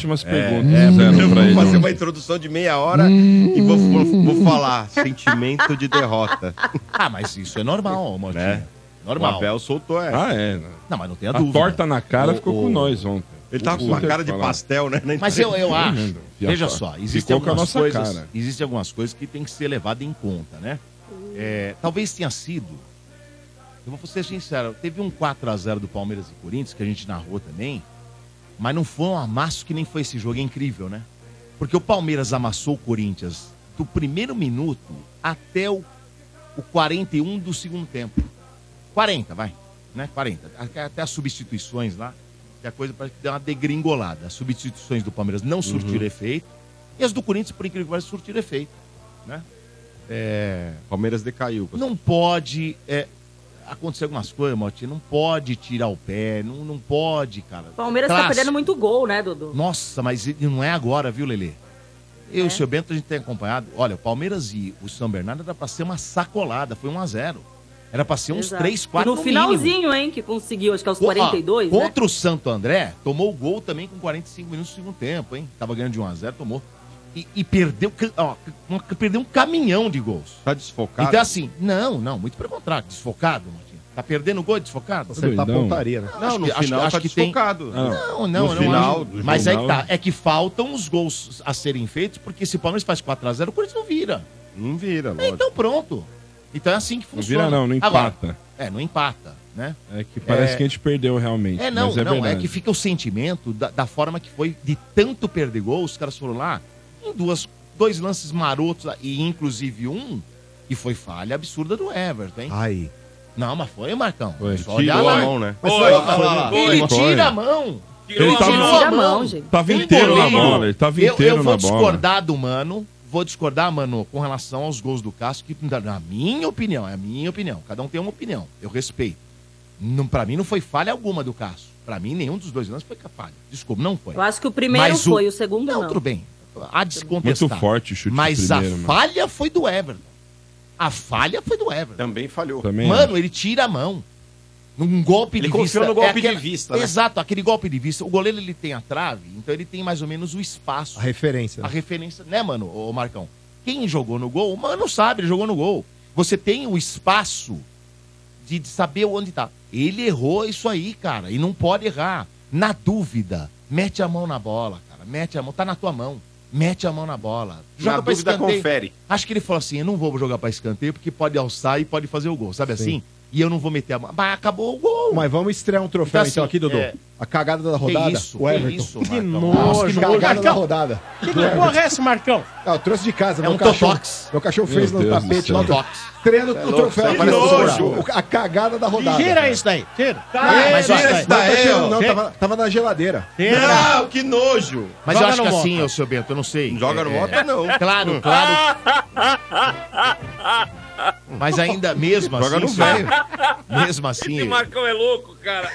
eu vou fazer uma introdução de meia hora e vou, vou- vou falar sentimento de derrota. Né?
Ah, mas isso é normal, Motinha. Normal.
O Abel soltou essa.
Ah, é.
Não, mas não tem a,
A
dúvida.
torta na cara ficou com nós ontem.
Ele
tava com uma cara de
pastel, né?
Mas eu, eu acho.
Tremendo.
Veja
Ficou
só,
com a
existem algumas,
nossa
coisas,
cara.
existem algumas coisas que tem que ser levadas em conta, né? É, talvez tenha sido. Eu vou ser sincero, teve um 4x0 do Palmeiras e Corinthians, que a gente narrou também, mas não foi um amasso que nem foi esse jogo, é incrível, né? Porque o Palmeiras amassou o Corinthians do primeiro minuto até o, o 41 do segundo tempo. 40, vai. Né? 40. A- Até as substituições lá. E a coisa parece que deu uma degringolada. As substituições do Palmeiras não surtiram
Uhum.
efeito. E as do Corinthians, por incrível que pareça, surtiram efeito. Né? É...
Palmeiras decaiu.
Não pode. É... Acontecer algumas coisas, Motinha. Não pode tirar o pé. Não, não pode, cara.
O Palmeiras tá
Clássico.
perdendo muito gol, né, Dudu?
Nossa, mas ele não é agora, viu, Lelê? Eu e o seu Bento, a gente tem acompanhado. Olha, o Palmeiras e o São Bernardo era pra ser uma sacolada, foi 1x0. Era pra ser uns
Exato.
3, 4
No finalzinho, hein, que conseguiu, acho que aos
Pô, ó,
42, né?
Contra o Santo André, tomou o gol também com 45 minutos do segundo tempo, hein? Tava ganhando de 1x0, tomou. E, e perdeu, ca- ó, uma- perdeu um caminhão de gols.
Tá desfocado?
Então, assim, não, não, muito pelo contrário. Desfocado, Martinho. Tá perdendo gol desfocado?
Você tá Doidão. pontaria, né?
Não, no final acho,
tá
que tem...
desfocado.
Não, não,
No
não.
final
acho.
do
Mas aí
jogo,
que
não.
tá. É que faltam os gols a serem feitos, porque se o Palmeiras faz 4x0, o Corinthians não vira.
Não vira,
lógico. Então pronto. Então é assim que
Não
funciona.
vira, não, não
Agora,
empata.
é, não empata, né?
É que parece
É.
que a gente perdeu realmente.
É, não,
mas
não. É
verdade.
que fica o sentimento da, da forma que foi de tanto perder gol. Os caras foram lá em duas, dois lances marotos, e inclusive um, que foi falha absurda do Everton, hein?
Aí.
Não, mas foi, Marcão.
Foi.
Só
Tirou
olhar
a
lá.
mão, né?
Mas
Foi,
foi,
foi,
olha lá.
foi.
Ele
Foi.
tira a mão.
Tirou a mão. Tira a mão, gente. Tava inteiro na
bolinho.
bola, ele tava
Eu-
inteiro
Eu, vou
na bola.
discordar do Mano, vou discordar, Mano, com relação aos gols do Cássio, que na minha opinião, é a minha opinião, cada um tem uma opinião, eu respeito. Não, pra mim não foi falha alguma do Cássio. Pra mim, nenhum dos dois lances foi falha. Desculpa, não foi.
Eu acho que o primeiro
Mas
foi, o segundo
não.
não.
Tudo bem. Há de se contestar.
Muito forte o chute do
Mas a
primeiro, mano.
falha foi do Everton. A falha foi do Everton.
Também falhou.
Mano, ele tira a mão. Num golpe
Ele
de
confiou
vista. É
no golpe de
aquela-
vista, né?
Exato, aquele golpe de vista. O goleiro ele tem a trave, então ele tem mais ou menos o espaço.
A referência.
A referência, né, mano, ô Marcão? Quem jogou no gol, mano, sabe, ele jogou no gol. Você tem o espaço de, de saber onde tá. Ele errou isso aí, cara, e não pode errar. Na dúvida, mete a mão na bola, cara. Mete a mão, tá na tua mão. Mete a mão na bola.
Na dúvida, confere.
Acho que ele falou assim: eu não vou jogar pra escanteio porque pode alçar e pode fazer o gol, sabe
Sim.
assim? E eu não vou meter a mão. Mas acabou o gol.
Mas vamos estrear um troféu então,
Então, assim,
aqui, Dodô.
é-
A cagada da
Que
rodada.
isso,
o
que
Everton.
isso, Marcão. Que
Nossa,
nojo,
que cagada da
Marcão.
rodada.
Que
Do
que
Everton.
porra é essa, Marcão?
Ah, eu trouxe de
É
casa. meu
um
cachorro,
totox.
meu cachorro
Meu
fez no
Deus do
tapete.
céu.
lá,
Totox.
Treinando
É
o
louco,
troféu.
isso aí
parece
parece
um
loucura.
jogo. A cagada da rodada.
Tira isso daí, tira.
Tá,
É,
é,
Tira,
mas
tira
olha,
isso daí,
não tá
ó.
cheirando, não,
Tira.
tava, tava na geladeira.
Não,
que nojo! Mas
Joga
eu acho
no
que
Mota. Hum.
assim, ô seu Bento, eu não sei. É.
Joga no Mota, não.
Claro, claro. Mas ainda mesmo assim.
Joga no
sabe?
velho.
Mesmo assim.
Esse Marcão é louco, cara.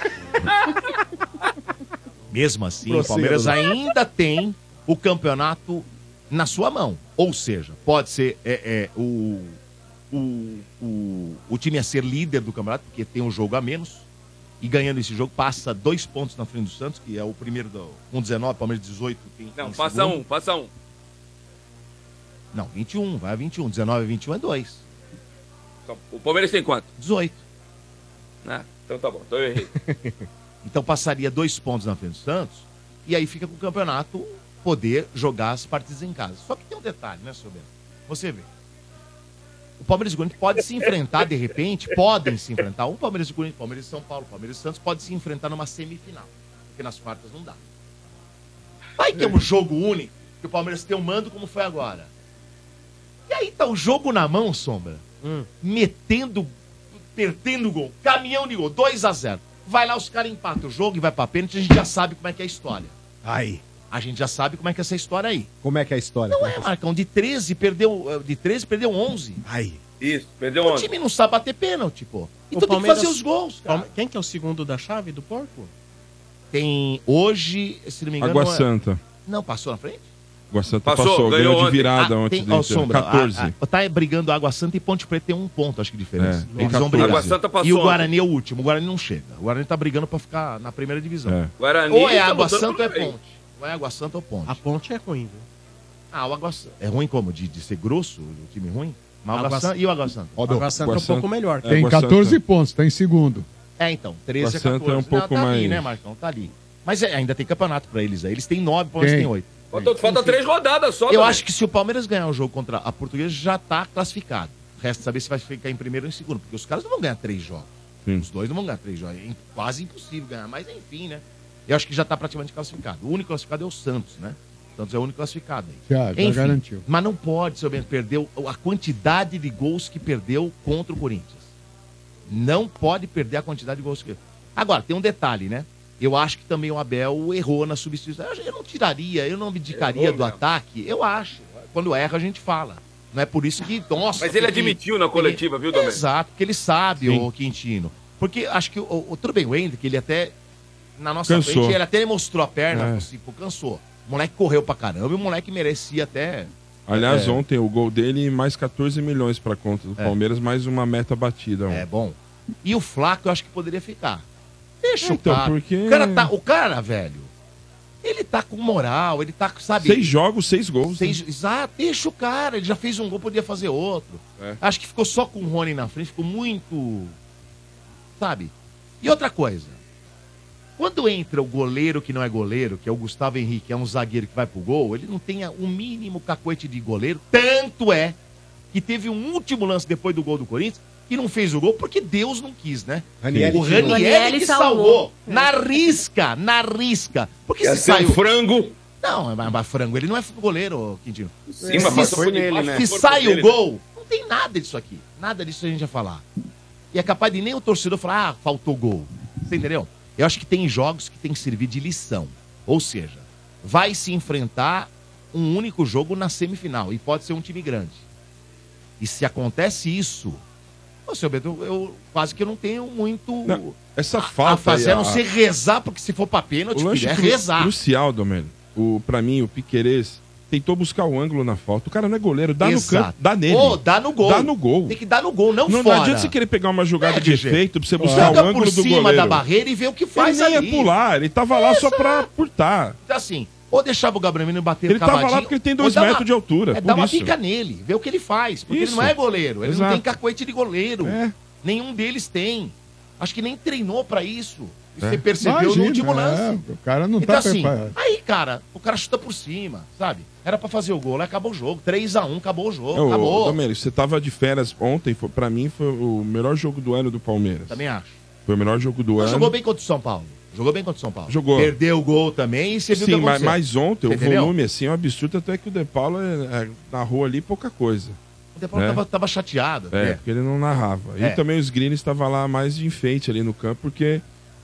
Mesmo assim, o
Prossiga,
Palmeiras
Dudu.
ainda tem o campeonato na sua mão. Ou seja, pode ser é, é, o, o, o, o time a ser líder do campeonato, porque tem um jogo a menos. E ganhando esse jogo, passa dois pontos na frente do Santos, que é o primeiro do, com 19, Palmeiras 18. Tem,
Não,
tem
passa
segundo.
um, passa um.
Não, 21, vai a 21. 19 a 21 é 2.
Então, O Palmeiras tem quanto?
18.
Ah, então tá bom, então eu errei.
Então passaria dois pontos na frente do Santos e aí fica com o campeonato poder jogar as partidas em casa. Só que tem um detalhe, né, seu Bento? Você vê. O Palmeiras e o Corinthians pode se enfrentar de repente, podem se enfrentar. Um Palmeiras e o Corinthians, Palmeiras e São Paulo, Palmeiras e Santos pode se enfrentar numa semifinal, porque nas quartas não dá. Vai
é
ter um jogo único que o Palmeiras tem um mando como foi agora. E aí tá o jogo na mão, sombra.
Hum.
Metendo perdendo gol, caminhão de gol, 2 a 0 Vai lá, os caras empatam o jogo e vai pra pênalti, a gente já sabe como é que é a história.
Aí.
A gente já sabe como é que é essa história aí.
Como é que é a história?
Não é, Marcão, de 13 perdeu, eh, de 13 perdeu 11.
Aí.
Isso, perdeu
O
11.
time não sabe bater pênalti, pô. E tu tem
O
que
Palmeiras-
fazer os gols, cara.
Palme- Quem que é o segundo da chave do porco?
Tem hoje, se não me engano...
Água
é-
Santa.
Não, passou na frente?
Água Santa passou, ganhou, de virada
Ah,
ontem.
tem-
do
ó,
Inter.
Sombra,
14.
a- a- tá brigando Água Santa e Ponte Preta tem um ponto, acho que diferença.
É, tem
Eles vão
14.
brigar.
Água Santa
e o
passou
Guarani é o último. O Guarani não chega. O Guarani tá brigando pra ficar na primeira divisão.
Guarani
ou é
tá
Água
botando
Santa ou é
pro meio.
Ponte. Ou é Água Santa ou Ponte.
A ponte é ruim, viu?
Ah, o Água Santa. É ruim como? De, de ser grosso? O time ruim? Mas o Água
Água
Santa-
Santa-
E o Água Santa?
O Água Santa é um pouco melhor.
Tem 14
né?
pontos, tá em segundo.
É, então. 13 a
Água Santa
14.
é um pouco
tá ali,
mais-
né, Marcão? Tá ali. Mas é, ainda tem campeonato pra eles aí. Eles têm 9, o Palmeiras
Tem.
tem 8.
Falta, falta três rodadas só.
Eu
também.
acho que se o Palmeiras ganhar o jogo contra a Portuguesa, já tá classificado. Resta saber se vai ficar em primeiro ou em segundo. Porque os caras não vão ganhar três jogos. Os dois não vão ganhar três jogos. É quase impossível ganhar. Mas enfim, né? Eu acho que já tá praticamente classificado. O único classificado é o Santos, né? O Santos é o único classificado aí.
Já, já
Enfim,
garantiu.
Mas não pode, seu Bento, perder o- a quantidade de gols que perdeu contra o Corinthians. Não pode perder a quantidade de gols que Agora, tem um detalhe, né? Eu acho que também o Abel errou na substituição. Eu- Eu não tiraria, eu não abdicaria
Errou
do
mesmo.
ataque. Eu acho. Quando erra, a gente fala. Não é por isso que, nossa...
Mas ele
tem que-
admitiu na coletiva, viu, Domênico?
Exato, porque ele sabe,
Sim.
o Quintino. Porque acho que, o, o, tudo bem, o Hendrick, ele até, na nossa
Cansou.
frente, ele até mostrou a perna,
É.
falou assim, pô, cansou. O moleque correu pra caramba e o moleque merecia até...
Aliás,
é,
ontem o gol dele mais 14 milhões pra conta do
É.
Palmeiras, mais uma meta batida. É
bom. E o Flaco eu acho que poderia ficar. Deixa
Então,
o cara.
porque-
O cara tá, o cara, velho, ele tá com moral, ele tá, com, sabe?
Seis jogos, seis gols.
Seis- Exato, deixa o cara, ele já fez um gol, podia fazer outro.
É.
Acho que ficou só com o Rony na frente, ficou muito. Sabe? E outra coisa. Quando entra o goleiro que não é goleiro, que é o Gustavo Henrique, é um zagueiro que vai pro gol, ele não tem a- o mínimo cacoete de goleiro. Tanto é que teve um último lance depois do gol do Corinthians que não fez o gol porque Deus não quis, né?
é
Ranieri
o
que-
Ranieri,
Ranieri
que
salvou.
salvou. Na risca, na risca. Porque
Ia
se
ser um
saiu...
frango.
Não, Não, mas mas frango, ele não é goleiro, Quintino.
Sim, mas passou por nele,
se
né?
Se
Foi
sai
por
o
nele,
gol, não tem nada disso aqui. Nada disso a gente vai falar. E é capaz de nem o torcedor falar, ah, faltou gol. Você entendeu? Eu acho que tem jogos que tem que servir de lição. Ou seja, vai se enfrentar um único jogo na semifinal. E pode ser um time grande. E se acontece isso, ô, seu Beto, eu quase que eu não tenho muito
Essa
a
falta.
Ah, fazer,
aí,
a não ser rezar, porque se for pra pênalti,
o lance
filho, é
cru-
rezar.
crucial, Domênio. O, pra mim, o Piquerez tentou buscar o ângulo na falta. O cara não é goleiro, dá
Exato.
no canto, dá nele.
Ô, dá no gol.
Dá no gol.
Tem que dar no um gol, não,
Não, não
fora.
adianta você querer pegar uma jogada
É,
de
GG.
efeito pra você buscar
Joga
o ângulo
por
do
cima
goleiro.
da barreira e vê o que faz
Ele nem
ali.
ia pular, ele tava lá só pra apertar.
Então, assim, ou deixava o Gabriel Menino bater
Ele
o
tava
cavadinho.
lá porque ele tem
ou
dois
dá uma-
metros de altura,
É,
por
dá uma
isso.
pica nele, vê o que ele faz. Porque
Isso.
ele não é goleiro, ele não
Exato. É.
tem cacoete de goleiro. Nenhum deles tem. Acho que nem treinou pra isso. Isso
É.
Você percebeu
Imagina,
no último lance.
é, o cara não
Então,
tá
assim,
preparado.
aí, cara, o cara chuta por cima, sabe? Era pra fazer o gol, aí acabou o jogo. 3x1, acabou o jogo,
Ô,
acabou.
Domênio, você tava de férias ontem, foi, pra mim foi o melhor jogo do ano do Palmeiras.
Também acho.
Foi o melhor jogo do
Mas
ano.
jogou bem contra o São Paulo. Jogou bem contra o São Paulo.
Jogou.
Perdeu o gol também e você viu o
Sim,
que
mas,
aconteceu.
mas ontem
Você
o
entendeu?
volume assim é um absurdo, até que o De Paulo é, é, narrou ali pouca coisa.
O De Paulo
né?
tava, tava chateado.
É,
né?
porque ele não narrava.
É.
E também os Green estavam lá mais de enfeite ali no campo, porque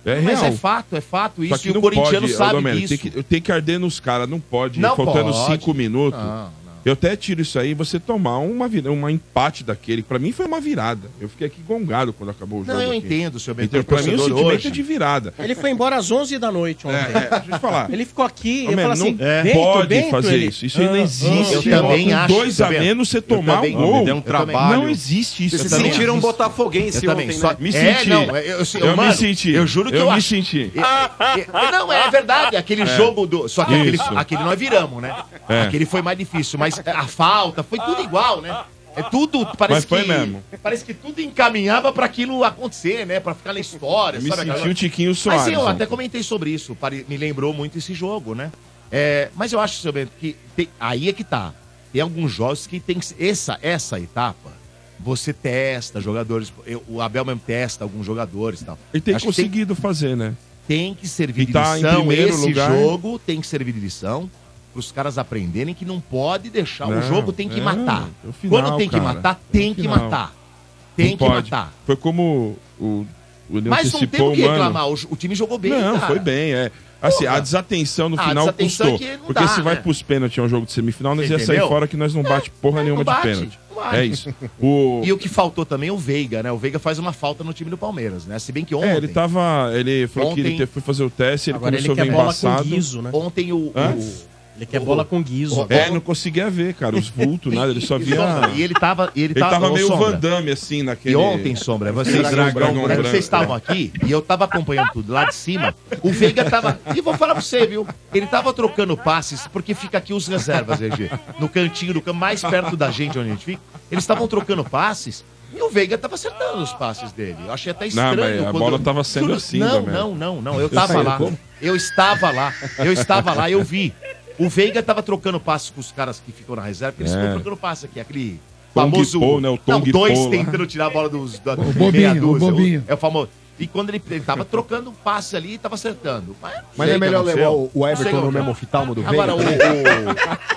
é
mas
real.
é fato, é fato
Só
isso.
que
E o
não
corintiano
pode, ô,
sabe
Domênio,
disso.
Tem que, tem que arder nos caras, não pode.
Não
faltando
pode.
cinco minutos.
Não, não.
Eu até tiro isso aí, você tomar uma vira, um empate daquele. Pra mim foi uma virada. Eu fiquei aqui gongado quando acabou o jogo.
Não, eu
aqui.
entendo, seu Bento,
Então,
o
pra mim o
torcedor
sentimento
hoje-
é de virada.
Ele foi embora às 11 da noite ontem.
deixa eu te falar.
Ele ficou aqui
Ô,
eu
man,
falo assim,
não é,
Bento,
pode
Bento,
fazer
ele-
isso. Isso não
Ah, ah,
existe. Eu também
ah.
acho. Dois a menos, você tomar um gol.
Me deu um
Eu
trabalho.
também. Não existe isso.
Vocês
Eu também
sentiram um
acho.
botafoguense
Eu também,
ontem,
só-
né?
Me senti.
É, não, eu- eu- eu- mano,
me senti.
eu juro que eu
eu me
acho- Ah,
senti.
E- e- não, é verdade. Aquele
É.
jogo do. Só que aquele,
Isso.
aquele nós viramos, né?
É.
Aquele foi mais difícil, mas a falta foi tudo igual, né? É tudo,
Mas
parece
foi
que
mesmo.
parece que tudo encaminhava pra aquilo acontecer, né? Pra ficar na história,
Eu me
sabe?
senti
aquela-
o Tiquinho
Mas
Soares
eu
ontem.
até comentei sobre isso, pare- me lembrou muito esse jogo, né? É, mas eu acho, seu Bento, que tem- aí é que tá. Tem alguns jogos que tem que ser- essa essa etapa você testa jogadores, eu- o Abel mesmo testa alguns jogadores e tal.
Ele tem
Acho que
conseguido fazer, né?
tem que servir
E tá
de
em
lição.
primeiro
Esse
lugar.
jogo tem que servir de lição para os caras aprenderem que não pode deixar.
Não,
Tá, o jogo tem que
é,
matar.
é o final,
Quando tem que
cara.
matar,
É o
tem que
final.
matar. Tem
Não
que
pode.
matar.
Foi como o, o Leão
Mas não tem
antecipou
o que
mano.
reclamar. O, o time jogou bem.
não,
cara.
foi bem, é. Assim,
Porra.
a desatenção no
Ah, a
final
desatenção
custou.
é que não
porque
dá,
se vai
né?
pros pênaltis, é um jogo de semifinal, nós
Você
ia sair
entendeu? É,
fora que nós não bate porra
não
nenhuma
bate,
de pênalti.
não bate.
É isso. O...
E o que faltou também é o Veiga, né? O Veiga faz uma falta no time do Palmeiras, né? Se bem que ontem.
É, ele tava. Ele falou que ele
Ontem-
te- foi fazer o teste, ele
Agora
começou
ele quer
bem
bola com
embaçado.
guiso, né? Ontem o-
Hã?
o- Ele quer bola com guiso agora.
É, não conseguia ver, cara, os vultos, nada, ele só via.
E ele tava. e Ele,
Ele tava
ô,
meio
Sombra.
Van Damme, assim, naquele.
E ontem, Sombra, vocês,
Dragão branco.
vocês estavam aqui e eu tava acompanhando tudo lá de cima. O Veiga tava. E vou falar pra você, viu? Ele tava trocando passes, porque fica aqui os reservas, RG. No cantinho do campo, mais perto da gente onde a gente fica. Eles estavam trocando passes. E o Veiga tava acertando os passes dele. Eu achei até estranho.
mas a
quando-
bola tava sendo assim,
Não,
Domênico.
não, não, não. Eu
Eu
tava
sei,
lá.
como?
Eu estava lá. Eu estava lá, eu vi. O Veiga tava trocando passes com os caras que ficam na reserva, porque eles
É.
ficam trocando passe aqui. Aquele
Tong
famoso.
Po, né? O
não,
Tong
dois
Po lá.
tentando tirar a bola dos, da
O bobinho,
meia
o
dúzia.
bobinho.
é o famoso. E quando ele, ele tava trocando um passe ali e tava acertando. Mas, não
Mas
sei
é
o que
melhor levar
aconteceu.
o, o
Não sei o
Everton
que-
no
tá
mesmo oftalmo do Veiga.
Agora, o,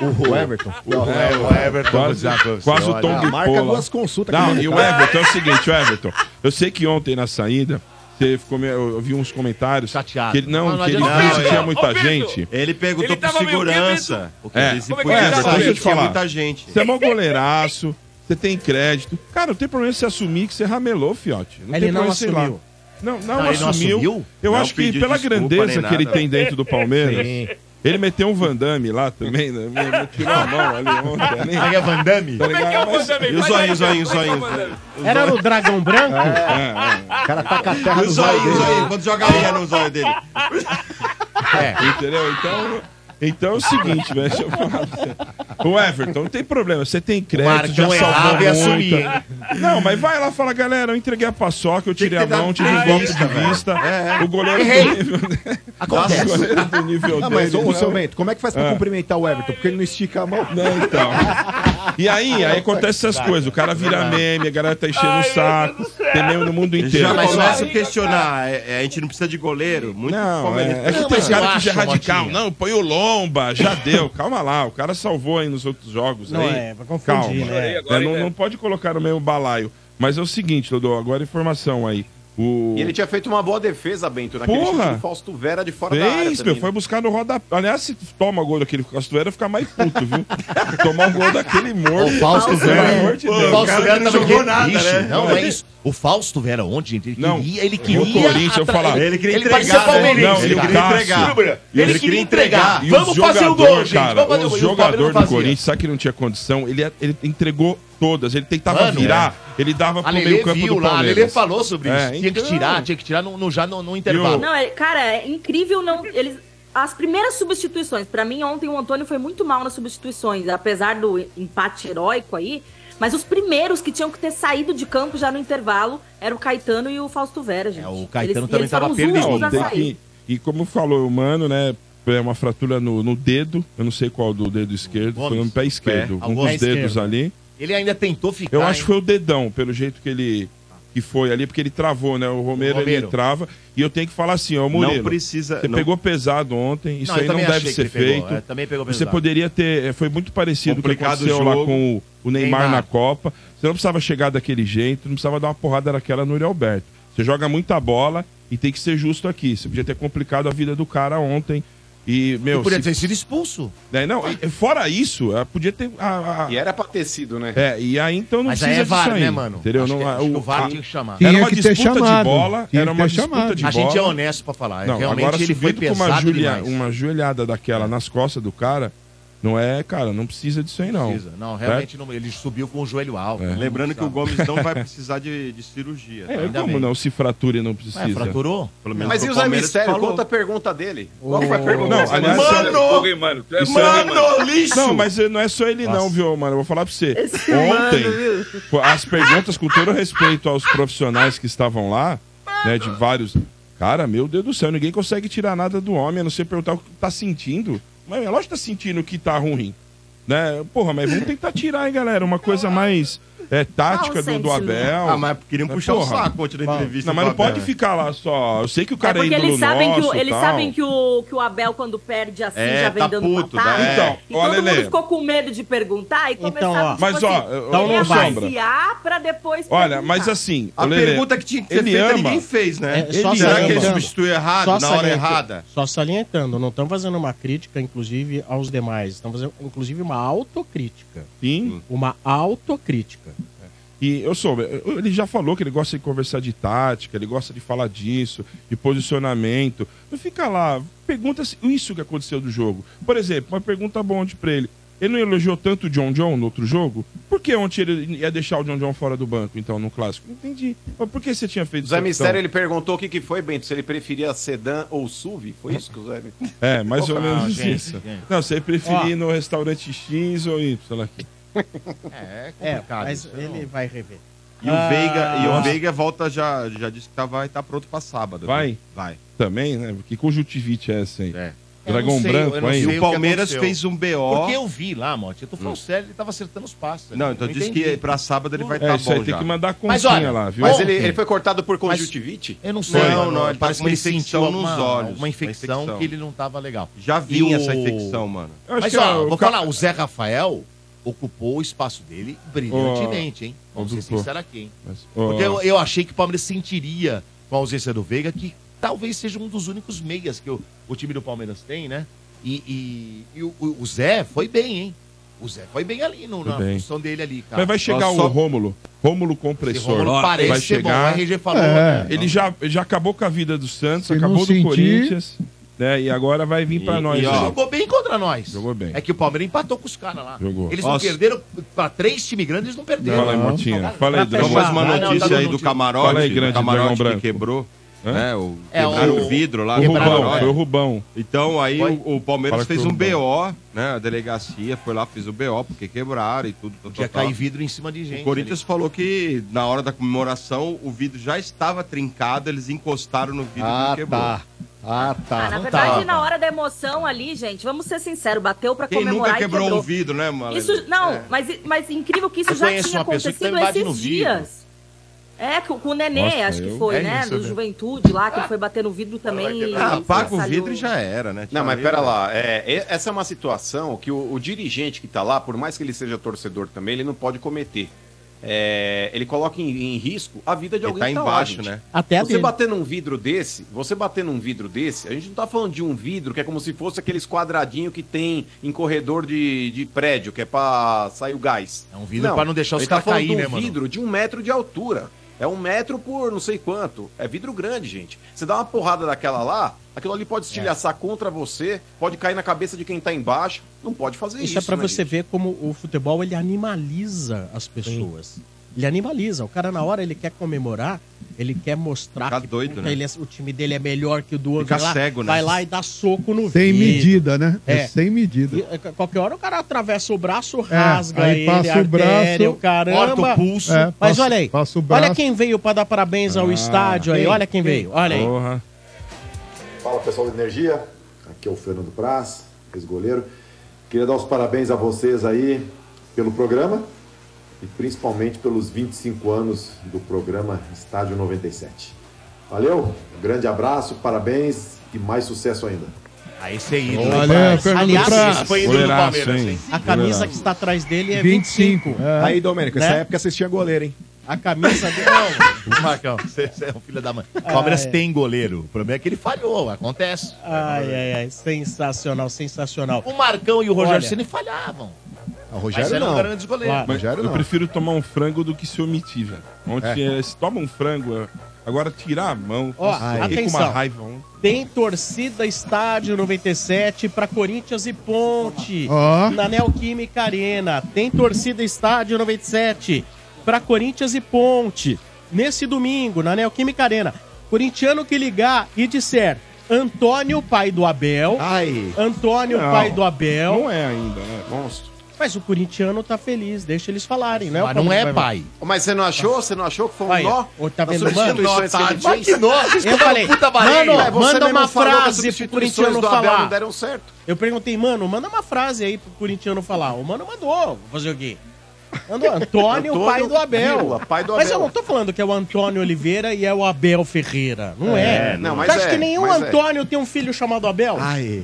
o,
o Everton.
O, é, o Everton. vou
Quase,
dizer pra você,
quase o
olha.
Tom
marca
Bipola.
duas consultas que
Não,
ele
e o
tá.
Everton é o seguinte, o Everton. Eu sei que ontem na saída. Você ficou meio, eu vi uns comentários. Chateado. Que ele, não,
Não, não
que ele
adianta.
disse que
Não,
tinha
eu-
muita
Ô, Pedro,
gente.
ele perguntou ele pro tava meio segurança, quebrado. porque ele disse que
Como é que
foi
é,
Everton,
Everton, deixa eu
ele
te
tinha
falar.
muita gente.
Você é mó goleiraço, você tem crédito. Cara, não tem problema você assumir que você ramelou, fiote. Não
Ele
tem
não
problema, sei lá.
assumiu.
Não, não,
Não, ele não
assumiu.
assumiu?
Eu
Não
acho que
pediu
pela
desculpa,
grandeza
nem
que ele
nada.
tem dentro do Palmeiras,
Sim.
ele meteu um Van Damme lá também, né? Me- me Tirou a mão ali ontem. né?
Como é que é Van Damme?
Tá ligado? Mas-
E o zoinho, o zoinho, o zoinho. É.
Era no Dragão Branco?
O
cara taca a
E o zoinho, o zoinho. Quando joga areia no zóio dele.
Entendeu? Então, então é o seguinte, velho. Deixa eu falar pra você. O Everton, não tem problema. Você tem crédito, já
Marcão
é
salvou
errava e
muita.
assumia, hein?
Não, mas vai lá e fala, galera, eu entreguei a paçoca, eu tirei a
ter dado
mão, tive um golpe
entrevista,
de
velho.
vista.
É, é.
O goleiro
Errei.
do nível...
Acontece.
O goleiro do nível
Não, mas
dele,
ô,
não.
seu Bento, como é que faz pra
Ah.
cumprimentar o Everton? Porque ele não estica a mão.
Não, então. E aí, aí acontece essas coisas. O cara vira meme, a galera tá enchendo o saco. Tem meme no mundo inteiro.
Já
Mas,
assim,
começa a
ó,
questionar. é, é, a gente não precisa de goleiro. Muito
Não, é, é que tem
mas
esse cara
eu
que já é
acho,
radical.
Motinha.
Não, põe o Lomba, já deu. Calma lá, o cara salvou aí nos outros jogos.
Não,
aí.
é, pra confundir, né?
É, não, não pode colocar no mesmo balaio. Mas é o seguinte, Dodô, agora informação aí. O...
E ele tinha feito uma boa defesa, Bento, naquele
Porra!
chute do Fausto Vera de fora da área.
Fez, meu,
também, né?
foi buscar no roda. Aliás, se toma gol daquele Castuera, fica mais puto, viu? Tomar um gol daquele morto.
O Fausto
Pelo amor
Vera.
de
O
Deus.
Fausto
Cara,
Vera
ele
tava
jogou
jogando
nada,
triste.
né?
Não, é isso. O Fausto Vera ontem, ele
Não,
queria, ele
no
queria.
Corinthians, eu
atra-
falava, ele queria entregar,
parecia
né?
palmeirense,
Não, ele
cara.
queria entregar.
Lembra?
E
Ele
os
queria entregar.
E
Vamos
os
fazer o
jogador,
gol, gente. Vamos fazer o
o
gol. E o Fábio não
jogador do
fazia.
Corinthians, sabe que não tinha condição? Ele, ele entregou todas. Ele tentava
Mano,
virar,
é.
ele dava
A
pro
Lele
meio campo
viu
do
lá, a
Palmeiras.
Lele falou sobre isso.
É,
tinha que
então-
tirar, tinha que tirar no, no- já no, no intervalo.
Não, é- cara, é incrível não. Eles, as primeiras substituições, pra mim ontem o Antônio foi muito mal nas substituições, apesar do empate heróico aí. Mas os primeiros que tinham que ter saído de campo já no intervalo eram o Caetano e o Fausto Vera, gente. É,
o
Caetano Eles- também eles foram tava os perdido. últimos a
Tem
sair.
que- E como falou o Mano, né? É uma fratura no, no dedo, eu não sei qual do dedo esquerdo, foi no pé esquerdo,
Pé.
um
É, Pé
dos
esquerdo.
dedos ali.
Ele ainda tentou ficar.
Eu acho que
hein?
foi o dedão, pelo jeito que ele que foi ali, porque ele travou, né? O Romero,
O Romero.
ele trava. E eu tenho que falar assim, ó, Murilo.
Não precisa-
Você
não-
pegou pesado ontem, isso
Não, eu
aí não
também
deve
achei que
ser
ele pegou,
feito.
é, também pegou
Você
pesado.
poderia ter. é, Foi muito parecido com o que
Complicado
aconteceu
o
lá
jogo.
com o, o Neymar,
Neymar.
na Copa. Você não precisava chegar daquele jeito, não precisava dar uma porrada daquela no Yuri Alberto. Você joga muita bola e tem que ser justo aqui. Você podia ter complicado a vida do cara ontem. E, meu.
Ele podia
se-
ter sido expulso.
né, não, e- fora isso, eh, podia ter. a- a-
E era pra ter sido, né?
é, e aí então não
Mas aí
precisa
é VAR,
disso aí,
né, mano?
Entendeu?
Acho
não, é
que- acho que
o,
o VAR
a-
tinha que chamar.
Era
Tinha
uma
que ter
disputa de
chamado.
bola,
Tinha
era
que
uma
ter
disputa
chamado.
de
A
bola.
gente é honesto pra falar,
Não,
realmente
agora
ele foi
subindo com uma,
pesado
joelha-
demais. É.
uma joelhada daquela nas costas do cara, não é, cara, não precisa disso aí não.
Precisa. Não, realmente não. Ele subiu com o joelho alto.
É.
Lembrando que o Gomes não vai precisar de, de cirurgia. tá?
É, como não? Se fratura e não precisa.
Ué, fraturou?
Pelo menos
Mas e
pro
os
Palmeiras
mistério?
falou.
Conta a pergunta dele. Qual que foi a
Ô,
pergunta?
não,
Você
aliás,
mandou?
Mano!
Fogo, hein, mano? Tu é
Isso
fogo,
é-
hein, mano?
Não, mas não é só ele não, viu, mano? Eu vou falar pra você.
Esse mano,
Ontem, pô, as perguntas, com todo respeito aos profissionais que estavam lá, né, de vários... Cara, meu Deus do céu, ninguém consegue tirar nada do homem, a não ser perguntar o que tá sentindo. Mas é lógico que tá sentindo que tá ruim, né? Porra, mas vamos tentar tirar, hein, galera? Uma coisa mais é, tática do, do Abel. É,
Ah, mas queriam puxar o saco ontem da entrevista
Não, mas
do
não pode
Abel.
ficar lá só. Eu sei que
É
o cara é,
porque
ídolo
eles sabem, que
nosso
o, eles
tal.
sabem que, o, que o Abel, quando perde assim,
É,
já vem
tá
dando
puto,
patada.
né? Então,
e
ó,
todo
Lelê.
mundo ficou com medo de perguntar e começar
Então, ó.
tipo
Mas, ó,
assim,
dá um
querer
sombra.
amaciar pra depois
Olha,
perguntar.
mas assim.
A
ô, Lelê,
pergunta que tinha que ser
ele
feita,
ama.
ninguém fez, né?
É, só
Ele-
se
será
ama.
que ele substituiu errado,
Só
na hora
salienta-
errada?
Só salientando, não estão fazendo uma crítica, inclusive, aos demais. Estão fazendo, inclusive, uma autocrítica.
Sim.
Uma autocrítica.
E eu soube, ele já falou que ele gosta de conversar de tática, ele gosta de falar disso, de posicionamento. Não fica lá, pergunta se isso que aconteceu do jogo. Por exemplo, uma pergunta boa ontem pra ele. Ele não elogiou tanto o John John no outro jogo? Por que ontem ele ia deixar o John John fora do banco, então, no clássico? Não entendi. Mas por que você tinha feito
O Zé
essa
Mistério,
opção?
ele perguntou o que, que foi, Bento, se ele preferia sedã ou SUV. Foi isso que o Zé...
É, mais ou
Não,
menos
Ah, gente,
isso.
gente.
Não, você preferir
Ó.
ir no restaurante X ou Y aqui.
É,
É,
complicado.
mas
isso.
ele vai rever.
E o Veiga, e o
Ah.
Veiga volta já, já disse que tá, vai estar pronto pra sábado. né? viu?
Vai?
Vai.
Também, né? Que conjuntivite é essa aí?
Eu
Dragão
não sei, eu
branco
não
aí.
sei
E o
que
Palmeiras
aconteceu.
fez um BO.
Porque eu vi lá, Mote. Eu tô falando
Hum.
sério, ele tava acertando os passos.
Não, então
Eu
diz
entendi.
que pra sábado ele vai
É,
estar tá
isso aí
bom
tem
já.
que mandar
Mas olha,
Mas ele,
ontem-
ele foi cortado por conjuntivite?
Eu não sei.
Não,
mano.
não, ele tá
parece
com uma
que ele sentiu
infecção
alguma-
nos olhos,
Uma infecção,
uma infecção.
que ele não tava legal.
Já vi
E
essa infecção, mano. Eu acho
Mas
que,
é
ó,
ó,
o
vou
ca-
falar, o Zé Rafael ocupou o espaço dele brilhantemente, hein? Vamos ser
ocupou.
sinceros aqui, hein?
é Mas, ó.
Porque eu, eu achei que o Palmeiras sentiria com a ausência do Veiga, que talvez seja um dos únicos meias que o, o time do Palmeiras tem, né? E, e- e o, o Zé foi bem, hein? O Zé foi bem ali, no,
Foi
na
bem.
função dele ali, cara.
Mas vai chegar o Rômulo. Rômulo compressor.
Rômulo parece
vai
ser bom,
chegar.
o RG falou,
É.
né?
Ele já, já acabou com a vida do Santos,
Se não
acabou do
sentir-
Corinthians. Né? E agora vai vir pra
E-
nós.
e, ó,
né?
jogou bem contra nós.
Jogou bem.
É que o Palmeiras empatou com os caras lá.
Jogou.
Eles
Nossa.
não perderam pra três times grandes, eles não perderam.
Fala aí, Motinha. Fala aí,
Pra
Então,
Dragão.
mais uma
Ah, não, tá
notícia
dando
aí do
notícia.
camarote.
Fala aí,
do
grande
camarote
Dragão
que
Branco.
quebrou. Né, o,
É,
quebraram
o-
o vidro lá
o
do
Rubão,
tá-
camarote.
foi o Rubão.
Então aí
Foi?
o, o Palmeiras
Fala que
fez
foi o
um BO, né? A delegacia foi lá, fez o BO, porque quebraram e tudo. tal,
Podia
tal,
cair
tal.
vidro em cima de gente.
O Corinthians falou que na hora da comemoração o vidro já estava trincado, eles encostaram no vidro
Ah,
e quebrou.
tá.
Ah, tá.
Ah, na verdade, na hora da emoção ali, gente, vamos ser sinceros, bateu pra
Quem
comemorar
nunca
e
quebrou um vidro, né, mano?
Isso, não, mas, mas incrível que isso
Eu
já
conheço
tinha
uma pessoa que tá
acontecido
teve bate no
esses
vidro.
dias. É, com, com o Nenê,
Nossa,
acho que
eu-
foi,
é
né?
isso,
Do
né?
Juventude lá, que ele foi bater no vidro também. e-
Ah,
Apaga o vidro e já era, né?
Não,
Tchau,
mas
aí,
pera
né?
lá. é, e- essa é uma situação que o, o dirigente que tá lá, por mais que ele seja torcedor também, ele não pode cometer. É, ele coloca em, em risco a vida de
Ele
alguém
tá
que tá lá,
embaixo,
gente.
né?
Até a
você
dele.
bater num vidro desse, você bater num vidro desse, a gente não tá falando de um vidro que é como se fosse aqueles quadradinhos que tem em corredor de, de prédio, que é pra sair o gás. É um
vidro pra não deixar os caras cair, né, mano?
vidro de um metro de altura. É um metro por não sei quanto. É vidro grande, gente. Você dá uma porrada daquela lá, aquilo ali
É.
pode estilhaçar contra você, pode cair na cabeça de quem tá embaixo. Não pode fazer isso.
Isso é pra
né,
você ver como o futebol ele animaliza as pessoas. Ele animaliza. O cara na hora ele quer comemorar, ele quer mostrar que puta,
né?
ele é- o time dele é melhor que o do outro.
Fica
vai lá,
cego, né?
Vai lá e dá soco no
Sem
vidro.
medida, né? É.
É.
Sem medida.
E, é, qualquer hora o cara atravessa o braço, rasga
É, aí
ele,
passa o
artéria,
braço,
o caramba.
corta o pulso. É,
Mas
passa-
olha aí,
passa o braço.
olha quem veio pra dar parabéns ao
Ah,
estádio aí,
quem?
olha quem
Quem?
veio, olha aí.
Porra. Fala pessoal da Energia, aqui é o Fernando Praz, ex-goleiro. Queria dar os parabéns a vocês aí pelo programa e principalmente pelos 25 anos do programa Estádio 97. Valeu, um grande abraço, parabéns e mais sucesso ainda.
Aí você é
ídolo,
hein,
Valeu,
Praz?
Fernando
Aliás,
Praz.
esse foi ídolo do Palmeiras, hein?
A camisa que está atrás dele é 25.
25. Aí, Domênico,
Né?
nessa época vocês tinham é goleiro, hein?
A camisa dele. Não.
Marcão, você, você é um filho da mãe. O Palmeiras
Ai.
tem goleiro. O problema é que ele falhou, acontece.
Ai, ai, ai, sensacional, sensacional.
O Marcão e o Rogério
Olha.
Ceni falhavam.
O
Rogério Mas era um não. grande goleiro. Claro.
Mas
Rogério
eu
não.
prefiro tomar um frango do que se omitir, velho. Ontem,
É.
eh, se toma um frango, eh, agora tirar a mão.
Ó,
eu fiquei com uma
atenção.
raiva ontem.
Tem torcida estádio 97 para Corinthians e Ponte
Ó.
na Neoquímica Arena. Tem torcida estádio 97 para Corinthians e Ponte nesse domingo na Neoquímica Arena. Corintiano que ligar e disser Antônio, pai do Abel. Antônio,
Não,
pai do Abel.
Não é ainda, né? Monstro.
Mas o corintiano tá feliz, deixa eles falarem, né? O
não
Palmeiras
é
vai-
pai. Mas você não achou? Você não achou que foi um
Aí,
nó?
ó, tá
Nas
vendo? Mano,
substituições que ele
otário. Mas
fez?
que nó, vocês Eu falei, puta mano, manda uma frase pro corintiano falar.
Não deram certo.
Eu perguntei, mano, manda uma frase aí pro corintiano falar. O mano mandou, vou fazer o quê? Mandou Antônio,
Antônio,
pai do Abel.
vírgula, pai do
Mas eu
Abel.
não tô falando que é o Antônio Oliveira e é o Abel Ferreira. Não é.
É, não,
Você
mas
acha
é,
que nenhum
mas é.
Antônio tem um filho chamado Abel?
Aí.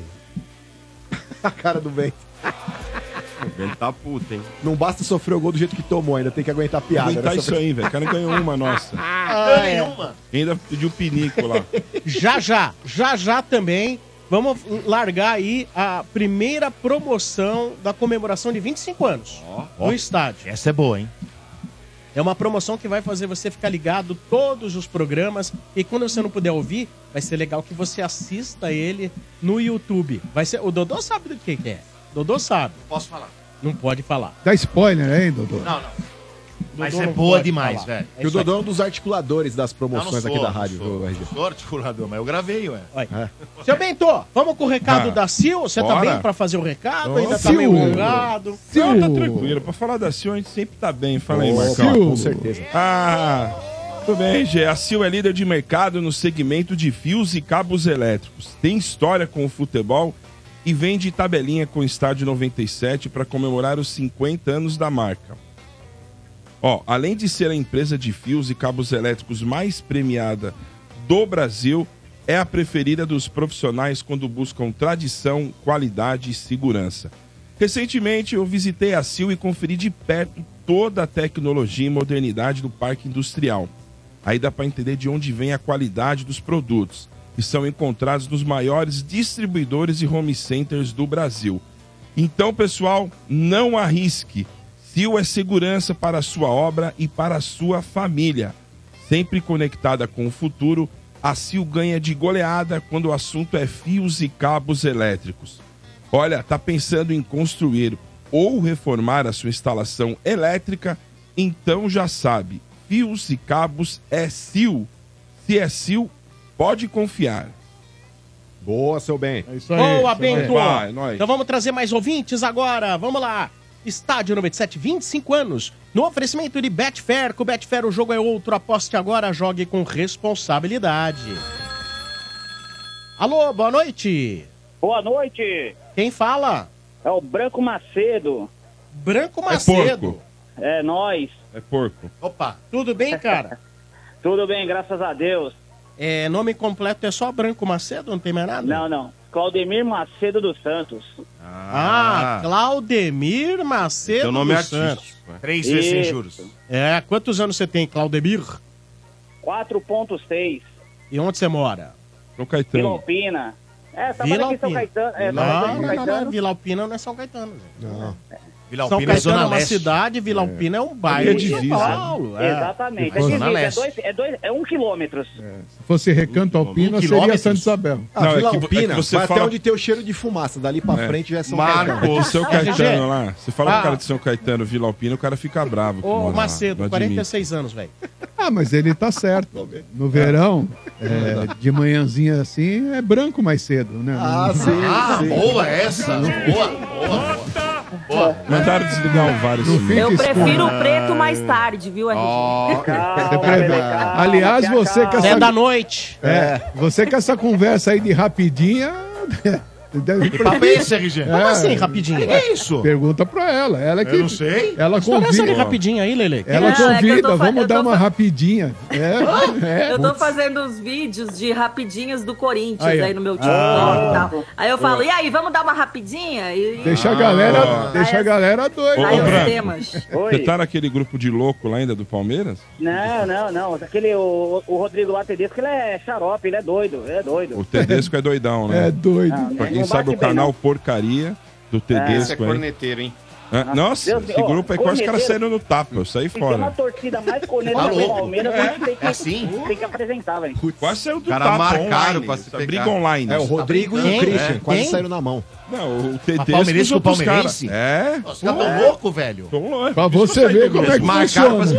A cara do bem.
Ele tá puto, hein?
Não basta sofrer o gol do jeito que tomou, ainda tem que aguentar a piada.
Aguentar
né?
isso aí, velho. O cara ganhou uma, nossa.
Ah, é.
Ainda pediu pinico lá.
Já já, já já também. Vamos largar aí a primeira promoção da comemoração de 25 anos
ó.
no estádio.
Essa é boa, hein?
É uma promoção que vai fazer você ficar ligado todos os programas e quando você não puder ouvir, vai ser legal que você assista ele no YouTube. Vai ser o Dodô sabe do que que é. Dodô sabe.
Posso falar?
Não pode falar.
Dá spoiler, hein, Dodô?
Não, não. Mas
Dodô
é
não
boa
pode
demais,
falar.
velho.
E o Dodô é um dos articuladores das
Não, não
promoções
sou,
aqui da
não
rádio.
sou.
viu, RG?
Sou articulador, mas eu gravei, ué.
Seu Bento, vamos com o recado
Ah,
da Sil. Você tá
bora.
bem pra fazer o recado?
Ô,
Ainda tá
Sil.
meio alongado.
Não, tá tranquilo. Pra falar da Sil, a gente sempre tá bem. Fala aí,
Opa,
Marcão.
com certeza.
Ah, tudo bem, Gê. A Sil é líder de mercado no segmento de fios e cabos elétricos. Tem história com o futebol e vende tabelinha com o Estádio 97 para comemorar os 50 anos da marca. Ó, além de ser a empresa de fios e cabos elétricos mais premiada do Brasil, é a preferida dos profissionais quando buscam tradição, qualidade e segurança. Recentemente, eu visitei a Sil e conferi de perto toda a tecnologia e modernidade do parque industrial. Aí dá para entender de onde vem a qualidade dos produtos, que são encontrados nos maiores distribuidores e home centers do Brasil. Então, pessoal, não arrisque. Sil é segurança para a sua obra e para a sua família. Sempre conectada com o futuro, a Sil ganha de goleada quando o assunto é fios e cabos elétricos. Olha, tá pensando em construir ou reformar a sua instalação elétrica? Então já sabe, fios e cabos é Sil. Se é Sil, pode confiar.
Boa, seu bem. É
Tá
isso
Boa, Bento!
Vai, é nós.
Então vamos trazer mais ouvintes agora. Vamos lá. Estádio 97, 25 anos. No oferecimento de Betfair. Com Betfair o jogo é outro. Aposte agora, jogue com responsabilidade. Alô, boa noite.
Boa noite.
Quem fala?
É o Branco Macedo.
Branco Macedo.
É, nós.
É porco.
Opa, tudo bem, cara?
Tudo bem, graças a Deus.
É, nome completo é só Branco Macedo, não tem mais nada?
Não, não. Claudemir Macedo dos Santos.
Ah, Claudemir Macedo
Seu nome é
dos Santos.
artístico. é. Três vezes sem
Isso.
juros.
É, quantos anos você tem, Claudemir?
4.6.
E onde você mora?
São
Vila Alpina. É, trabalha
Vila
aqui em São
Alpina.
Caetano. É,
Vila
trabalha aqui em São
Alpina.
Caetano.
Vila Alpina não é São Caetano, gente.
Não.
Vila
Vila
São
Alpina é
Caetano é
Zona
uma
Leste.
cidade, Vila Alpina é um bairro
É
de São
divisa, né?
Paulo. é.
Exatamente. É,
Zona
divisa, é,
Leste.
dois, é, dois, é um quilômetro.
Se fosse Recanto Alpina, seria
quilômetros?
Santa Isabel.
Ah, Vila
que vo- é
Alpina,
que você
vai
fala-
até onde tem o cheiro de fumaça. Dali pra frente já é São é
Marco, o seu Caetano
Caetano
lá. Você fala
Ah.
pro cara de São Caetano, Vila Alpina, o cara fica bravo. que
Ô,
mora lá, não
Macedo,
admite.
46 anos, velho.
Ah, mas ele tá certo. No verão, é, de manhãzinha assim, é branco mais cedo, né? é. Não-
Ah,
sim.
boa essa. Boa, boa, boa. boa.
Mandaram desligar o vários.
Eu prefiro o preto mais tarde, viu, RG?
Ah.
Ah,
Você prevê. Aliás, você com essa...
É da
noite.
É, você com essa conversa aí de rapidinha... Deve...
Que papo é esse, RG? Como assim, rapidinho? Que é isso?
Pergunta pra ela. Ela que...
Eu não sei.
Ela
Que história é essa
convida.
de rapidinha
aí, Lele?
Ela
Não, é que eu tô
convida.
fa-
Vamos
eu
dar
tô
uma
fa-
rapidinha. É, é.
eu tô fazendo os vídeos de rapidinhas do Corinthians
Aí,
aí,
ó.
no meu
Ah.
TikTok e tal. Aí eu falo, e aí, vamos dar uma rapidinha? E...
Deixa a galera,
Ah.
deixa a galera doida.
Ô,
Aí os
Branco.
temas.
Você tá naquele grupo de louco lá ainda do Palmeiras?
Não, não, não. Aquele, o, o Rodrigo lá, Tedesco, ele é xarope, ele é doido, ele é doido.
O Tedesco é doidão, né?
É doido.
pra quem
não
sabe
bate
o
bem,
canal
não.
Porcaria do
Esse é
Tedesco aí.
corneteiro, hein?
Hã? Nossa,
Deus me-
esse
ó,
grupo aí quase os caras
corneteiro.
saíram no tapa, eu saí
E tem uma
fora.
torcida mais corneta
Tá
do
louco.
Palmeiras,
É?
a gente tem que,
É assim?
tem que apresentar, velho.
Quase saiu do
Cara,
tapa
marcaram
online,
pra se
essa
pegar.
briga online. Tá
É, o Rodrigo e o Quem? Christian, É, quase quem? saíram
na mão.
Não, o
Mas
Tedesco
palmeirense
usou
com
pros
palmeirense?
caras. É.
Os um caras tão louco, velho.
Tão louco.
Pra
Por isso né?
você
eu saí
ver
do
como é que
grupo.
funciona.
Puta.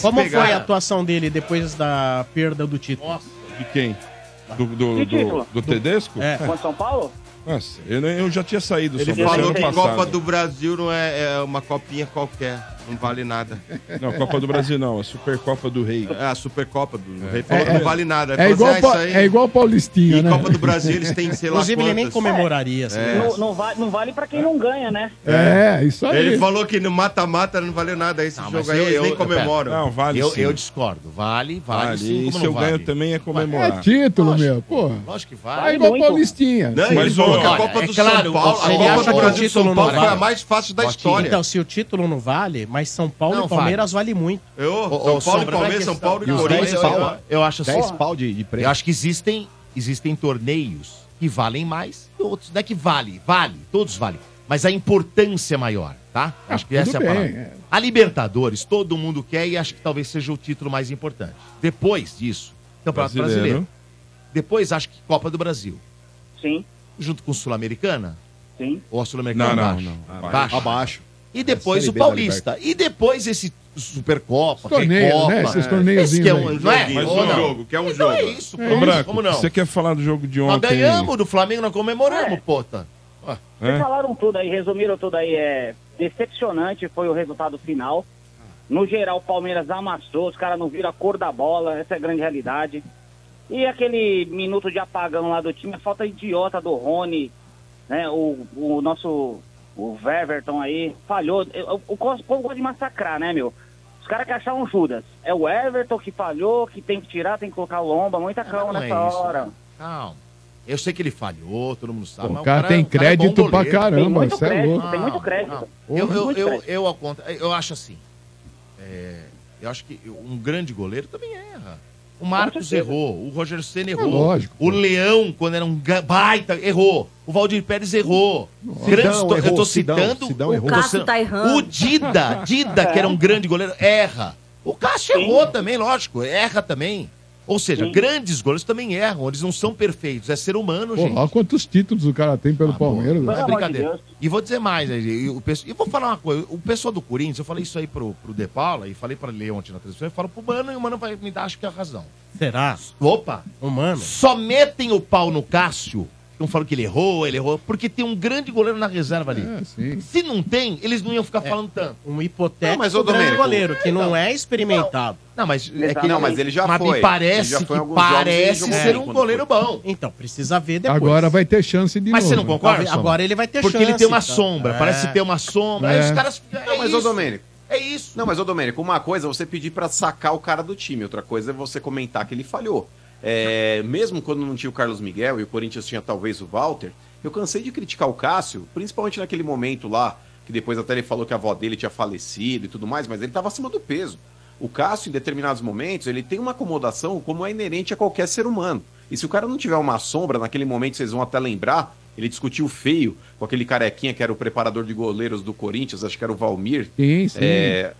Como foi a atuação dele depois da perda do título?
De quem? Do, do,
Que
do,
título?
do Tedesco?
É.
Contra São Paulo?
Nossa, eu, nem- eu já tinha saído.
Ele
São Paulo
falou
ano
que
passado.
Copa do Brasil não é, é uma copinha qualquer, não vale nada.
Não, Copa do Brasil não, é Supercopa do Rei.
É, a Supercopa do Rei
É,
falou que
é.
não vale nada.
É
Ele falou
igual,
assim,
pa-
ah, isso
é
aí-
igual Paulistinha,
E
né?
Copa do Brasil eles têm, sei lá
Inclusive, ele nem
quantas.
comemoraria. assim.
É.
Não, não, vai, não vale pra quem não ganha, né?
É, isso aí.
Ele falou que no mata-mata não valeu nada esse
Ah, mas
jogo aí, eles nem
pera.
comemoram.
Não, vale
Eu,
sim.
eu discordo. Vale, vale,
Vale,
sim.
e
Como
se
não
eu ganho
vale?
também é
É
comemorar.
título, meu, pô.
Lógico que
Tá
vale.
igual
muito.
Paulistinha.
Não,
Sim.
ele falou que a
olha,
Copa
é
do
claro,
São Paulo, a
ele
Copa
acha
do
que o
Brasil
título
São
não
Paulo foi a
vale.
mais fácil da
Joaquim,
história.
Então, se o título não vale, mas São Paulo
Não,
e Palmeiras
vale.
vale, muito.
Eu, São
Ô,
Paulo
ô,
e
Sombra,
Palmeiras,
é
São
questão.
Paulo e
E os
Corinthians.
10 pau, eu acho assim.
10 pau de, de preço.
Eu acho que existem, existem torneios que valem mais e outros. Não é que vale, vale, todos valem. Mas a importância é maior, tá? Acho que
tudo
essa é a
bem,
palavra.
é.
A Libertadores, todo mundo quer e acho que talvez seja o título mais importante. Depois disso, Campeonato
Brasileiro.
Brasileiro. Depois, acho que Copa do Brasil.
Sim,
Junto com Sul-Americana?
sim.
Ou a Sul-Americana é
Não, não,
abaixo?
não.
Abaixo.
Abaixo.
E depois
Série
o
B da
Paulista. E depois esse Supercopa,
Torneios,
Recopa.
né? Esses
É.
torneios
Esse que é um,
aí. né?
não é?
Mais
Ou
um
não?
jogo, que é um
Então
jogo.
é isso,
Ô,
pronto.
Branco,
Como não?
você quer falar do jogo de
Tá
Nós
ontem?
ganhamos do Flamengo, nós comemoramos, tá. pota.
Vocês
É?
falaram tudo aí, resumiram tudo aí. É decepcionante foi o resultado final. No geral, o Palmeiras amassou, os caras não viram a cor da bola, essa é a grande realidade. E aquele minuto de apagão lá do time, a falta idiota do Rony, né? O, o nosso o Ververton aí, falhou. Eu- eu- O, cos- o povo gosta de massacrar, né, meu? Os caras que acharam o Judas. É o Everton que falhou, que tem que tirar, tem que colocar o lomba, muita calma
não é
nessa
isso.
hora.
Calma. Eu sei que ele falhou, todo mundo sabe.
Pô,
mas
o cara tem
o é bom
crédito pra
goleiro.
caramba, Tem muito
você
cê é crédito, louco.
tem muito crédito.
Eu, eu,
Tem muito
eu,
crédito.
eu, ao contra- eu acho assim. é, eu acho que um grande goleiro também erra. O Marcos
certeza.
errou, o Roger Senna errou.
É lógico,
o Leão, quando era um ga- baita, errou. O Valdir Pérez errou. Grandes
Sidão
to- eu
errou,
tô
Sidão,
citando.
Sidão
eu
errou.
tô
Cássio
citando-
tá errando.
O Dida, Dida, que era
É.
um grande goleiro, erra. O Cássio errou também, lógico, erra também. Ou seja, grandes goleiros também erram, eles não são perfeitos, é ser humano,
Pô,
gente.
olha quantos títulos o cara tem
Ah,
pelo Palmeiras. né?
Não é
amor de
brincadeira.
Deus.
E vou dizer mais, né, e, o pessoal- e vou falar uma coisa. O pessoal do Corinthians, eu falei isso aí pro, pro De Paula e falei pra ele ontem na transmissão, eu falo pro Mano e o Mano vai me dar, acho que é a razão.
Será?
Opa!
Humano?
Só metem o pau no Cássio Ficam falando que ele errou, ele errou. Porque tem um grande goleiro na reserva ali. Se não tem, eles não iam ficar falando tanto.
É, Um hipotético
Não, mas, ô,
grande
Domênico,
goleiro, que não
então.
é experimentado.
Não, mas é que- Não, mas ele já foi.
me parece
Ele já foi em
que
alguns jogos e
parece
jogou
ser
bem
um
quando
goleiro bom. Então, precisa ver depois.
Agora vai ter chance de
Mas
novo.
você não concorda? Anderson?
Agora ele vai ter
Porque
chance,
ele tem uma
tá?
sombra,
É.
parece ter uma
É.
sombra. Aí os caras.
Não, mas, ô Domênico.
É isso.
Não, mas, ô Domênico, uma coisa é você pedir pra sacar o cara do time, outra coisa é você comentar que ele falhou. É, mesmo quando não tinha o Carlos Miguel e o Corinthians tinha talvez o Walter, eu cansei de criticar o Cássio, principalmente naquele momento lá, que depois até ele falou que a avó dele tinha falecido e tudo mais, mas ele tava acima do peso. O Cássio, em determinados momentos, ele tem uma acomodação como é inerente a qualquer ser humano. E se o cara não tiver uma sombra, naquele momento vocês vão até lembrar, ele discutiu feio com aquele carequinha que era o preparador de goleiros do Corinthians, acho que era o Valmir.
Sim, sim.
É,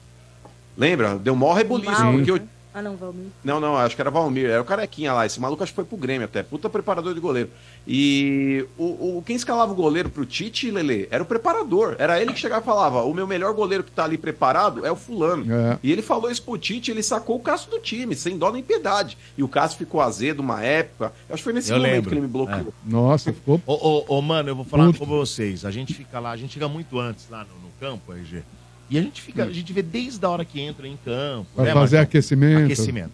lembra? Deu maior rebuliço.
Mauro.
é Porque eu...
Ah, não, Valmir.
Não, não, acho que era Valmir, era o carequinha lá. Esse maluco acho que foi pro Grêmio até. Puta preparador de goleiro. E o, o- quem escalava o goleiro pro Tite, Lele, era o preparador. Era ele que chegava e falava: o meu melhor goleiro que tá ali preparado é o fulano.
É.
E ele falou isso pro Tite, ele sacou o Cássio do time, sem dó nem piedade. E o Cássio ficou azedo uma época. Acho que foi nesse
Eu
momento
lembro.
que ele me bloqueou.
É.
Nossa, ficou.
Ô, ô, ô, mano, eu vou falar
Puta.
com vocês. A gente fica lá, a gente chega muito antes lá no, no campo, RG. E a gente fica, a gente vê desde a hora que entra em campo.
Hum. Vai
né,
fazer
Marcão?
aquecimento.
Aquecimento.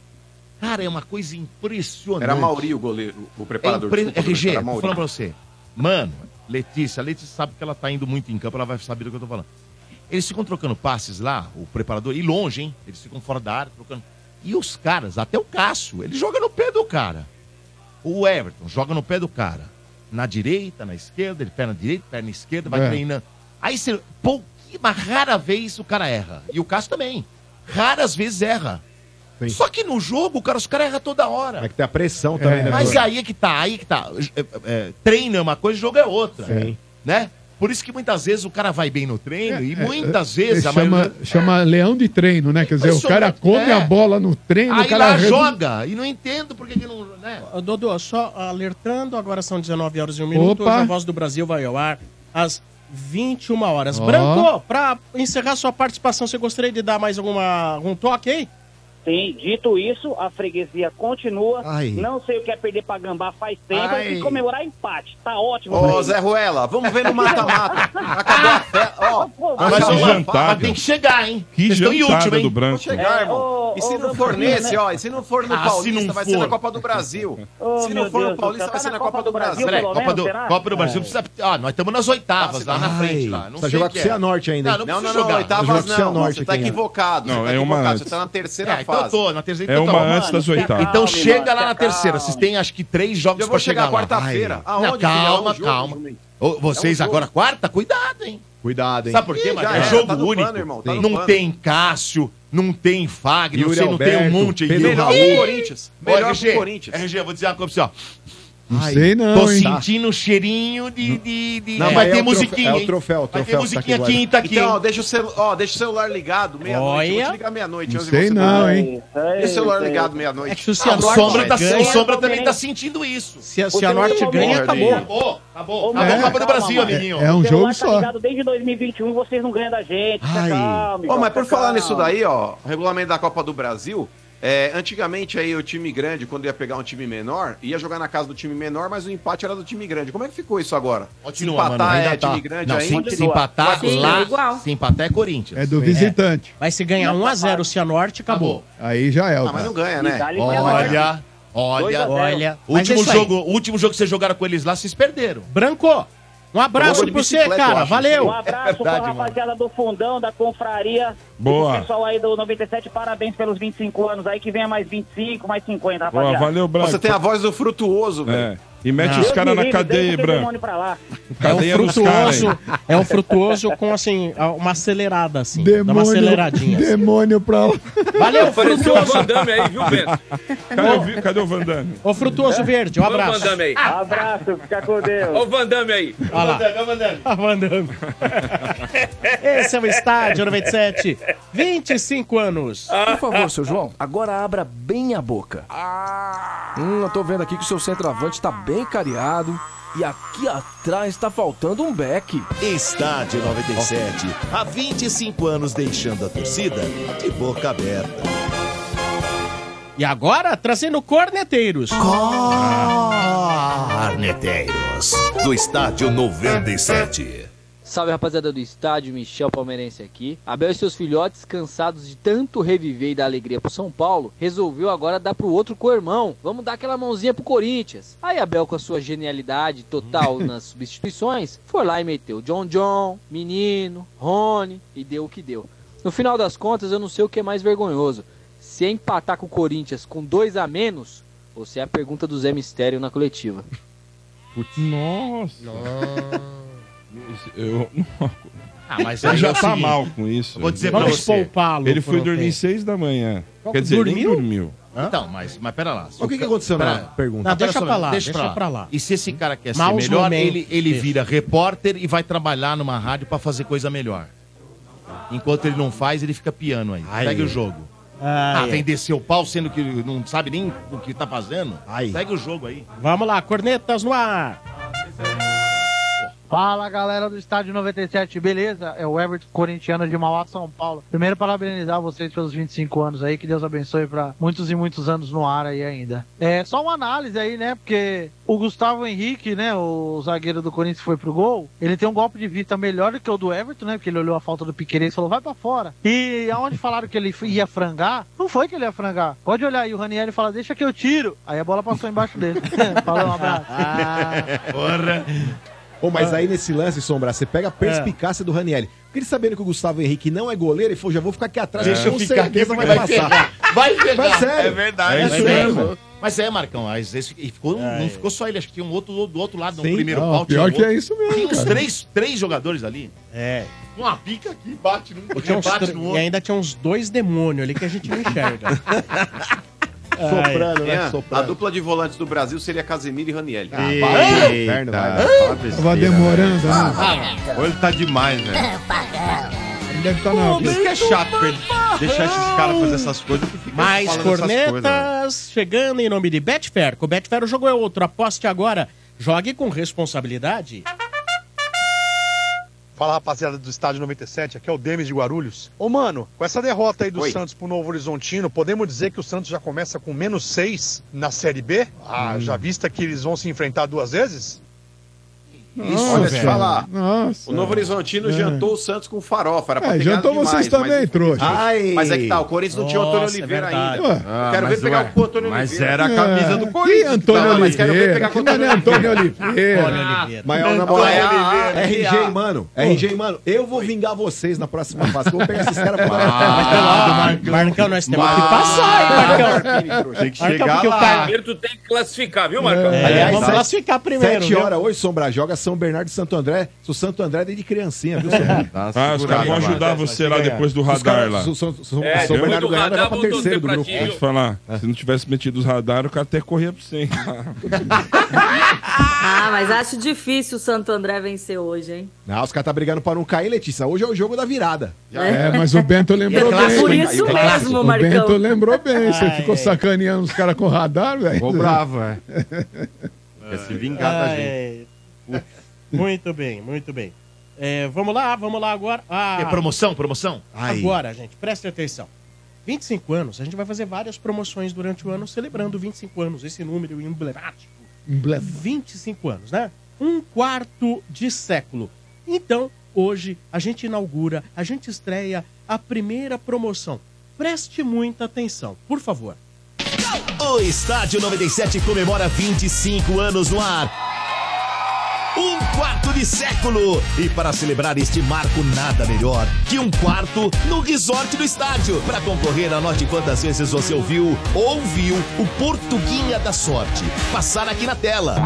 Cara, é uma coisa impressionante.
Era Mauri o goleiro, o
É
preparador.
impre...
desculpa,
RG,
era
tô
Mauri.
falando pra você. Mano, Letícia, a Letícia sabe que ela tá indo muito em campo, ela vai saber do que eu tô falando. Eles ficam trocando passes lá, o preparador, e longe, hein? Eles ficam fora da área, trocando. E os caras, até o Cássio, ele joga no pé do cara. O Everton joga no pé do cara. Na direita, na esquerda, ele perna direita, perna esquerda, vai
É.
treinando. Aí você. Pouquíssima, rara vez o cara erra. E o Cássio também. Raras vezes erra. Só que no jogo, cara, os caras erram toda hora.
É que tem a pressão também, né?
Mas
Bruno?
aí é que tá, aí é que tá. É, é, treino é uma coisa, jogo é outra. Né? Por isso que muitas vezes o cara vai bem no
É,
treino e muitas vezes a
É, chama,
maioria.
chama leão de treino, né? Quer dizer, o cara
Impressionante,
come
é.
a bola no treino, o
Aí
cara
lá
arrebenta.
joga e não entendo por que que não. Né?
Ô, Dodô, só alertando, agora são 19 horas e 1 minuto.
Opa.
Hoje a Voz do Brasil vai ao ar às 21 horas.
Ó.
Branco, pra encerrar sua participação, você gostaria de dar mais alguma, algum Um toque aí?
Sim, dito isso, a freguesia continua.
Ai.
Não sei o que é perder pra gambá faz tempo
Ai.
e comemorar empate. Tá ótimo. pra
Ô,
ele.
Zé Ruela, vamos ver no mata-mata. Acabou a fé. Ó,
Mas
acabou
que
a
jantar,
fala.
viu? Tem que
chegar, hein?
Que
Vocês estão em
jantada
último, hein?
do Branco.
Vou chegar,
É,
irmão.
ô,
e se
ô,
não for
Gabriel,
nesse,
né?
ó, e se não for no
Ah, se
Paulista,
não
vai ser na
for.
Copa do Brasil.
Ô,
se não
meu
for
Deus
no
do
Paulista, vai
céu, tá
ser
na
na Copa, do Brasil.
Peraí,
pelo
Copa,
menos,
do,
será?
Copa do Brasil precisa. Ah, nós estamos nas oitavas, lá na frente. Lá. Não sei
Precisa jogar
o que
com o Cianorte ainda.
Não, não,
Não,
precisa
não, não,
jogar.
oitavas
Jogo Cianorte
não. Você tá
aqui, né?
equivocado.
Não,
você tá
é uma
equivocado.
antes.
Você tá na terceira
É, então
fase.
eu tô, na terceira
É
então
uma
tá bom.
antes das oitavas.
Então
Calma,
chega lá
Lorde,
na terceira.
calma.
Vocês têm acho que três jogos
Eu vou chegar
lá.
quarta-feira. Aonde,
Ai. Não,
filho? É
calma,
um jogo,
calma. Ô, vocês
É um jogo.
agora quarta, cuidado, hein?
Cuidado, hein?
Sabe por
Ih,
quê, mano?
já
É
era,
jogo
tá no
único.
pano, irmão, tá no
não
pano.
tem Cássio, não tem Fagner, não
Yuri
sei, não tem um
Alberto,
monte de
Pedro
Melhor pro Corinthians. Melhor pro Corinthians.
RG, eu vou dizer uma coisa pra você, ó.
Não sei não,
Tô
hein?
sentindo um cheirinho de. de, de...
Não,
vai
mas é
ter
o
musiquinha.
troféu- é o
hein?
troféu, o
vai ter
troféu que tá aqui
musiquinha aqui, tá aqui.
Então, ó, deixa o, celu... ó, deixa o celular ligado meia-noite. Eu Vou
Olha.
te ligar meia-noite.
Não
onze e
sei
você
não,
vai.
hein?
Deixa o celular
Ei,
ligado
É
meia-noite.
que se o
Ah, o
Cianorte
Sombra, tá,
ganha,
o Sombra também tá sentindo isso.
se a Cianorte
Ô,
ganha,
Lorde.
acabou.
Acabou, acabou.
Ô,
Acabou a
Marcão,
Copa do
calma,
Brasil,
mano.
amiguinho.
É um
O
jogo
celular tá
só.
ligado desde 2021, vocês não ganham da gente. Fica
Ai.
calmo,
Ó,
Miguel,
mas por
fica
falar
calmo.
nisso daí,
Um
ó, regulamento da Copa do Brasil, é, antigamente aí o time grande, quando ia pegar um time menor, ia jogar na casa do time menor, mas o empate era do time grande. Como é que ficou isso agora?
Continua,
Se empatar
mano. Ainda
é
tá.
time grande
Não,
ainda?
se, se empatar
Sim, é
lá,
igual.
se empatar é Corinthians.
É do visitante.
Vai se ganhar 1x0 o Cianorte, acabou.
Acabou.
Aí já é. o
Ah, mas
cara.
não ganha, né?
Dá-lhe Goiás.
Olha,
Dois
olha,
a zero.
olha. O
Mas é
último,
isso aí.
jogo, o último jogo que vocês jogaram com eles lá, vocês perderam.
Branco, um abraço
Tomou gol de
pra você,
bicicleta, eu
cara.
acho.
Valeu.
Um
É
abraço
verdade,
pra rapaziada do fundão, da confraria.
Boa.
E pro pessoal aí do 97, parabéns pelos 25 anos aí, que venha mais 25, mais 50,
Ó,
rapaziada.
valeu, Branco.
Você tem a voz do frutuoso, velho.
É, E mete
Deus
os caras
me
na
livre, deixa
cadeia,
aquele
Branco.
demônio pra lá.
É um
Cadeia dos caras.
frutuoso,
aí.
é um frutuoso com assim, uma acelerada assim, dá uma
Demônio,
aceleradinha. assim.
demônio pra lá.
Valeu,
Apareceu o
frutuoso.
Van Damme aí, viu, Bento?
Cadê o Vi- Cadê o Van Damme?
Ô frutuoso verde, um
Olha o Van
abraço.
Damme aí.
Abraço, fica com Deus.
Olha o Van Damme aí.
Olha lá. Tá mandando. Esse é o estádio 97, 25 anos.
Por favor, seu João, agora abra bem a boca. Hum, eu tô vendo aqui que o seu centroavante tá bem cariado. E aqui atrás tá faltando um back.
Estádio 97, há 25 anos deixando a torcida de boca aberta.
E agora, trazendo corneteiros.
Arneteiros, do estádio 97.
Salve rapaziada do estádio, Michel Palmeirense aqui. Abel e seus filhotes, cansados de tanto reviver e dar alegria pro São Paulo, resolveu agora dar pro outro co-irmão. Vamos dar aquela mãozinha pro Corinthians. Aí Abel, com a sua genialidade total nas substituições, foi lá e meteu John John, Menino, Rony e deu o que deu. No final das contas, eu não sei o que é mais vergonhoso. Se é empatar com o Corinthians com dois a menos, ou se é a pergunta do Zé Mistério na coletiva.
Nossa. Eu,
Ah, mas
Ele
aí é
já
o
tá
seguinte,
mal com isso.
eu vou dizer
Ele-
pra Vamos você. poupá-lo
Ele foi
por um
dormir
tempo.
seis da manhã.
Qual-
Quer dizer, nem
dormiu?
dormiu.
Então, mas, mas pera lá.
O que que aconteceu na pergunta?
Não,
Deixa
deixa
pra
pra
lá,
lá, deixa,
deixa
pra lá. E se esse cara quer ser
Maus
melhor,
momentos,
ele, ele
deixa.
vira repórter e vai trabalhar numa rádio pra fazer coisa melhor. Enquanto ele não faz, ele fica piano aí. Segue
é.
o jogo.
Ah,
Ah,
é.
vem descer o pau, sendo que não sabe nem o que tá fazendo. Segue o jogo aí.
Vamos lá, cornetas no ar.
Fala galera do Estádio 97, beleza? É o Everton Corintiano de Mauá, São Paulo. Primeiro, parabenizar vocês pelos 25 anos aí, que Deus abençoe pra muitos e muitos anos no ar aí
né?
ainda. É só uma análise aí, né? Porque o Gustavo Henrique, né? O zagueiro do Corinthians que foi pro gol. Ele tem um golpe de vista melhor do que o do Everton, né? Porque ele olhou a falta do Piqueires e falou, vai pra fora. E aonde falaram que ele ia frangar, não foi que ele ia frangar. Pode olhar aí, o Raniel fala, deixa que eu tiro. Aí a bola passou embaixo dele. Falou, um abraço.
Porra. Pô, mas aí nesse lance, Sombra, você
É.
pega a perspicácia do Ranieri. Porque ele sabendo que o Gustavo Henrique não é goleiro, ele falou, já vou ficar aqui atrás,
Deixa
com
eu ficar aqui
certeza
porque
vai,
vai
passar.
pegar. Vai pegar.
Mas sério.
É
isso mesmo.
Mas é, Marcão, às vezes e ficou, não ficou só ele, acho que tinha um outro do outro lado,
Sim.
um primeiro
Não,
pau.
pior
tinha
que
outro.
é isso mesmo,
Tinha uns
cara.
três, três jogadores ali.
É.
Uma pica aqui, bate num,
é
E, tinha
um
uns
rebate
tre-
no
e
outro.
ainda tinha uns dois demônios ali que a gente não enxerga.
Soprano,
Ai,
né?
é.
A dupla de volantes do Brasil seria Casemiro e Raniel.
Ah,
Ah,
Eita.
Eita. Tava demorando, né?
Ou ele tá demais, velho.
Ele deve estar na...
Por isso que é chato pra ele deixar esses caras fazer essas coisas. porque fica
Mais
falando essas coisas, né?
cornetas chegando em nome de Betfair. Com Betfair o jogo é outro. Aposte agora. Jogue com responsabilidade.
Fala rapaziada do Estádio 97, aqui é o Demis de Guarulhos. Ô mano, com essa derrota aí do
Oi.
Santos pro Novo Horizontino, podemos dizer que o Santos já começa com menos 6 na Série B? Ah, já vista que eles vão se enfrentar duas vezes?
Isso, Olha, deixa eu falar.
Nossa.
O Novo Horizontino
É.
jantou o Santos com farofa. Era pra
É,
ter
jantou
ganhado
vocês
demais,
também,
mas...
trouxa.
Ai. Mas é que tá, o Corinthians não tinha o Antônio
Nossa, é
Oliveira
verdade.
ainda.
Ué.
Eu quero
Ah,
ver
mas
pegar
ué.
o Antônio Oliveira.
Mas era a camisa do Corinthians. Antônio
Não, mas quero ver
Oliveira.
pegar
Que
contra
não é Antônio Oliveira.
Mas é o
Olha,
namorado. RG,
RG,
mano. RG, mano, eu vou vingar vocês na próxima fase. que Eu vou pegar esses caras
Ah.
pra
Marcão, Marcão, nós temos que passar,
Ah,
hein, Marcão?
Tem que
Marcão,
chegar
porque o
lá.
cara-
Primeiro tu tem que classificar, viu, Marcão?
É, vamos classificar primeiro,
7
viu?
horas, hoje, Sombra, joga São Bernardo e Santo André. Se o Santo André é de criancinha, viu, Sombra?
Ah, os caras vão ajudar você lá depois do
É. Os
radar
caras-
lá.
se o São, se o São, se o São Bernardo ganhar, vai pra terceiro do grupo.
Vou te falar, se não tivesse metido os radar, o cara até corria pra você. hein?
Ah, mas acho difícil o Santo André vencer hoje, hein?
Não, os caras tá brigando pra não cair, Letícia. Hoje é o jogo da virada.
É, mas o Bento lembrou
É clássico,
bem.
hein? Por isso
o
mesmo, Marcão. É.
Bento lembrou bem. Você
Ai.
ficou sacaneando os caras com o radar, velho.
Ficou bravo, é.
Quer
se vingar da gente.
Ai. Ah, é. Muito bem, muito bem. É, vamos lá, vamos lá agora. Ah,
É promoção, promoção?
Agora, gente, prestem atenção. 25 anos, a gente vai fazer várias promoções durante o ano celebrando 25 anos, esse número emblemático. 25 anos, né? Um quarto de século. Então, hoje, a gente inaugura, a gente estreia a primeira promoção. Preste muita atenção, por favor.
O Estádio 97 comemora 25 anos no ar. Um quarto de século! E para celebrar este marco, nada melhor que um quarto no resort do estádio. Para concorrer, anote quantas vezes você ouviu, ouviu o Portuguinha da Sorte. Passar aqui na tela.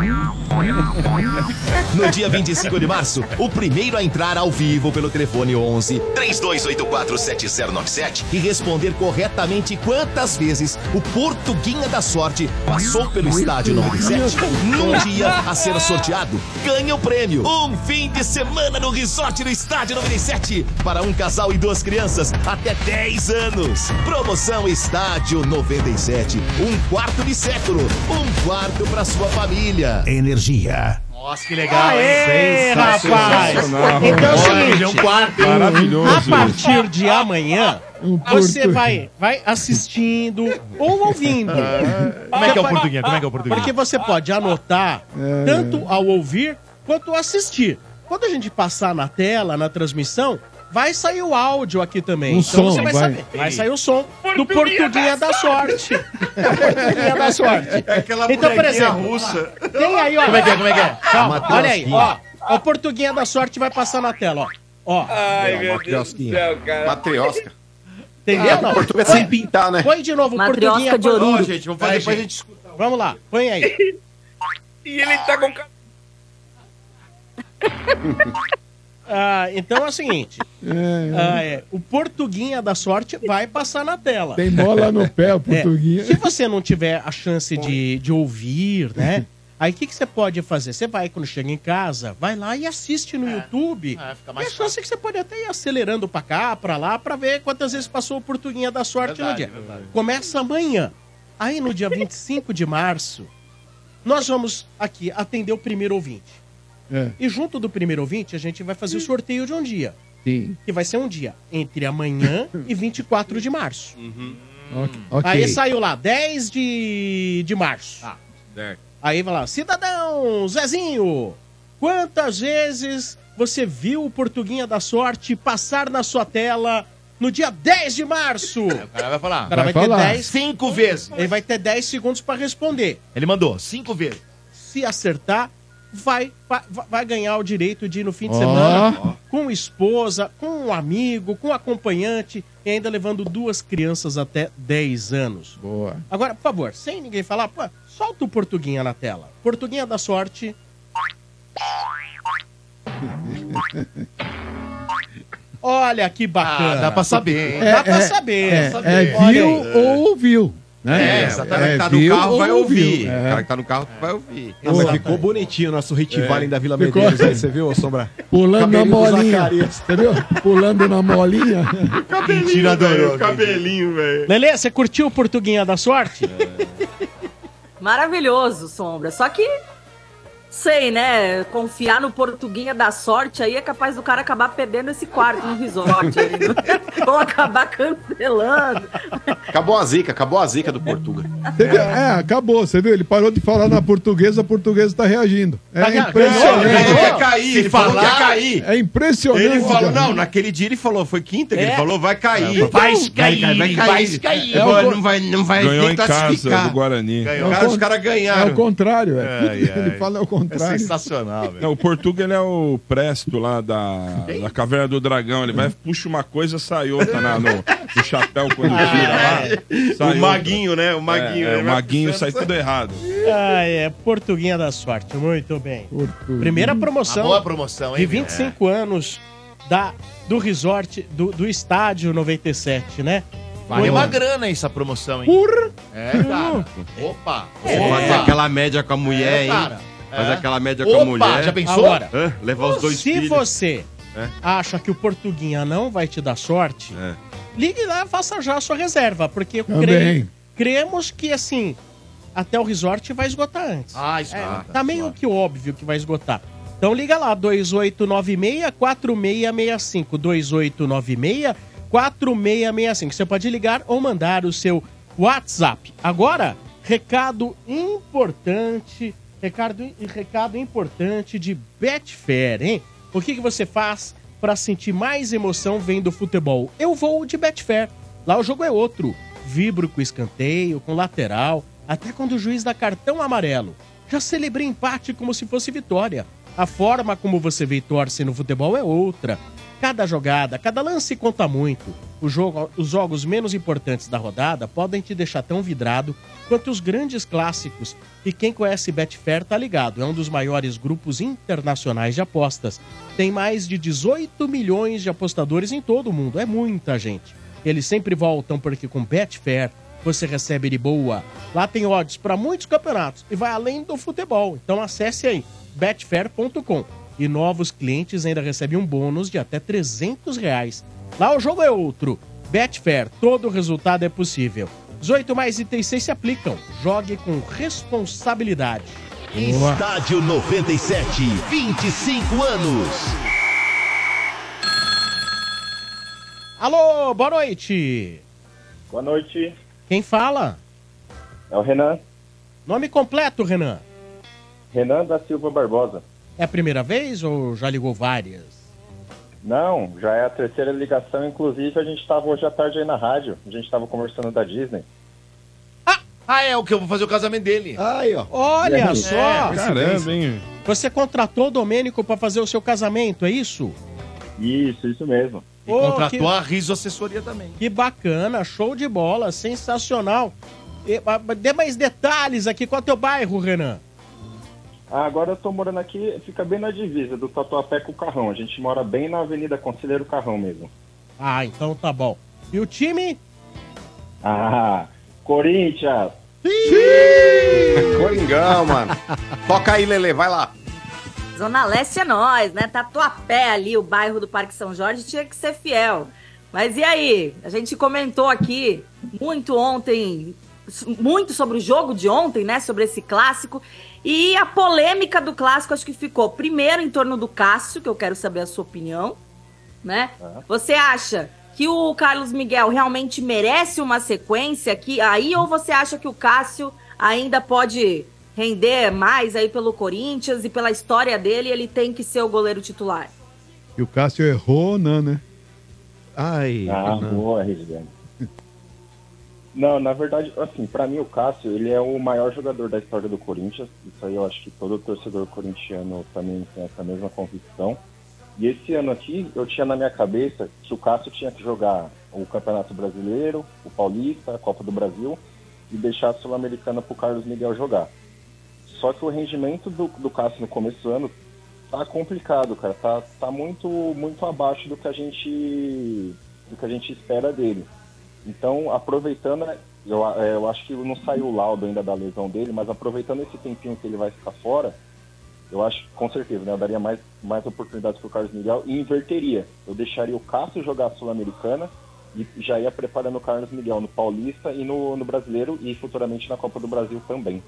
No dia 25 de março, o primeiro a entrar ao vivo pelo telefone 11 32847097 e responder corretamente quantas vezes o Portuguinha da Sorte passou pelo estádio 97, num dia a ser sorteado, ganha o prêmio. Um fim de semana no resort do estádio 97 para um casal e duas crianças até 10 anos. Promoção Estádio 97, um quarto de século, um quarto para sua família. Energia.
Nossa, que legal,
Aê,
hein?
rapaz!
Sensacional.
Então é o
Olha,
seguinte,
é um quarto, hein?
A partir de amanhã,
Um
Você vai, vai assistindo ou ouvindo.
Como é que é o
Você
português? Como é que é o português?
Porque você pode anotar
É.
tanto ao ouvir quanto ao assistir. Quando a gente passar na tela, na transmissão, vai sair o áudio aqui também. Então
Um som,
você vai,
vai.
saber. Vai sair o som do Portuguinha da Sorte. Portuguinha da Sorte.
É aquela
então, por
bonequinha
exemplo,
russa.
Tem aí, ó.
Como é que é, como é que é?
Calma,
Uma
olha aí, ó.
criosquinha.
O Portuguinha da Sorte vai passar na tela, ó. Ó.
Ai, meu Deus do
matriosquinha.
céu, cara.
Matriosca.
Entendeu?
Ah,
Não.
o português
Põe-
sem pintar, né?
Põe de novo o
Matriosca
portuguinha.
de Oruro.
Ó,
gente, vamos fazer,
Vai,
depois a gente
Vamos lá, põe aí.
E ele tá com cara.
Ah, então é o seguinte. Ah, é, o portuguinha da sorte vai passar na tela. É,
Tem bola no pé, o portuguinha.
Se você não tiver a chance de, de ouvir, né? Aí o que, que você pode fazer? Você vai, quando chega em casa, vai lá e assiste
É.
no YouTube. e a chance é que você pode até ir acelerando pra cá, pra lá, pra ver quantas vezes passou o Portuguinha da Sorte no
Verdade,
dia.
verdade.
Começa amanhã. Aí no dia 25 de março, nós vamos aqui atender o primeiro ouvinte.
É.
E junto do primeiro ouvinte, a gente vai fazer o sorteio de um dia.
Sim.
Que vai ser um dia entre amanhã e 24 de março.
Uhum.
Ok. ok.
Aí saiu lá, 10 de, de março. Aí vai lá, cidadão Zezinho, quantas vezes você viu o Portuguinha da Sorte passar na sua tela no dia 10 de março? O
cara vai falar.
O cara vai, ter 10.
Cinco vezes.
Ele vai ter 10 segundos pra responder.
Ele mandou cinco vezes.
Se acertar, vai, vai, vai ganhar o direito de ir no fim de
Ó.
semana com esposa, com um amigo, com um acompanhante e ainda levando duas crianças até 10 anos.
Boa.
Agora, por favor, sem ninguém falar, pô, solta o Portuguinha na tela. Portuguinha da sorte. Olha que bacana.
Ah, dá pra saber, hein?
Dá
É,
pra
é,
saber.
É,
Dá pra
é
saber. Olha
viu
aí.
ou ouviu. Né?
É, exatamente. Tá no
viu É.
carro,
ou
vai
ouviu.
ouvir.
É.
O cara que tá no carro vai ouvir.
Não, mas ficou bonitinho o nosso hit
É.
Valen da Vila
Ficou.
Medeiros aí, você viu, Sombra?
assim. Pulando na
Cabelinho do
molinha.
Zacarias.
Entendeu? Pulando na molinha.
Mentira, velho. Cabelinho, velho.
Lelê, você curtiu o Portuguinha da sorte?
Maravilhoso, Sombra. Só que, sei, né? Confiar no Portuguinha da sorte aí é capaz do cara acabar perdendo esse quarto no resort. aí, né? Vão acabar cancelando.
Acabou a zica, acabou a zica do Portuga.
Você viu? É, acabou, você viu? Ele parou de falar na portuguesa, a portuguesa tá reagindo. É
Tá,
impressionante.
ganhou, ganhou. Ele quer cair,
Se
ele falou que ia cair.
É impressionante.
Ele falou,
cara.
não, naquele dia ele falou, foi quinta, que
É.
ele falou, vai cair.
Então,
vai cair, vai cair.
cair.
É,
É o
bom,
gol-
não vai, não vai
Ganhou
nem
em casa
classificar.
do Guarani.
Ganhou. Cara, os caras
É o
ganharam.
contrário, é.
Ai,
Tudo que ele
ai.
fala é o contrário.
Não, o Portuga ele é o Presto lá da, da Caverna do Dragão. Ele vai, puxa uma coisa, sai outra na- no, no chapéu quando
Ah,
tira lá.
O maguinho, né? O maguinho,
É, é,
né?
o maguinho sai tudo errado.
Ah, é. Portuguinha da sorte. Muito bem. Primeira promoção.
Uma boa promoção, hein,
De
Vini?
25 anos da, do resort, do, do estádio 97, né?
Vale
Muito-
uma grana essa promoção, hein?
Por...
É, cara. Opa.
Você
opa.
faz aquela média com a mulher,
É,
hein?
cara.
Faz
É.
aquela média com
Opa,
a mulher.
já pensou?
Agora. Hã? Levar os dois
Se
filhos.
você
É.
acha que o Portuguinha não vai te dar sorte, ligue lá, faça já a sua reserva, porque eu
Também.
creio, cremos que, assim, até o resort vai esgotar antes.
Ah, isso
É,
tá.
tá meio que óbvio que vai esgotar. Então liga lá, 2896-4665. 2896-4665. Você pode ligar ou mandar o seu WhatsApp. Agora, recado importante, recado, recado importante de Betfair, hein? O que, que você faz para sentir mais emoção vendo futebol? Eu vou de Betfair. Lá o jogo é outro. Vibro com escanteio, com lateral, até quando o juiz dá cartão amarelo. Já celebrei empate como se fosse vitória. A forma como você vê e torce no futebol é outra. Cada jogada, cada lance conta muito. O jogo- os jogos menos importantes da rodada podem te deixar tão vidrado quanto os grandes clássicos. E quem conhece Betfair tá ligado, é um dos maiores grupos internacionais de apostas. Tem mais de 18 milhões de apostadores em todo o mundo, é muita gente. Eles sempre voltam porque com Betfair você recebe de boa. Lá tem odds para muitos campeonatos e vai além do futebol. Então acesse aí betfair.com e novos clientes ainda recebem um bônus de até 300 reais. Lá o jogo é outro. Betfair, todo resultado é possível. 18 mais e 36 se aplicam. Jogue com responsabilidade.
Estádio 97, 25 anos.
Alô, boa noite.
Boa noite.
Quem fala?
É o Renan.
Nome completo, Renan.
Renan da Silva Barbosa.
É a primeira vez ou já ligou várias?
Não, já é a terceira ligação. Inclusive, a gente estava hoje à tarde aí na rádio. A gente estava conversando da Disney.
Ah, é o que eu vou fazer o casamento dele.
Aí, ó. Olha
É,
só.
caramba,
hein?
Você contratou o Domênico pra fazer o seu casamento, é isso?
Isso, isso mesmo.
E
contratou a Riso Assessoria também.
Que bacana, show de bola, sensacional. E, a- a- dê mais detalhes aqui, qual é o teu bairro, Renan?
Ah, Agora eu tô morando aqui, fica bem na divisa do Tatuapé com o Carrão. A gente mora bem na Avenida Conselheiro Carrão mesmo.
Ah, então tá bom. E o time?
Ah, Corinthians!
Coringão, mano. Toca aí, Lele, vai lá.
Zona Leste é nós, né? Tatuapé ali, o bairro do Parque São Jorge, tinha que ser fiel. Mas e aí? A gente comentou aqui muito ontem, muito sobre o jogo de ontem, né? Sobre esse clássico. E a polêmica do clássico acho que ficou primeiro em torno do Cássio, que eu quero saber a sua opinião, né? Você acha que o Carlos Miguel realmente merece uma sequência aqui aí ou você acha que o Cássio ainda pode render mais aí pelo Corinthians e pela história dele, ele tem que ser o goleiro titular?
E o Cássio errou ou não, né? Ai,
Ah, boa, Regiane. Não, na verdade, assim, pra mim o Cássio, ele é o maior jogador da história do Corinthians. Isso aí eu acho que todo torcedor corintiano também tem essa mesma convicção. E esse ano aqui, eu tinha na minha cabeça que o Cássio tinha que jogar o Campeonato Brasileiro, o Paulista, a Copa do Brasil e deixar a Sul-Americana pro Carlos Miguel jogar. Só que o rendimento do, do Cássio no começo do ano tá complicado, cara. Tá, tá muito, muito abaixo do que a gente do que a gente espera dele. Então, aproveitando, né, eu, a- é, eu acho que não saiu o laudo ainda da lesão dele, mas aproveitando esse tempinho que ele vai ficar fora, eu acho, com certeza, né, eu daria mais, mais oportunidades pro Carlos Miguel e inverteria. Eu deixaria o Cássio jogar a Sul-Americana e já ia preparando o Carlos Miguel no Paulista e no, no Brasileiro e futuramente na Copa do Brasil também.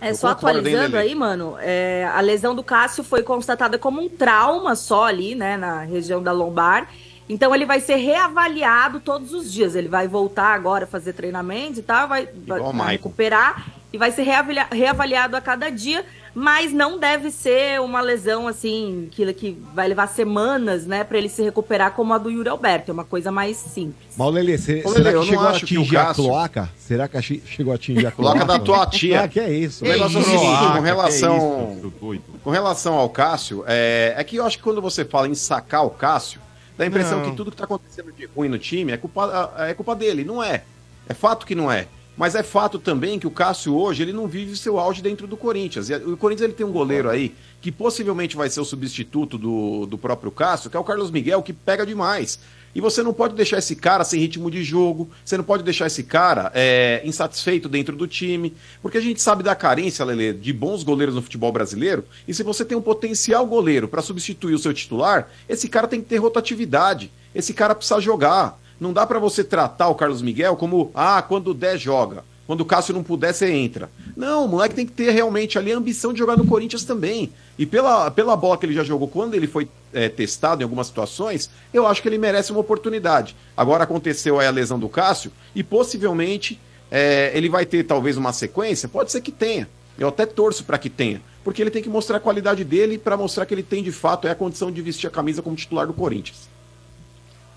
É
Eu
só
concordo, hein,
atualizando
Lelê?
aí, mano. é, a lesão do Cássio foi constatada como um trauma só ali, né, na região da lombar. Então ele vai ser reavaliado todos os dias. Ele vai voltar agora a fazer treinamento e tal, vai, vai-
o
vai
Maicon.
recuperar e vai ser reavalia- reavaliado a cada dia, mas não deve ser uma lesão assim que, que vai levar semanas, né, para ele se recuperar como a do Yuri Alberto. É uma coisa mais simples.
Mas, ô, Lelê, cê-
Ô, Lelê,
será
eu
que
não
chegou a
acho que o
atingir a
Cássio-
cloaca? Será que a chi- chegou a atingir a
Coloca da
cloaca?
tua tia.
Ah, que é isso.
O negócio é o seguinte, com relação,
que
com relação ao Cássio, é, é que eu acho que quando você fala em sacar o Cássio, dá a impressão
Não.
que tudo que tá acontecendo de ruim no time é culpa, é culpa dele. Não é. É fato que não é. Mas é fato também que o Cássio hoje ele não vive seu auge dentro do Corinthians. E o Corinthians ele tem um goleiro aí que possivelmente vai ser o substituto do, do próprio Cássio, que é o Carlos Miguel, que pega demais. E você não pode deixar esse cara sem ritmo de jogo, você não pode deixar esse cara é, insatisfeito dentro do time, porque a gente sabe da carência, Lele, de bons goleiros no futebol brasileiro, e se você tem um potencial goleiro para substituir o seu titular, esse cara tem que ter rotatividade, esse cara precisa jogar. Não dá para você tratar o Carlos Miguel como, ah, quando der, joga. Quando o Cássio não puder, você entra. Não, o moleque tem que ter realmente ali a ambição de jogar no Corinthians também. E pela, pela bola que ele já jogou quando ele foi é, testado em algumas situações, eu acho que ele merece uma oportunidade. Agora aconteceu aí a lesão do Cássio e possivelmente é, ele vai ter talvez uma sequência, pode ser que tenha. Eu até torço para que tenha, porque ele tem que mostrar a qualidade dele para mostrar que ele tem de fato é a condição de vestir a camisa como titular do Corinthians.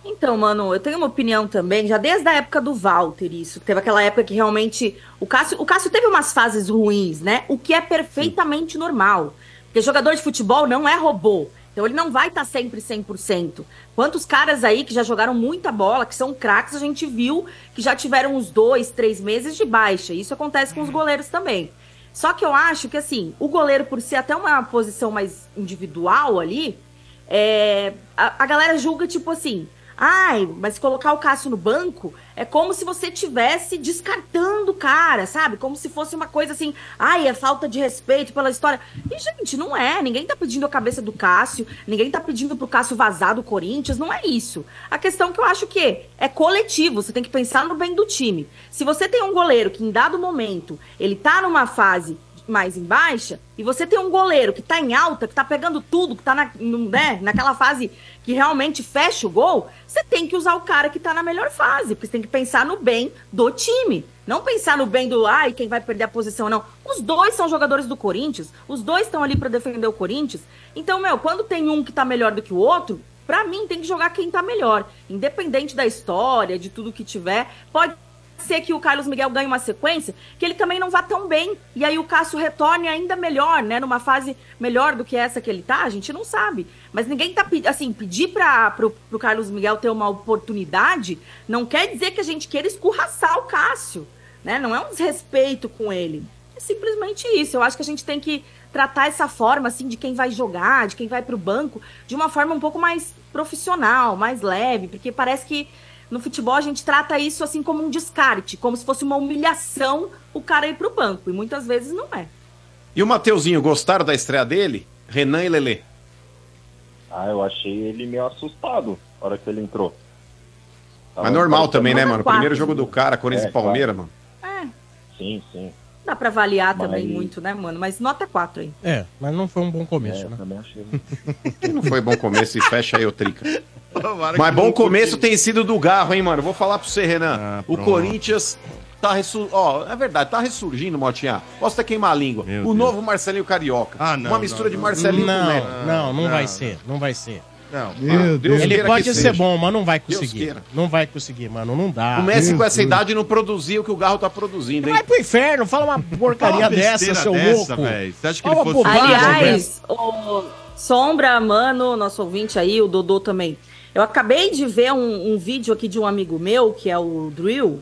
Então, mano, eu tenho uma opinião também, já desde a época do Walter, isso. que Teve aquela época que realmente. O Cássio, o Cássio teve umas fases ruins, né? O que é perfeitamente normal. Porque jogador de futebol não é robô. Então ele não vai estar sempre 100%. Quantos caras aí que já jogaram muita bola, que são craques, a gente viu que já tiveram uns dois, três meses de baixa. Isso acontece com os goleiros também. Só que eu acho que, assim, o goleiro, por ser até uma posição mais individual ali, é, a, a galera julga, tipo assim, ai, mas colocar o Cássio no banco é como se você tivesse descartando o cara, sabe? Como se fosse uma coisa assim, ai, é falta de respeito pela história. E, gente, não é. Ninguém tá pedindo a cabeça do Cássio, ninguém tá pedindo pro Cássio vazar do Corinthians, não é isso. A questão que eu acho que é coletivo, você tem que pensar no bem do time. Se você tem um goleiro que em dado momento ele tá numa fase mais em baixa, e você tem um goleiro que tá em alta, que tá pegando tudo, que tá na, num- né, naquela fase que realmente fecha o gol, você tem que usar o cara que tá na melhor fase, porque você tem que pensar no bem do time. Não pensar no bem do ai, quem vai perder a posição, não. Os dois são jogadores do Corinthians, os dois estão ali pra defender o Corinthians. Então, meu, quando tem um que tá melhor do que o outro, pra mim tem que jogar quem tá melhor. Independente da história, de tudo que tiver, pode ser que o Carlos Miguel ganhe uma sequência, que ele também não vá tão bem. E aí o Cássio retorne ainda melhor, né? Numa fase melhor do que essa que ele tá, a gente não sabe. Mas ninguém tá pedindo, assim, pedir para pro, pro Carlos Miguel ter uma oportunidade não quer dizer que a gente queira escorraçar o Cássio, né? Não é um desrespeito com ele. É simplesmente isso. Eu acho que a gente tem que tratar essa forma, assim, de quem vai jogar, de quem vai pro banco, de uma forma um pouco mais profissional, mais leve, porque parece que no futebol a gente trata isso assim como um descarte, como se fosse uma humilhação o cara ir pro banco. E muitas vezes não é.
E o Mateuzinho, gostaram da estreia dele? Renan e Lelê.
Ah, eu achei ele meio assustado na hora que ele entrou.
Tá
Mas
Então,
normal também, né,
Não é
mano?
quatro.
Primeiro jogo do cara, Corinthians
É,
e Palmeiras,
claro.
mano.
É,
Sim, sim.
dá pra avaliar
Mas-
também muito, né, mano? Mas nota 4 aí.
É, mas não foi um bom
É,
começo, né?
Não foi bom começo e fecha aí o trica.
Tomara
Mas
que
bom
não
começo tem Ah, sido do Garro, hein, mano? Vou falar pra você, Renan. o
pronto.
Corinthians tá ressurgindo. Ó, é verdade, tá ressurgindo, Motinha. Posso até queimar a língua. o novo Marcelinho Carioca. Ah,
não,
Uma mistura
não,
de
não.
Marcelinho
não,
com Neto.
Não, não, vai ser, não vai ser.
Não,
Meu Deus. Ele
queira
pode
que
ser
seja.
bom, mas não vai
Deus
conseguir.
queira.
Não vai conseguir, mano, não dá.
O Messi com essa
Meu Deus.
idade não produzia o que o Garro tá produzindo, hein?
Vai pro inferno, fala uma porcaria
Fala uma
dessa,
besteira
seu
dessa,
louco.
velho. Você acha que
Fala
ele
uma
fosse-
bobagem, velho.
Aliás, o Sombra, mano, nosso ouvinte aí, o Dodô também. Eu acabei de ver um, um vídeo aqui de um amigo meu, que é o Drill,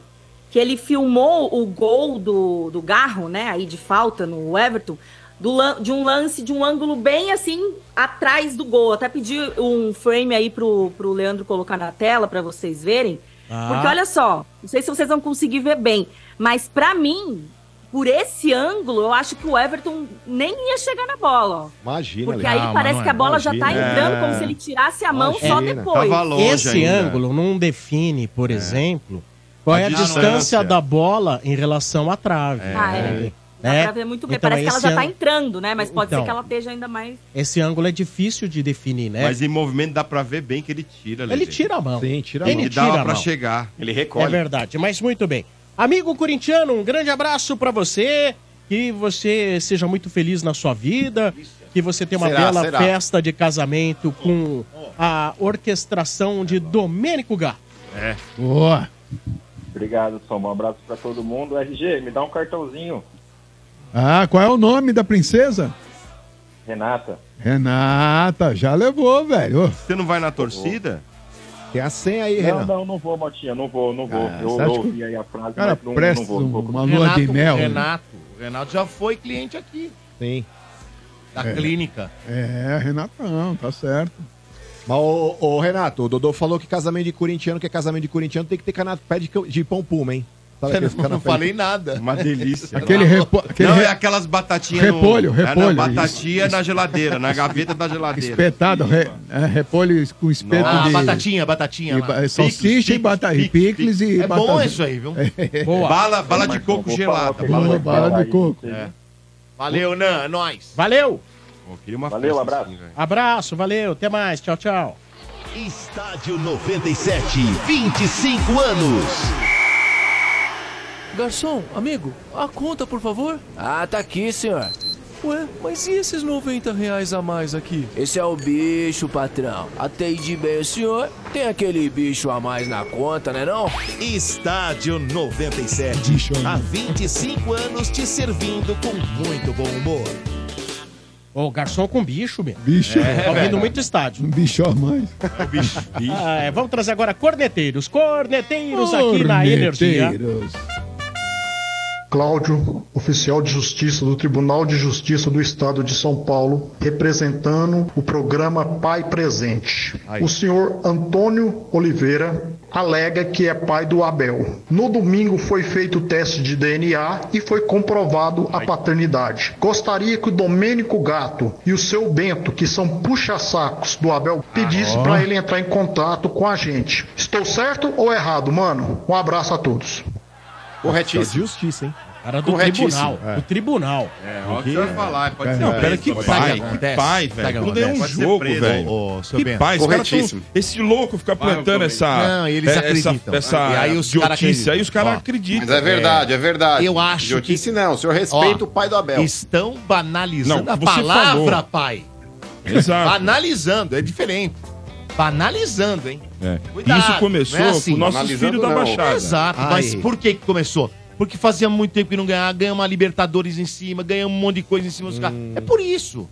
que ele filmou o gol do, do Garro, né, aí de falta no Everton, do lan- de um lance, de um ângulo bem assim, atrás do gol. Até pedi um frame aí pro, pro Leandro colocar na tela para vocês verem.
Ah.
Porque olha só, não sei se vocês vão conseguir ver bem, mas pra mim, por esse ângulo, eu acho que o Everton nem ia chegar na bola, ó.
Imagina,
Porque
é um
Leandro.
aí parece que a bola já tá entrando como se ele tirasse a mão só
É,
depois.
Esse ângulo não define, por exemplo, qual é a
A distância.
distância da bola em relação à trave.
Ah, é. Dá
Né?
pra ver muito bem.
Então,
parece que ela
esse
já tá
ângulo-
entrando, né? Mas pode ser
Então.
que ela esteja ainda mais.
Esse ângulo é difícil de definir, né?
Mas em movimento dá pra ver bem que ele tira.
Ele tira a mão. Sim, tira a
ele
mão.
Ele dava
Tira a
pra
mão.
chegar. Ele
É verdade, mas muito bem. Amigo corintiano, um grande abraço pra você. Que você seja muito feliz na sua vida. Que você tenha uma
Será,
bela
será.
festa de casamento com a orquestração de Domênico Gato.
É.
Boa.
Obrigado, Soma. Um abraço pra todo mundo. RG, me dá um cartãozinho.
Ah, qual é o nome da princesa?
Renata.
Renata, já levou, velho. Ô,
Você não vai na torcida?
Tem a senha aí,
não,
Renan.
não, não vou, Motinha. Não vou, não vou.
Ah,
eu
você acha
eu
que
ouvi aí a frase,
cara
mas não,
presta um
não vou. não vou.
uma lua de mel, né?
Renato, o Renato já foi cliente aqui,
Sim.
da
É.
clínica.
É, Renatão, tá certo.
Mas, ô, ô, Renato, o Dodô falou que casamento de corintiano, que é casamento de corintiano, tem que ter cana- pé de, cão- de pão puma, hein? Sabe aquele
Eu
canapé
não
de-
falei nada.
Uma delícia.
Aquele repo- aquele
não,
re-
é aquelas batatinhas
Repolho,
no... É,
repolho.
não, batatinha na geladeira, na gaveta da geladeira.
Espetado, re, é, repolho com espeto
Ah,
de...
batatinha,
batatinha
e
lá.
ba-
Picles,
salsicha e batata, e picles e
É
batata.
bom isso aí, viu?
É.
Boa.
Bala, bala de coco gelada.
Boa, bala de coco.
É. Valeu, Nan, é nóis.
Valeu!
queria uma
Valeu,
festa assim,
abraço.
Abraço, valeu, até mais, tchau, tchau.
Estádio 97, 25 anos.
Garçom, amigo, a conta, por favor. Ah, tá aqui, senhor. Ué, mas e esses 90 reais a mais aqui? Esse é o bicho, patrão. Atende bem o senhor, tem aquele bicho a mais na conta, né não?
Estádio 97. Há 25 anos te servindo com muito bom humor.
Ô, garçom com bicho, meu.
Bicho.
É, tá
velho.
vindo muito estádio.
Um bicho a mais.
Ah, é, vamos trazer agora corneteiros. Corneteiros aqui na Energia.
Corneteiros.
Cláudio, oficial de justiça do Tribunal de Justiça do Estado de São Paulo, representando o programa Pai Presente. O senhor Antônio Oliveira alega que é pai do Abel. No domingo foi feito o teste de DNA e foi comprovado a paternidade. Gostaria que o Domênico Gato e o seu Bento, que são puxa-sacos do Abel, pedisse
ó.
para ele entrar em contato com a gente. Estou certo ou errado, mano? Um abraço a todos.
Corretíssimo.
É Justiça, hein?
Cara do tribunal. Do tribunal.
É,
ó,
o
que
que você vai falar? Pode
É.
ser
Não,
preso
pera, que
também.
pai,
Sabe o
que
então, acontece? Sabe
pai,
o que
velho. Tudo é um
acontece? Pode ser
jogo,
preso.
velho.
Ô, ô, seu
que
Bento.
pai, os caras tão-
Corretíssimo.
Esse louco fica
Vai,
plantando
eu
essa.
também. Não, eles
é-
acreditam.
Essa,
E
essa
aí os caras
idiotice.
acreditam.
Aí os caras
Ó,
acreditam.
Mas é verdade, é, verdade.
Eu acho que-
Idiotice não, o senhor respeita
Ó,
o pai do Abel.
Estão banalizando
Não,
a
você
palavra,
falou.
pai.
Exato.
Banalizando, é diferente. Banalizando, hein?
É.
Cuidado,
Isso começou
não é
com nossos
Analisando
filhos da
não.
Baixada.
Exato,
é.
mas por que que começou? Porque fazia muito tempo que não ganhava, ganhamos a Libertadores em cima, ganhamos um monte de coisa em cima dos caras.
Hum.
É por isso.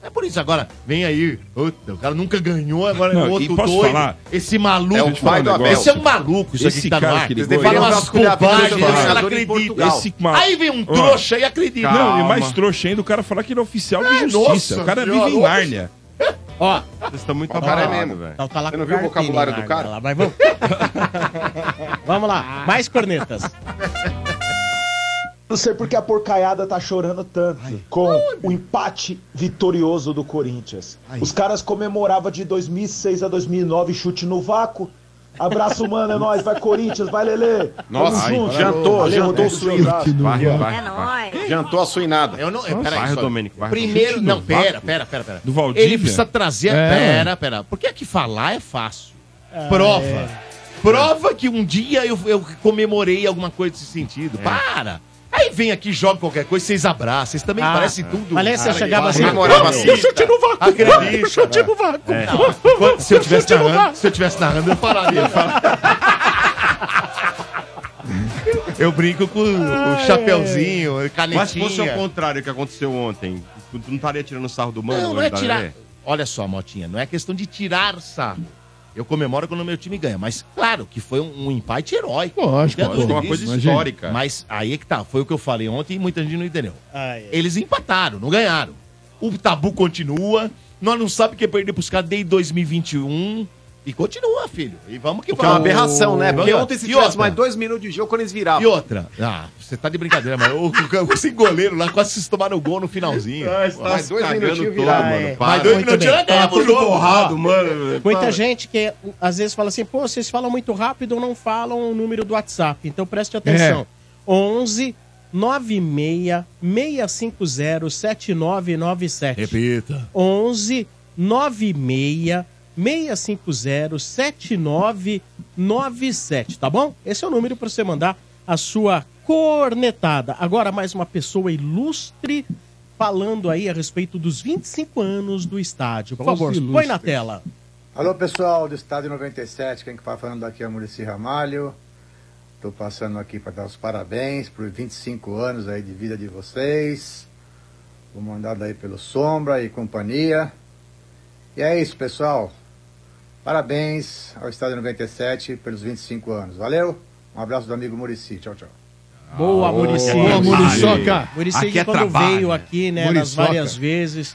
É por isso. Agora, vem aí, puta, o cara nunca ganhou, agora é
Não, e
outro
posso
doido.
falar?
Esse maluco.
É o pai do Abel.
Esse é um maluco, isso
Esse
aqui que tá no
cara
ar.
que ligou,
Ele fala
ele
umas
vasculhar a vida
bobagens,
do
os caras
jogador em
acreditam.
Portugal. Esse ma- Ah.
Aí vem um
Ó.
trouxa e acredita.
Não, e mais
Calma.
trouxa ainda, o cara falar que ele é oficial de
É,
justiça.
nossa
o cara
senhora,
vive em
é
nossa.
Nárnia.
Ó,
vocês estão muito
Tá lá, Tá, tá lá com carteirinha lá, tá lá, mas vamos. vamos lá, mais cornetas.
Não sei porque a porcaiada tá chorando tanto com o empate vitorioso do Corinthians. Os caras comemoravam de 2006 a 2009 chute no vácuo. Abraço, mano, é nóis. Vai, Corinthians, vai, Lelê.
Nossa,
Tamo junto.
jantou,
Ale
jantou
rodou
o
o
suíno.
suídaço.
Vai,
Vai.
É
É
vai, vai. Jantou a suinada.
Eu não,
Nossa.
peraí,
Vai,
só-
Domênico, vai.
Primeiro,
Chute
não,
no
pera,
vácuo.
pera, pera, pera.
Do Valdívia?
Ele precisa trazer,
É.
pera, pera. Porque é que falar é fácil. Prova.
é.
Prova que um dia eu, eu comemorei alguma coisa desse
É.
sentido. Para. Aí vem aqui, joga qualquer coisa, vocês abraçam, vocês também
Ah,
parecem
ah.
tudo.
Mas aí você
Ah,
chegava assim,
comemorava
"Ah,
assim.
chute no vácuo,
Acredita.
né?
chute no vácuo."
É. Não, Se eu tivesse narrando, se eu tivesse narrando, eu pararia. Eu, falaria. Eu brinco com o, o chapeuzinho, canetinha.
Mas se fosse ao contrário que aconteceu ontem, tu tu não estaria tirando sarro do mano?
Não, não
hoje,
é
tá,
tirar.
né?
Olha só, Motinha, não é questão de tirar sarro. Eu comemoro quando o meu time ganha, mas claro que foi um, um empate heróico.
Lógico,
Entendeu?
lógico, uma coisa
Isso.
histórica.
Mas aí é que tá, foi o que eu falei ontem e muita gente não entendeu. Eles empataram, não ganharam. O tabu continua, nós não sabemos quem é perder pros caras desde 2021 e continua, filho. E vamos que
Que é uma aberração, né? Porque
Vamos.
ontem, se
E
tivesse
outra?
mais dois minutos de jogo, quando eles viravam.
E outra? Ah, você tá de brincadeira, mas o, o, esse goleiro lá quase se tomaram o gol no finalzinho.
Ah, você tá
Mais
se
dois
cagando
minutinhos
todo,
virar,
mano.
mano.
Para.
Mais dois
Muito
minutinhos
bem.
já ganhamos
Tá
o
tudo
jogo.
borrado, mano.
Muita
Para.
gente que às vezes fala assim, pô, vocês falam muito rápido ou não falam o número do WhatsApp. Então preste atenção. 11 96 650 7997.
Repita.
11 96 650 7997, tá bom? Esse é o número para você mandar a sua cornetada. Agora mais uma pessoa ilustre falando aí a respeito dos 25 anos do estádio. Por favor, põe na tela.
Alô, pessoal do Estádio 97, quem que tá falando aqui é o Murici Ramalho. Tô passando aqui para dar os parabéns por 25 anos aí de vida de vocês. Vou mandar daí pelo Sombra e companhia. E é isso, pessoal. Parabéns ao Estádio 97 pelos 25 anos. Valeu? Um abraço do amigo Murici. Tchau, tchau.
Boa, Ah, Murici.
Boa, Muriçoca.
Murici,
Aqui é
quando
trabalho.
veio aqui, né, nas
Muriçoca.
várias vezes,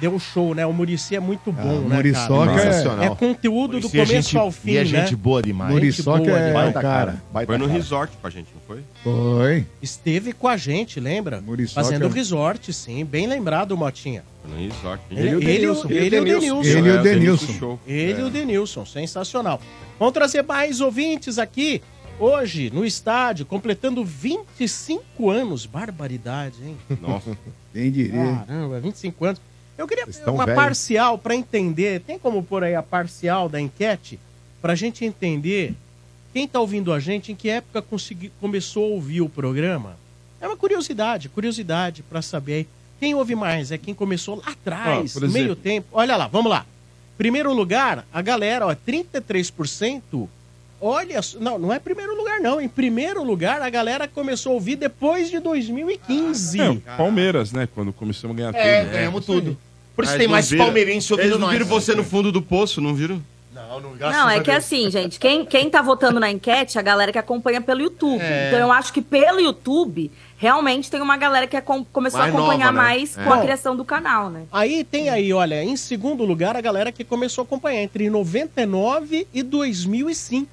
deu um show, né? O Murici é muito bom, né,
Muriçoca
cara?
é-
Sensacional. É conteúdo
Murici
do
é
começo
gente-
ao fim,
e é
né?
gente boa demais.
Muriçoca
Gente boa
é
demais.
o cara.
Foi no resort com a gente, não foi?
Foi.
Esteve com a gente, lembra? Fazendo
é-
resort, sim. Bem lembrado, Motinha.
Foi no resort.
Ele, ele, ele, ele e o Denilson.
Ele e o
É,
Denilson. É.
Ele e o Denilson, sensacional. Vamos trazer mais ouvintes aqui. Hoje, no estádio, completando 25 anos. Barbaridade, hein?
Nossa.
Quem diria?
Caramba, 25 anos. Eu queria
estão
uma
velhos.
parcial para entender. Tem como pôr aí a parcial da enquete? Para a gente entender quem está ouvindo a gente, em que época consegui- começou a ouvir o programa. É uma curiosidade, curiosidade para saber aí. Quem ouve mais é quem começou lá atrás,
Ó, Ah, por exemplo.
meio tempo. Olha lá, vamos lá. Primeiro lugar, a galera, ó, 33%. Olha, só- não, não é primeiro lugar não. Em primeiro lugar, a galera começou a ouvir depois de
Ah,
2015.
É, o Palmeiras, né? Quando começamos a ganhar
É,
tudo.
ganhamos
isso aí.
tudo.
Por isso
Ah,
tem
eles não
mais
viram.
palmeirense ouvindo
Eles não
nós.
viram você no
fundo do poço, não viram?
Não, não
Tá
Não, é que assim, gente, quem, quem tá votando na enquete é a galera que acompanha pelo YouTube.
É.
Então eu acho que pelo YouTube, realmente tem uma galera que acom- começou
Mais
a acompanhar
nova, né?
mais
É.
com a
Bom,
criação do canal, né?
Aí tem aí, olha, em segundo lugar, a galera que começou a acompanhar entre 99 e 2005.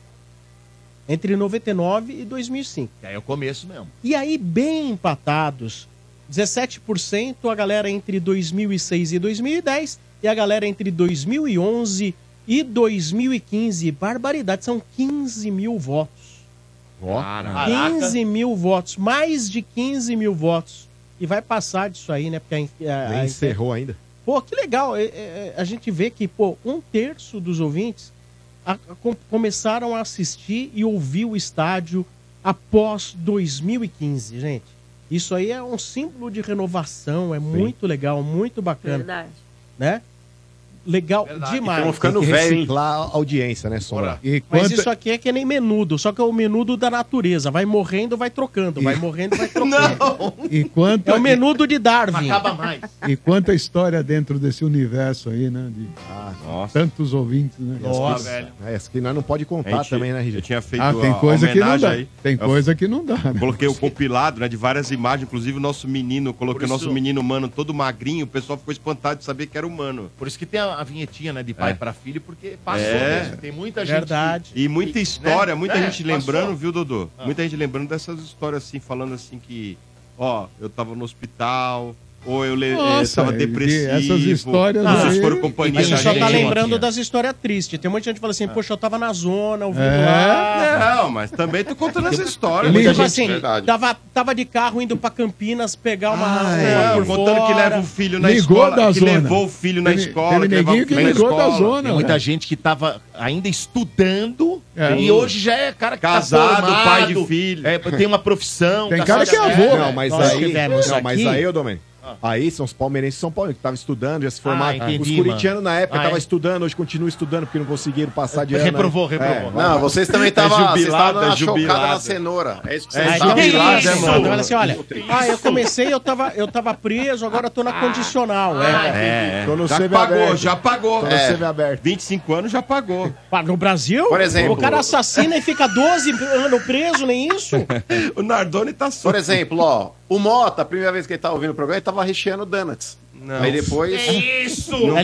Entre 99 e 2005.
É, é o começo mesmo.
E aí, bem empatados, 17% a galera entre 2006 e 2010 e a galera entre 2011 e 2015. Barbaridade, são 15 mil votos. Caraca. 15 mil votos, mais de 15 mil votos. E vai passar disso aí, né? Porque a, in- a-
Nem
a-
É, encerrou ainda.
Pô, que legal. é, é, é, a gente vê que, pô, um terço dos ouvintes a- a- com- começaram a assistir e ouvir o estádio após 2015, gente. Isso aí é um símbolo de renovação, é muito legal, muito bacana.
Verdade.
Né? Legal demais.
Estamos Então ficando velho, hein? a audiência, né, Sombra?
E Mas isso aqui é que nem menudo, só que é o menudo da natureza. Vai morrendo, vai trocando, vai morrendo, vai trocando.
E quanto,
É o menudo de Darwin.
Acaba mais.
e quanta história dentro desse universo aí, né? De tantos ouvintes, né?
Nossa, velho. É, isso que nós não pode contar
A gente-
também, né, RG?
Eu tinha feito
Ah, tem
a- a
coisa que não
homenagem
dá.
aí.
Tem
Eu
coisa que não dá. né?
Coloquei o compilado, né, de várias imagens, inclusive o nosso menino, coloquei o
Por isso-
nosso menino humano todo magrinho, o pessoal ficou espantado de saber que era humano.
Por isso que tem a, a vinhetinha, né, de pai pra filho, porque passou
É.
mesmo. Tem muita gente.
Verdade.
E muita história,
né?
muita
É,
gente
passou.
lembrando, viu, Dodô?
Ah.
Muita gente lembrando dessas histórias assim, falando assim que, ó, eu tava no hospital, ou eu, le- eh,
Nossa,
tava
e
depressivo.
essas histórias
vocês
aí-
foram companhia
A gente
da
só tá
gente.
lembrando das histórias tristes. Tem muita gente que fala assim, poxa, eu tava na zona, ouvindo
É.
lá.
Não, mas também tô contando essa história.
Tem muita
Tipo
gente assim, tava, tava de carro indo pra Campinas pegar uma.
É,
uma por
contando que
fora.
leva o filho na
Ligou
escola,
da
que
zona.
levou o filho na
Teve-
escola,
teve
levava
neguinho
o
que
filho na
ligou da
escola.
zona, né?
Tem muita gente que tava ainda estudando
É.
e hoje já é cara que
Casado,
tá formado,
pai de filho.
é, tem uma profissão.
Tem
tá
cara que é
sabe-
avô. Não, mas
Nós
aí,
tivemos
não, mas
aqui-
aí, ô Domênico, aí são os palmeirenses e São Paulo que estavam estudando, já se formaram.
entendi,
os corintianos
mano.
na época
Ah,
estavam
é?
estudando, hoje continuam estudando porque não conseguiram passar de ano.
Reprovou,
né?
reprovou.
Não, vocês também estavam
vocês estavam
jubilados.
na chocada na cenoura. É isso que vocês
É,
estavam.
que
jubilados,
isso?
né,
Então,
mano?
ela assim, olha, ah, eu comecei, eu tava, eu tava preso, agora eu tô na condicional.
Ah. É,
é.
é. já pagou, já pagou.
Tô no
É.
CV
25 anos já pagou.
Pá, No Brasil,
Por exemplo.
o cara assassina e fica 12 anos preso, nem isso?
o Nardoni tá solto.
Por exemplo, ó, o Mota, a primeira vez que ele tava ouvindo o programa, ele tava recheando donuts. Aí depois. Não não.
Eu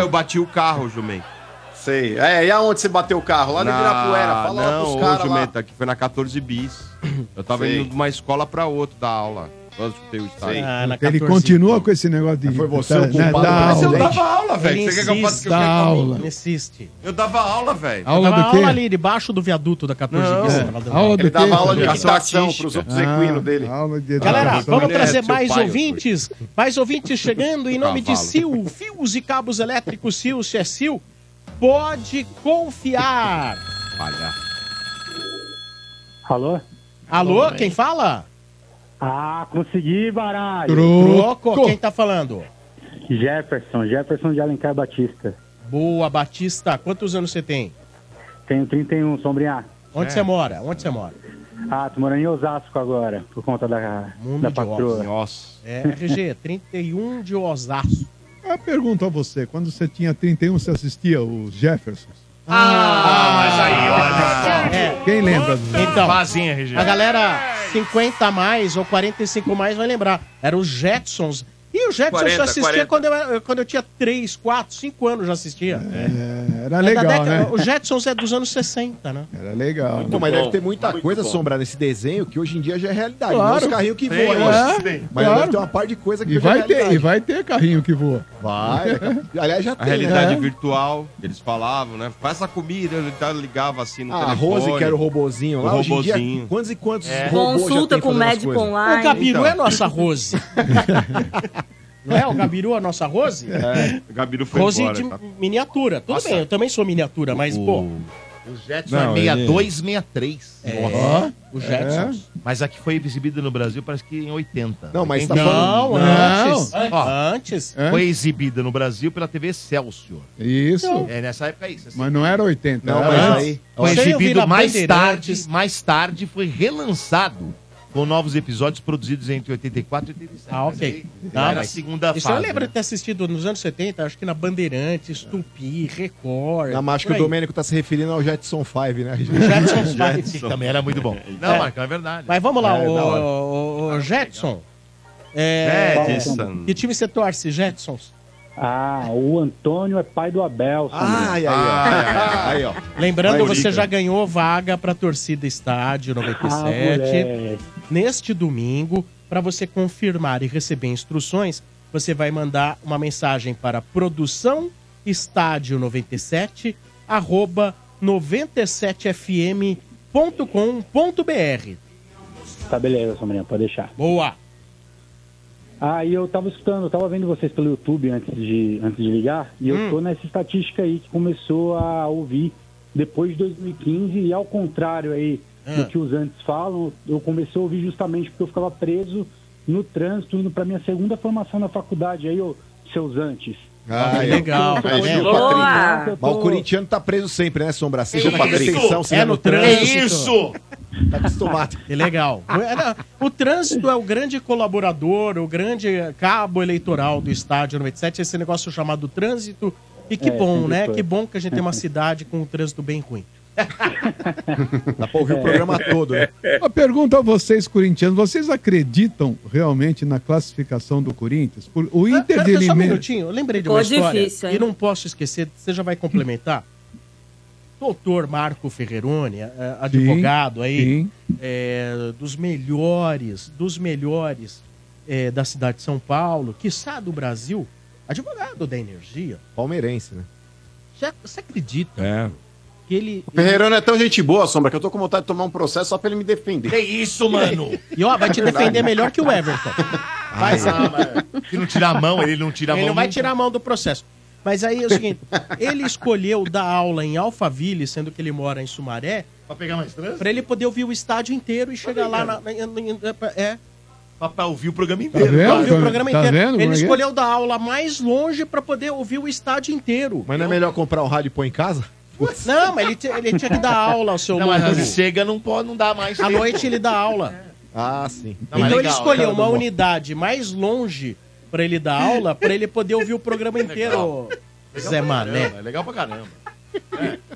Eu bati o carro, Jumento.
Sei. É, e aonde você bateu o carro? Lá no Ibirapuera. Fala lá
não,
pros
ô,
caras lá.
Jumento, aqui foi na 14 bis. Eu tava
Sei.
indo de uma escola pra outra da aula. Eu escutei o
Ah,
estádio.
ele continua com esse negócio de. tá, né, Foi
Ah, você o culpado. Mas eu dava aula, velho. Você quer que eu faça o que eu
Dá
quero pra mim?
aula.
Insiste.
Eu dava aula, velho.
Aula
eu tava
do quê?
aula ali debaixo do viaduto da 14
Não.
Bis,
É.
tava dando
Aula do
Ele
quê?
dava aula de
Educação
equitação
artística.
pros outros
Ah,
equinos dele.
aula de
Galera,
educação.
vamos trazer mais
pai,
ouvintes. Mais ouvintes chegando em nome de
Cavalo.
Sil, fios e cabos elétricos Sil, se é Sil, pode confiar.
Alô?
Alô, quem fala?
Ah, consegui, baralho.
Troco, quem tá falando?
Jefferson, Jefferson de Alencar Batista.
Boa, Batista. Quantos anos você tem?
Tenho 31, sombrinha.
Onde você mora? Onde você mora?
Ah, tô morando em Osasco agora, por conta da, da patroa.
Nossa.
É, RG, 31 de Osasco.
Eu pergunto É a você, quando você tinha 31, você assistia os Jeffersons?
Ah, É.
Quem lembra? do-
Então,
Vazinha, RG.
a galera 50 a mais ou 45 a mais vai lembrar. Era os Jetsons. E o Jetsons
40,
eu assistia
40.
quando eu, era- quando eu tinha 3, 4, 5 anos já assistia.
É, era
É da
legal,
década-
né?
O Jetsons é dos anos 60, né?
Era legal.
Então, mas
bom,
deve ter muita
muito
coisa
bom.
Sombra nesse desenho que hoje em dia já é realidade.
Claro.
Não os carrinhos que
Tem,
É,
voam.
hoje
né?
tem.
Mas
Claro.
deve ter uma parte de coisa que
E
hoje é
vai ter,
realidade.
e vai ter carrinho que voa.
Vai. Aliás, já
A
tem. né?
realidade virtual, eles falavam, né? Faz essa comida, ele tá- ligava assim no
Ah, a
telefone.
Rose, que era o robozinho lá.
O
hoje em dia,
robozinho.
quantos e quantos
É.
robôs já
Consulta
tem
com
fazendo as
médico
coisas?
O Gabiru
então.
é nossa Rose. Não é? O Gabiru é nossa Rose?
É, o Gabiru foi
Rose
embora.
de
tá?
miniatura. Tudo
Nossa.
bem, eu também sou miniatura, mas, pô.
O Jetson
Não,
é
ele-
62, 63.
É,
Nossa.
o Jetson.
Mas aqui foi exibido no Brasil, parece que em 80.
Não, mas tá
falando- Não,
antes.
antes.
Ó,
Antes.
Foi exibida no Brasil pela TV Excelsior.
Isso.
É nessa época aí. você
Mas não era 80,
Não,
era
mas
antes.
aí- Foi exibido mais tarde, mais tarde foi relançado com novos episódios produzidos entre 84 e 87.
Ah, ok.
Tá,
Tá,
era a
mas
segunda
Isso
fase. né?
eu lembro de ter assistido nos anos 70, acho que na Bandeirantes, Tupi, Record.
Não, mas acho que
por
o
aí.
Domênico tá se referindo ao Jetson 5, né?
Jetson Five.
Que também era muito bom. Não, Marcão, é verdade.
Mas vamos lá,
É,
o,
da hora.
o, o Jetson. É,
Jetson.
Que time você torce, Jetsons?
Ah, o Antônio é pai do Abel. sombrinha.
ai, ai, ai,
Aí, ó.
Lembrando,
Vai,
você
Liga.
já ganhou vaga para torcida estádio 97.
Ah, moleque.
Neste domingo, para você confirmar e receber instruções, você vai mandar uma mensagem para produção estádio 97 arroba 97fm globoesporte.com.br.
Tá beleza, Sombrinha, pode deixar.
Boa!
Ah, e eu tava escutando, eu tava vendo vocês pelo YouTube antes de, antes de ligar, e eu tô nessa estatística aí que começou a ouvir depois de 2015, e ao contrário aí do que os antes falam, eu comecei a ouvir justamente porque eu ficava preso no trânsito, indo pra minha segunda formação na faculdade, aí, ô, seus antes.
Ah,
é.
Aí eu-
legal,
eu tô-
tá
né,
vendo?
eu tô-
Boa!
eu tô-
Mas o corintiano tá preso sempre, né, Sombra? Seja
Que
pra
isso?
atenção,
É
seja
no
no trânsito.
trânsito. Isso!
Tá acostumado.
Que legal. É, O o trânsito é o grande colaborador, o grande cabo eleitoral do estádio 97, esse negócio chamado trânsito. E que
É,
bom,
sempre
né?
foi.
Que bom que a gente tem uma cidade com um trânsito bem ruim.
Dá pra ouvir o programa todo, né?
Uma pergunta a vocês, corintianos. Vocês acreditam realmente na classificação do Corinthians? Por- O Inter de
Pera, pera só um
Limeira...
minutinho, eu lembrei de uma
Ficou
história
difícil, hein?
e não posso esquecer, você já vai complementar. Doutor Marco Ferreroni, eh, advogado aí, eh, dos melhores, dos melhores eh, da cidade de São Paulo, quiçá do Brasil, advogado da energia.
É
Palmeirense, né?
Você você acredita
É.
que ele...
O Ferreirão é tão gente boa, Sombra, que eu tô com vontade de tomar um processo só pra ele me defender. É
Que isso, mano? E ó, vai te defender melhor que o Everton. Vai,
Ah,
Se não tirar a
mão, ele não tira a
Ele
mão
não vai
nunca.
tirar a mão do processo. Mas aí é o seguinte, ele escolheu dar aula em Alphaville, sendo que ele mora em Sumaré,
Pra pegar mais trânsito?
pra ele poder ouvir o estádio inteiro e
Tá
chegar lá na, na- na- é,
Pra, pra ouvir Tá, o programa
Pra
inteiro. tá?
ouvir
Pra
o programa inteiro. ele
escolheu.
escolheu dar aula mais longe pra poder ouvir o estádio inteiro.
Mas não é melhor comprar um rádio e pôr em casa?
Não, mas ele, ti- ele tinha que dar aula ao seu
Não, mas
aluno.
ele
chega, não pode, não dá mais.
À
tempo. É.
noite ele dá aula.
Ah, sim.
então ele escolheu uma unidade mais longe pra ele dar aula, pra ele poder ouvir o programa inteiro. Zé Mané.
É legal pra caramba.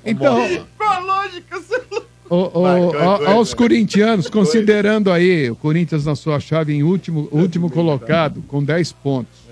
Então,
Qual a lógica,
Ô, ô, ó- aos corintianos, considerando aí o Corinthians na sua chave em último, último colocado, com 10 pontos.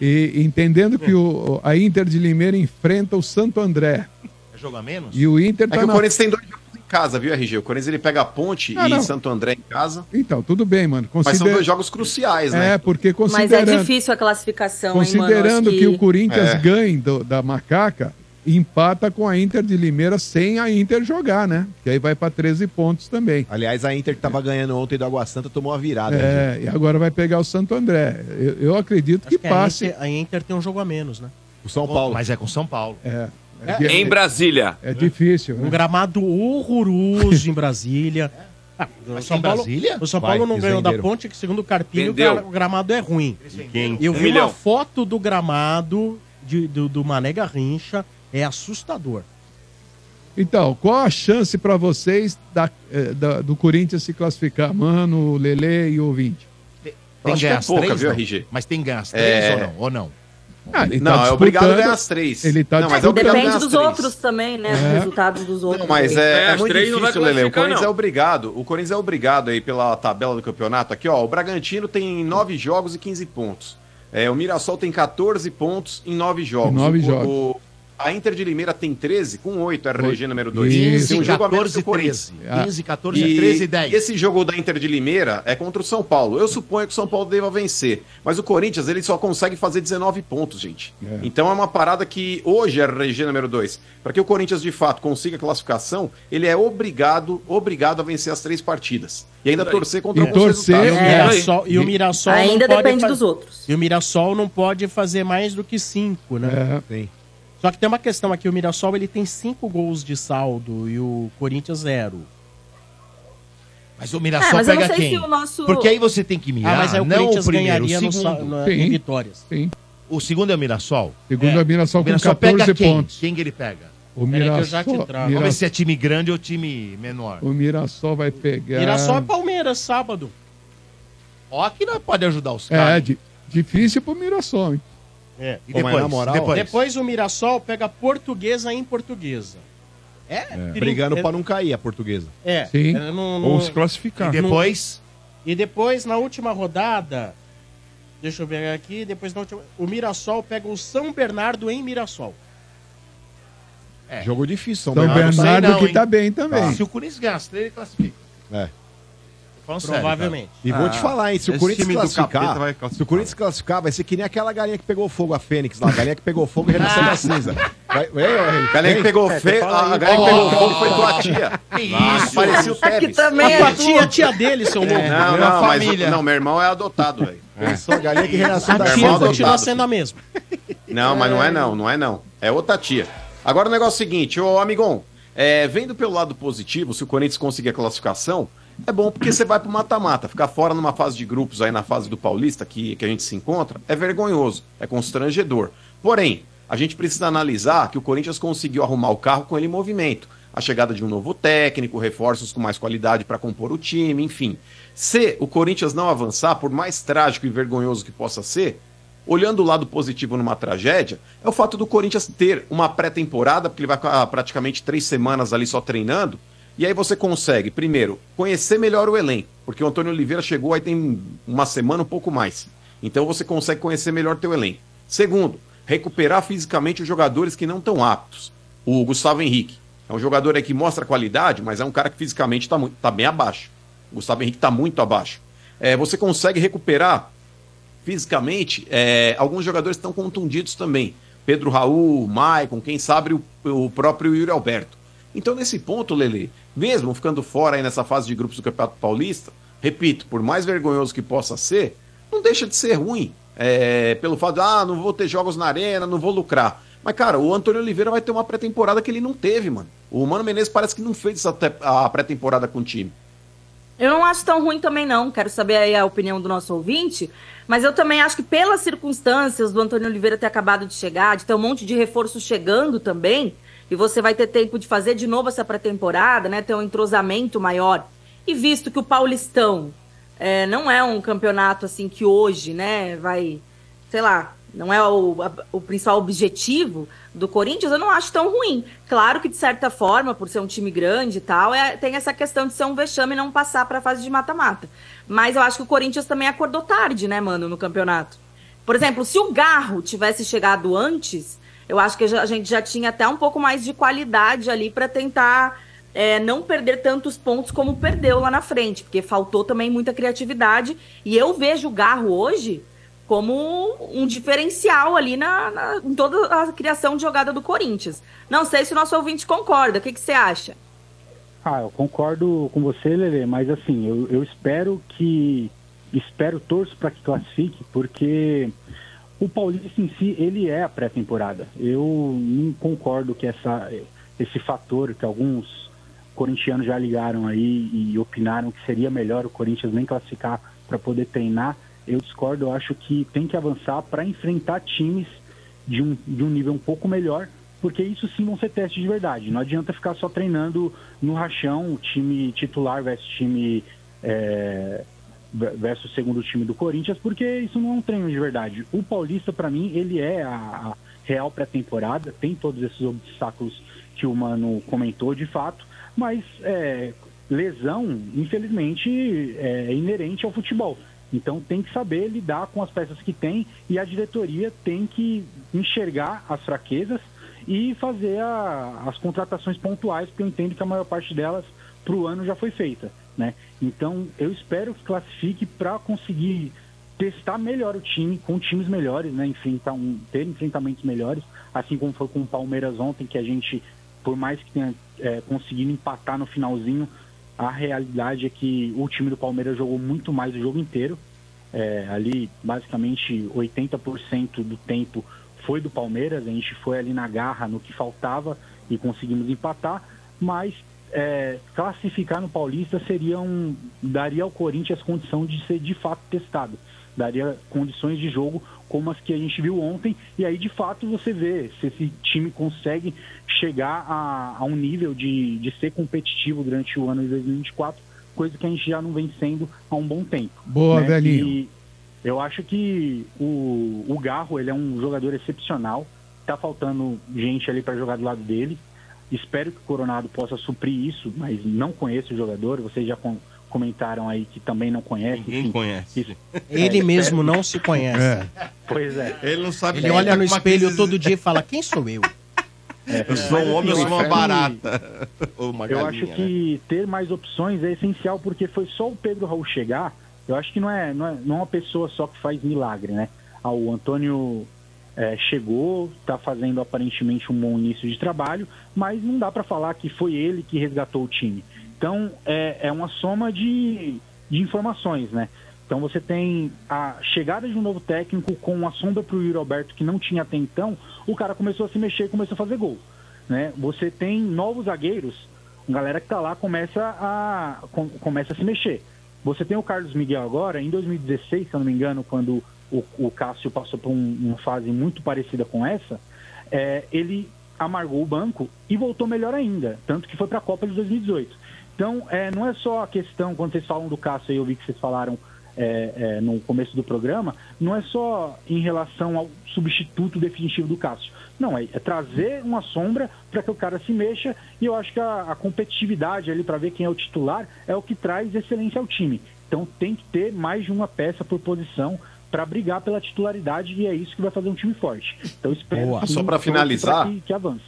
E entendendo que o, a Inter de Limeira enfrenta o Santo André.
É jogo a menos?
E o Inter
É
tá
que o
na-
Corinthians tem dois jogos em casa, viu, RG? O Corinthians ele pega a Ponte
Ah,
e
não.
Santo André em casa.
Então, tudo bem, mano.
Mas são
Consider-
dois jogos cruciais, né?
É, porque
Mas é
considerando,
difícil a classificação, hein, mano?
considerando
Acho
que... o Corinthians
É.
ganhe do- da Macaca, empata com a Inter de Limeira sem a Inter jogar, né? Que aí vai pra 13 pontos também.
Aliás, a Inter que tava ganhando ontem do Água Santa tomou uma virada.
É,
gente.
e agora vai pegar o Santo André. Eu, eu acredito que
Que a
passe.
Inter, a Inter tem um jogo a menos, né?
O São
Paulo. Mas é com São Paulo.
É.
Em Brasília.
É difícil.
Um gramado horroroso em Brasília. Ah, o
Mas
São
É. em
Paulo,
Brasília?
o São
Vai,
Paulo não
eles
ganhou da
venderam.
ponte, que segundo o Carpinho, o,
Vendeu.
gra- o gramado é ruim.
quem?
Eu
Um
vi
milhão.
uma foto do gramado de- do, do Mané Garrincha, é assustador.
Então, qual a chance para vocês da- eh, da- do Corinthians se classificar? Mano, Lele e ouvinte.
Tem
Acho que é
ganhar as
pouca,
três,
viu,
não?
RG?
Mas tem ganhar as três
É.
ou não? Ou não?
Ah, ele
Não,
tá
é obrigado a
disputando-
ganhar as três.
Ele tá
Não, mas
disputando-
é obrigado a
Depende
ganhar
dos
as três.
outros também, né? Dos
É.
resultados dos outros.
Mas
também.
é, é muito difícil, Lele. O Corinthians é obrigado. O Corinthians é obrigado aí pela tabela do campeonato. Aqui, ó. O Bragantino tem 9 jogos e 15 pontos. É, o Mirassol tem 14 pontos em 9 jogos.
Em nove
O- o-
jogos.
o- a Inter de Limeira tem 13 com é 8, RG número 2.
Isso.
Tem um jogo a menos
14,
que o Corinthians.
13. 15, 14, 13 e 10.
Esse jogo da Inter de Limeira é contra o São Paulo. Eu suponho que o São Paulo deva vencer. Mas o Corinthians, ele só consegue fazer 19 pontos, gente. Então é uma parada que hoje é RG número 2. Para que o Corinthians, de fato, consiga a classificação, ele é obrigado, obrigado a vencer as três partidas. E ainda
Peraí.
torcer contra
E
alguns
torcer,
resultados.
é.
Mirassol- e o Mirassol
Ainda
não pode
depende
fa-
dos outros.
E o Mirassol não pode fazer mais do que cinco, né?
É.
Só que tem uma questão aqui, o Mirassol ele tem cinco gols de saldo e o Corinthians zero.
Mas o Mirassol
É, mas eu não
pega
sei
quem?
se o nosso-
Porque aí você tem que mirar,
Ah, mas aí o
não o
Corinthians
primeiro, o
ganharia no
segundo.
sa- na- em Sim. vitórias.
Sim.
O segundo é o Mirassol?
Segundo é o Mirassol com 14
pega quem?
pontos.
Quem que ele pega?
O
Peraí que
Mirassol,
eu já te trago.
Mirassol-
Vamos ver se é time grande ou time menor.
O Mirassol vai pegar.
Mirassol é Palmeiras, sábado.
Ó, que não pode ajudar os caras.
É, di- difícil pro Mirassol, hein?
É.
E depois,
Depois.
depois.
Depois o Mirassol pega portuguesa em portuguesa. É, trin-
Brigando
é-
pra não cair a portuguesa.
É.
Sim.
é, não-
Ou
não-
se classificar.
não-
E depois?
E depois, na última rodada. Deixa eu ver aqui. Depois na última- o Mirassol pega o São Bernardo em Mirassol.
É.
É.
Jogo difícil, São, Ah,
São
Bernardo.
Bernardo
não,
que
hein?
tá bem também.
Se o Corinthians ganhar as três, ele classifica.
É.
falando sério, Provavelmente.
E vou te falar, hein? Se o
Ah. Esse
Corinthians
time do
classificar,
capeta vai classificar.
Se o Corinthians classificar, vai ser que nem aquela galinha que pegou fogo, a Fênix lá. A galinha que pegou fogo e renasceu da cinza. Vai, vai,
Galinha
vai,
que
vem.
pegou
É,
fe-
você fala
a
aí.
galinha que pegou
Oh.
fogo foi tua tia.
Que
Nossa,
isso?
Parecia o
É que
Tevez.
também A é tua tua. tia- tia dele, seu louco.
Não,
É a
não, mas
família.
o- não, meu irmão é adotado, velho.
É.
Sou a galinha que renasceu
A
da
tia
cinza.
continua sendo a mesma.
Não, mas não é não, não é não. É outra tia. Agora o negócio é o seguinte, ô amigão, é, vendo pelo lado positivo, se o Corinthians conseguir a classificação, é bom porque você vai pro mata-mata. Ficar fora numa fase de grupos aí na fase do Paulista, que, que a gente se encontra, é vergonhoso, é constrangedor. Porém, a gente precisa analisar que o Corinthians conseguiu arrumar o carro com ele em movimento. A chegada de um novo técnico, reforços com mais qualidade para compor o time, enfim. Se o Corinthians não avançar, por mais trágico e vergonhoso que possa ser, Olhando o lado positivo numa tragédia, é o fato do Corinthians ter uma pré-temporada, porque ele vai ficar ah, praticamente três semanas ali só treinando. E aí você consegue, primeiro, conhecer melhor o elenco, porque o Antônio Oliveira chegou aí tem uma semana, um pouco mais. Então você consegue conhecer melhor teu elenco. Segundo, recuperar fisicamente os jogadores que não estão aptos. O Gustavo Henrique é um jogador aí que mostra qualidade, mas é um cara que fisicamente está bem abaixo. O Gustavo Henrique está muito abaixo. É, você consegue recuperar fisicamente, é, alguns jogadores estão contundidos também. Pedro Raul, Maicon, quem sabe o, o próprio Yuri Alberto. Então, nesse ponto, Lele, mesmo ficando fora aí nessa fase de grupos do Campeonato Paulista, repito, por mais vergonhoso que possa ser, não deixa de ser ruim. é, pelo fato de, ah, não vou ter jogos na arena, não vou lucrar. Mas, cara, o Antônio Oliveira vai ter uma pré-temporada que ele não teve, mano. O Mano Menezes parece que não fez essa te- a pré-temporada com o time.
Eu não acho tão ruim também, não. Quero saber aí a opinião do nosso ouvinte. Mas eu também acho que, pelas circunstâncias do Antônio Oliveira ter acabado de chegar, de ter um monte de reforço chegando também, e você vai ter tempo de fazer de novo essa pré-temporada, né? Ter um entrosamento maior. E visto que o Paulistão é, não é um campeonato assim que hoje, né, vai, sei lá, não é o, a- o principal objetivo do Corinthians, eu não acho tão ruim. Claro que, de certa forma, por ser um time grande e tal, é- tem essa questão de ser um vexame e não passar para a fase de mata-mata. Mas eu acho que o Corinthians também acordou tarde, né, mano, no campeonato. Por exemplo, se o Garro tivesse chegado antes, eu acho que já- a gente já tinha até um pouco mais de qualidade ali para tentar é, não perder tantos pontos como perdeu lá na frente, porque faltou também muita criatividade. E eu vejo o Garro hoje como um diferencial ali na, na- em toda a criação de jogada do Corinthians. Não sei se o nosso ouvinte concorda, o que, que você acha?
Ah, eu concordo com você, Lele, mas assim, eu, eu espero que. Espero, torço para que classifique, porque o Paulista em si, ele é a pré-temporada. Eu não concordo que essa, esse fator que alguns corintianos já ligaram aí e opinaram que seria melhor o Corinthians nem classificar para poder treinar. Eu discordo, eu acho que tem que avançar para enfrentar times de um, de um nível um pouco melhor, porque isso sim vão ser testes de verdade. Não adianta ficar só treinando no rachão, o time titular versus time é, ve- versus segundo time do Corinthians, porque isso não é um treino de verdade. O Paulista, para mim, ele é a, a real pré-temporada, tem todos esses obstáculos que o Mano comentou de fato, mas é, lesão, infelizmente, é inerente ao futebol. Então tem que saber lidar com as peças que tem e a diretoria tem que enxergar as fraquezas e fazer a- as contratações pontuais, porque eu entendo que a maior parte delas para o ano já foi feita. Né? Então eu espero que classifique para conseguir testar melhor o time, com times melhores, né? Enfrentar um, ter enfrentamentos melhores, assim como foi com o Palmeiras ontem, que a gente, por mais que tenha é, conseguido empatar no finalzinho, a realidade é que o time do Palmeiras jogou muito mais o jogo inteiro. É, ali, basicamente, 80% do tempo foi do Palmeiras. A gente foi ali na garra, no que faltava e conseguimos empatar. Mas é, classificar no Paulista seria um, daria ao Corinthians condição de ser de fato testado. Daria condições de jogo como as que a gente viu ontem. E aí, de fato, você vê se esse time consegue chegar a, a um nível de, de ser competitivo durante o ano de 2024, coisa que a gente já não vem sendo há um bom tempo.
Boa, velhinho.
E- eu acho que o, o Garro ele é um jogador excepcional. Tá faltando gente ali para jogar do lado dele. Espero que o Coronado possa suprir isso, mas não conheço o jogador. Vocês já com- comentaram aí que também não conhecem.
Ninguém conhece.
Ele mesmo não se conhece.
Pois é.
Ele não sabe
Ele
quem
olha
tá
no
com uma
espelho
crise-
todo dia e fala: Quem sou eu?
Eu sou um
Mas,
homem, eu sou uma
assim, eu acho que-
barata. Ou uma
eu
galinha,
acho
né?
que ter mais opções é essencial, porque foi só o Pedro Raul chegar. Eu acho que não é, não é, não é uma pessoa só que faz milagre, né? Ah, o Antônio eh, chegou, está fazendo aparentemente um bom início de trabalho, mas não dá para falar que foi ele que resgatou o time. Então, é, é uma soma de, de informações, né? Então você tem a chegada de um novo técnico com uma sombra para o Yuri Alberto que não tinha até então, o cara começou a se mexer e começou a fazer gol. Né? Você tem novos zagueiros, a galera que tá lá começa a, com- começa a se mexer. Você tem o Carlos Miguel agora, em 2016, se eu não me engano, quando o, o Cássio passou por um- uma fase muito parecida com essa, é, ele amargou o banco e voltou melhor ainda, tanto que foi para a Copa de 2018. Então, é, não é só a questão, quando vocês falam do Cássio, aí eu vi que vocês falaram é, é, no começo do programa, não é só em relação ao substituto definitivo do Cássio. Não, é, é trazer uma sombra para que o cara se mexa e eu acho que a, a competitividade ali para ver quem é o titular é o que traz excelência ao time. Então tem que ter mais de uma peça por posição para brigar pela titularidade e é isso que vai fazer um time forte. Então espero
Boa.
sim,
Só pra
torço
finalizar,
pra que, que avance.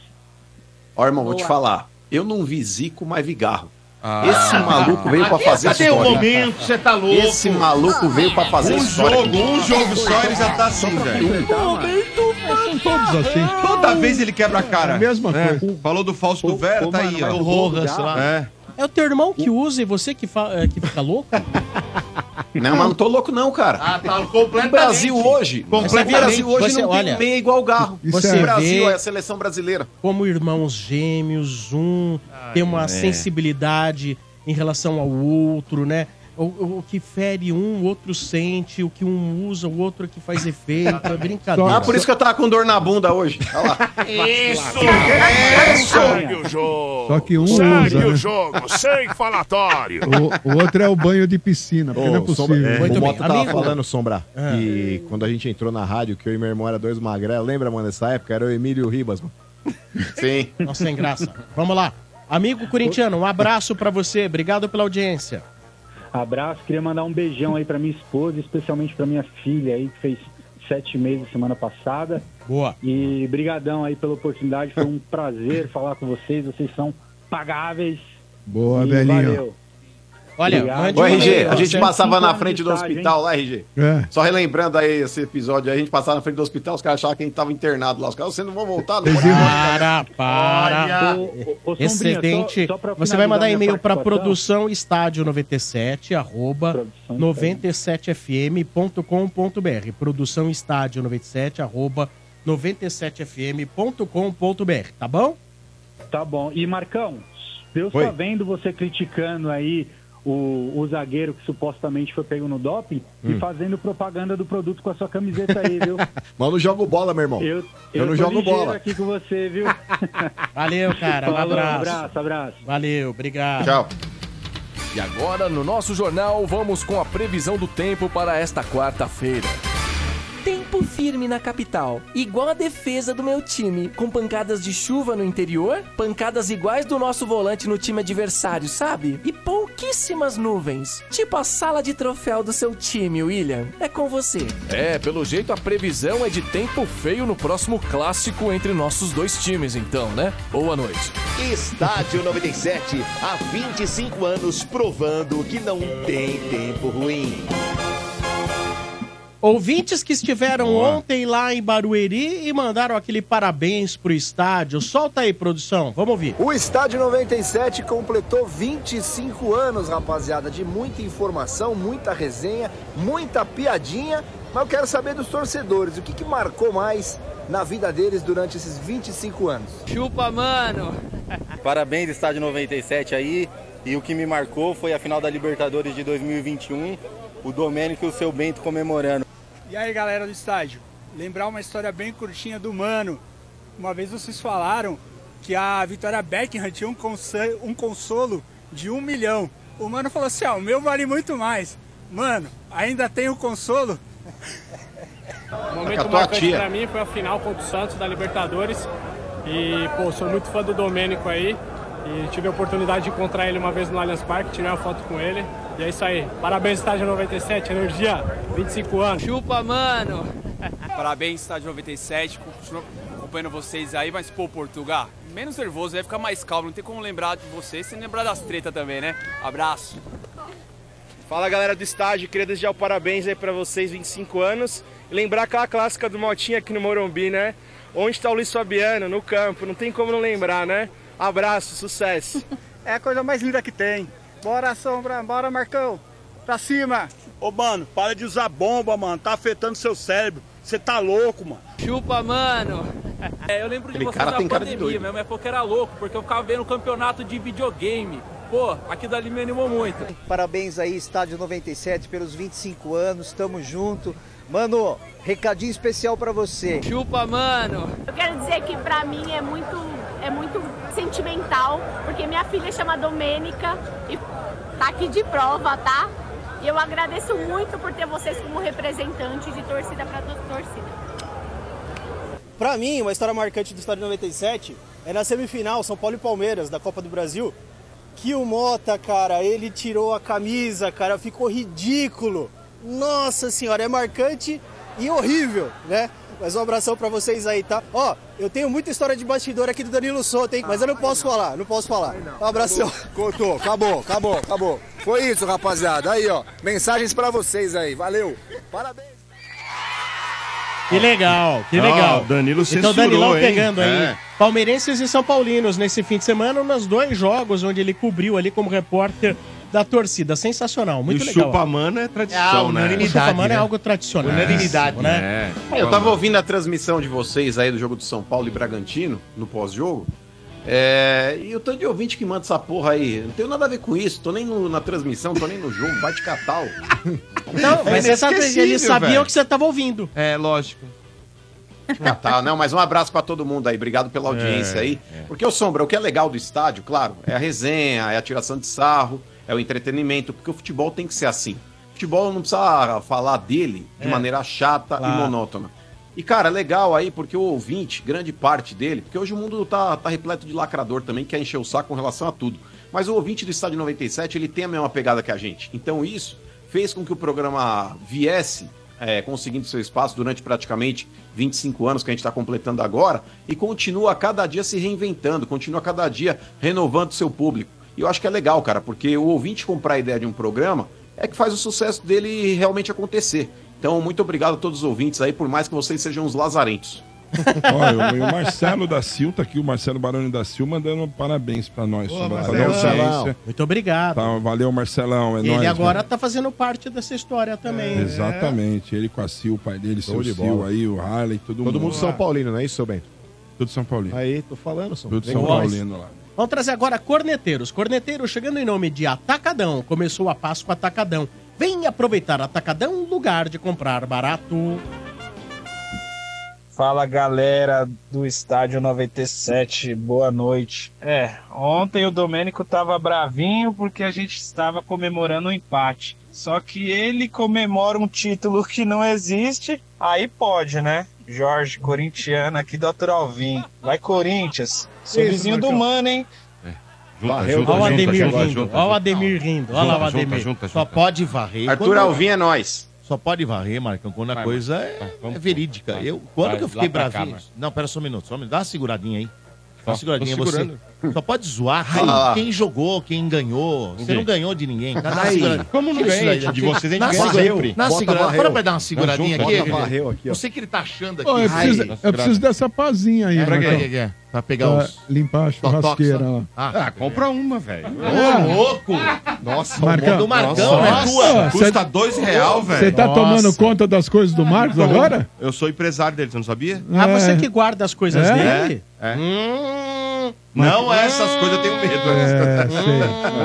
Ó, irmão, vou te
Boa.
falar. Eu não vi Zico, mas vi Garro.
Ah.
Esse maluco veio pra fazer
Cadê
história.
o momento? é Você tá louco?
Esse maluco veio pra fazer
Um
história.
jogo, um jogo só, ele já
tá
um
assim,
um
velho.
é
É, São todos assim.
Toda vez ele quebra a cara.
É a mesma
É.
coisa.
Falou do Fausto do Vera, tá aí, ó. É.
É o teu irmão que usa e você que, fa- eh, que fica louco?
Não, mas não tô louco não, cara.
Ah, tá completamente.
O Brasil hoje, o
Completamente.
Brasil hoje
Você
não
olha-
tem meia igual o Garro.
Você
o Brasil
vê-
é a seleção brasileira.
Como irmãos gêmeos, um tem uma
é.
sensibilidade em relação ao outro, né? O, o- o que fere um, o outro sente, o que um usa, o outro é que faz efeito. É brincadeira.
Ah, por isso que eu tava com dor na bunda hoje. Olha lá.
Isso!
Isso!
Segue o jogo!
Só que um
Segue
usa,
o
né?
jogo, sem falatório!
O, o outro é o banho de piscina, porque
Ô,
não é possível.
sombra- é,
Muito
o
bem.
Mota
Amigo,
tava falando, Sombra,
Ah.
que quando a gente entrou na rádio, que eu e meu irmão era dois magrelo, lembra, mano, dessa época? Era o Emílio Ribas, mano.
Sim.
Nossa, sem graça. Vamos lá. Amigo corintiano, um abraço pra você. Obrigado pela audiência.
Abraço, queria mandar um beijão aí pra minha esposa, especialmente pra minha filha aí que fez sete meses semana passada.
Boa.
E brigadão aí pela oportunidade, foi um prazer falar com vocês, vocês são pagáveis.
Boa,
E
velhinho.
valeu.
Olha,
mande
Ô,
um
RG,
e-mail,
a gente
ó,
passava
105
na
anos
frente
de
do
idade, hein?
tá,
hospital lá, RG.
É.
Só relembrando aí esse episódio aí, a gente passava na frente do hospital, os caras achavam que a gente tava internado lá. Os caras, vocês não vão voltar, não pode
Para, para.
Olha.
Ô, ô, Sombrinha,
Excedente.
só- só pra
Você vai mandar
finalizar
e-mail
minha
para
participação.
produção estádio 97 arroba 97fm.com.br. Produção estádio 97 arroba 97fm.com.br. Tá bom?
Tá bom. E Marcão, Deus
Oi.
tá vendo você criticando aí o, o zagueiro que supostamente foi pego no doping e
Hum.
fazendo propaganda do produto com a sua camiseta aí, viu?
Mas eu não jogo bola, meu irmão. Eu, não
tô
jogo
ligeiro
bola.
aqui com você, viu?
Valeu, cara. Um
Falou,
abraço.
abraço, abraço.
Valeu, obrigado.
Tchau.
E agora, no nosso jornal, vamos com a previsão do tempo para esta quarta-feira.
Tempo firme na capital, igual a defesa do meu time, com pancadas de chuva no interior, pancadas iguais do nosso volante no time adversário, sabe? E pouquíssimas nuvens, tipo a sala de troféu do seu time, William. É com você.
É, pelo jeito a previsão é de tempo feio no próximo clássico entre nossos dois times, então, né? Boa noite.
Estádio 97, há 25 anos provando que não tem tempo ruim.
Ouvintes que estiveram ontem lá em Barueri e mandaram aquele parabéns pro estádio. Solta aí, produção. Vamos ouvir.
O Estádio 97 completou 25 anos, rapaziada, de muita informação, muita resenha, muita piadinha. Mas eu quero saber dos torcedores, o que, que marcou mais na vida deles durante esses 25 anos?
Chupa, mano!
Parabéns, estádio 97 aí. E o que me marcou foi a final da Libertadores de 2021, o Domênico e o seu Bento comemorando.
E aí, galera do estádio, lembrar uma história bem curtinha do Mano. Uma vez vocês falaram que a Vitória Beckham tinha um, conse- um consolo de um milhão. O Mano falou assim, ó, o meu vale muito mais. Mano, ainda tem o consolo?
O
Com a
momento
tua
marcante
tia.
pra mim foi a final contra o Santos da Libertadores. E, pô, sou muito fã do Domênico aí. E tive a oportunidade de encontrar ele uma vez no Allianz Parque, tirei uma foto com ele. E é isso aí. Parabéns, estágio 97, energia, 25 anos.
Chupa, mano!
Parabéns, estádio 97, continua
acompanhando vocês aí, mas pô, Portugal, menos nervoso, vai ficar mais calmo, não tem como lembrar de vocês sem lembrar das tretas também, né? Abraço.
Fala galera do estádio, queria desejar o parabéns aí pra vocês, 25 anos. Lembrar aquela clássica do Maltinha aqui no Morumbi, né? Onde tá o Luiz Fabiano? No campo, não tem como não lembrar, né? Abraço, sucesso.
É a coisa mais linda que tem. Bora, Sombra, bora, Marcão. Pra cima. Ô, mano, para de usar bomba, mano. Tá afetando seu cérebro. Você tá louco, mano.
Chupa, mano! É, eu lembro
Aquele
de vocês
cara
na
tem cara de
pandemia,
doido.
minha
é
época era louco, porque eu ficava vendo campeonato de videogame. Pô, aquilo dali me animou muito.
Parabéns aí, Estádio 97, pelos 25 anos, tamo junto. Mano, recadinho especial pra você.
Chupa, mano!
Eu quero dizer que pra mim é muito, é muito sentimental, porque minha filha chama Domênica e tá aqui de prova, tá? E eu agradeço muito por ter vocês como representante de torcida pra to- torcida.
Pra mim, uma história marcante do Estádio 97 é na semifinal São Paulo e Palmeiras da Copa do Brasil, que o Mota, cara, ele tirou a camisa, cara, ficou ridículo. Nossa senhora, é marcante e horrível, né? Mas um abração pra vocês aí, tá? Ó, eu tenho muita história de bastidor aqui do Danilo Souto, hein? Mas eu não posso falar, não posso falar. Um abração.
Cortou, acabou, acabou, acabou. Foi isso, rapaziada. Aí, ó. Mensagens pra vocês aí. Valeu. Parabéns.
Que legal, que
Ah,
legal.
o Danilo
Então
censurou,
Danilão
hein?
pegando aí.
É.
Palmeirenses e São Paulinos nesse fim de semana, nos dois jogos onde ele cobriu ali como repórter da torcida. Sensacional, muito
E o
legal.
chupamana é tradição, né?
O chupamana é algo tradicional. né?
É, eu tava ouvindo a transmissão de vocês aí do jogo do São Paulo e Bragantino, no pós-jogo. É, e o tanto de ouvinte que manda essa porra aí. Não tenho nada a ver com isso. Tô nem no- na transmissão, tô nem no jogo. Bate catal.
É.
Não, mas você sabe, eles sabiam que você tava ouvindo.
É, lógico. Ah, tá, não, mas um abraço pra todo mundo aí. Obrigado pela audiência
É,
aí. Porque, ô Sombra, o que é legal do estádio, claro, é a resenha, é a tiração de sarro, é o entretenimento, porque o futebol tem que ser assim. Futebol não precisa falar dele de
É.
maneira chata e
Claro.
monótona. E, cara, é legal aí, porque o ouvinte, grande parte dele, porque hoje o mundo tá, tá repleto de lacrador também, que quer encher o saco com relação a tudo. Mas o ouvinte do Estádio 97, ele tem a mesma pegada que a gente. Então, isso fez com que o programa viesse é, conseguindo seu espaço durante praticamente 25 anos que a gente está completando agora e continua a cada dia se reinventando, continua a cada dia renovando seu público. E eu acho que é legal, cara, porque o ouvinte comprar a ideia de um programa é que faz o sucesso dele realmente acontecer. Então, muito obrigado a todos os ouvintes aí, por mais que vocês sejam uns lazarentos.
Olha, o, o Marcelo da Sil tá aqui, o Marcelo Baroni da Sil mandando parabéns pra nós.
Ô,
sobre a
Marcelão.
audiência.
Muito obrigado.
Tá, valeu, Marcelão. É
Ele
né?
nóis,
agora
mano.
tá fazendo parte dessa história também. né?
Exatamente, ele com a Sil, o pai dele,
Show
seu
de
Sil
bola.
aí, o Harley, todo mundo.
Todo mundo São
Paulino, não é isso, seu Bento? Tudo São Paulino.
Aí,
É.
tô falando, São
Tudo
Vem
São
com nós.
Paulino lá.
Vamos trazer agora Corneteiros. Corneteiros chegando em nome de Atacadão. Começou a Páscoa Atacadão. Vem aproveitar Atacadão, um lugar de comprar barato.
Fala galera do Estádio 97, boa noite. É, ontem o Domênico tava bravinho porque a gente estava comemorando um empate. Só que ele comemora um título que não existe, aí pode, né? Jorge, corintiano aqui do Arthur Alvim. Vai Corinthians, sou
Isso,
vizinho do
Marcão.
Mano, hein?
Olha o Ademir rindo. Olha o Ademir rindo. Olha lá o
Junta, junta,
Ademir.
junta,
Só
junta.
pode varrer.
Arthur Alvim
é nós.
Só pode varrer, Marcão, quando a
Vai,
coisa
Marcão.
é,
Vai, vamos,
é verídica.
vai.
eu, quando
Vai,
que eu fiquei
lá pra cá,
bravinho?
Marcão.
não, pera só um minuto, só um minuto. Dá uma seguradinha aí.
Ó,
Dá
tô
uma seguradinha você.
segurando.
Só pode zoar
Olha lá.
quem, quem jogou, quem ganhou. Você
Ninguém.
não ganhou de ninguém. Tá, Dá uma
Ai,
segurada-
como não
Isso
ganhei?
aí,
De vocês a gente
dá
ganha
segura-
sempre.
Dá uma
Bota
segurada.
varreu.
Bora pra dar uma
Não,
seguradinha
junta,
aqui.
bota varreu aqui, ó.
Não sei o que ele tá achando aqui.
Ô, eu,
Ai.
preciso, eu preciso dessa pazinha aí,
É, pra
Marcão.
quê, quê, quê? Pra pegar os
Limpar a churrasqueira
totox,
lá.
Ah, compra uma, velho.
Ah.
Ô, louco! Nossa,
Marcão.
do Marcão,
Nossa.
é
né? Tua.
Nossa.
Custa
Cê- tá-
dois real, velho.
Você tá
Nossa.
tomando conta das coisas do Marcos agora?
Eu sou empresário dele, você não sabia?
Ah, você que guarda as coisas
É?
dele? Hum.
É. Não, é essas coisas eu tenho medo.
É,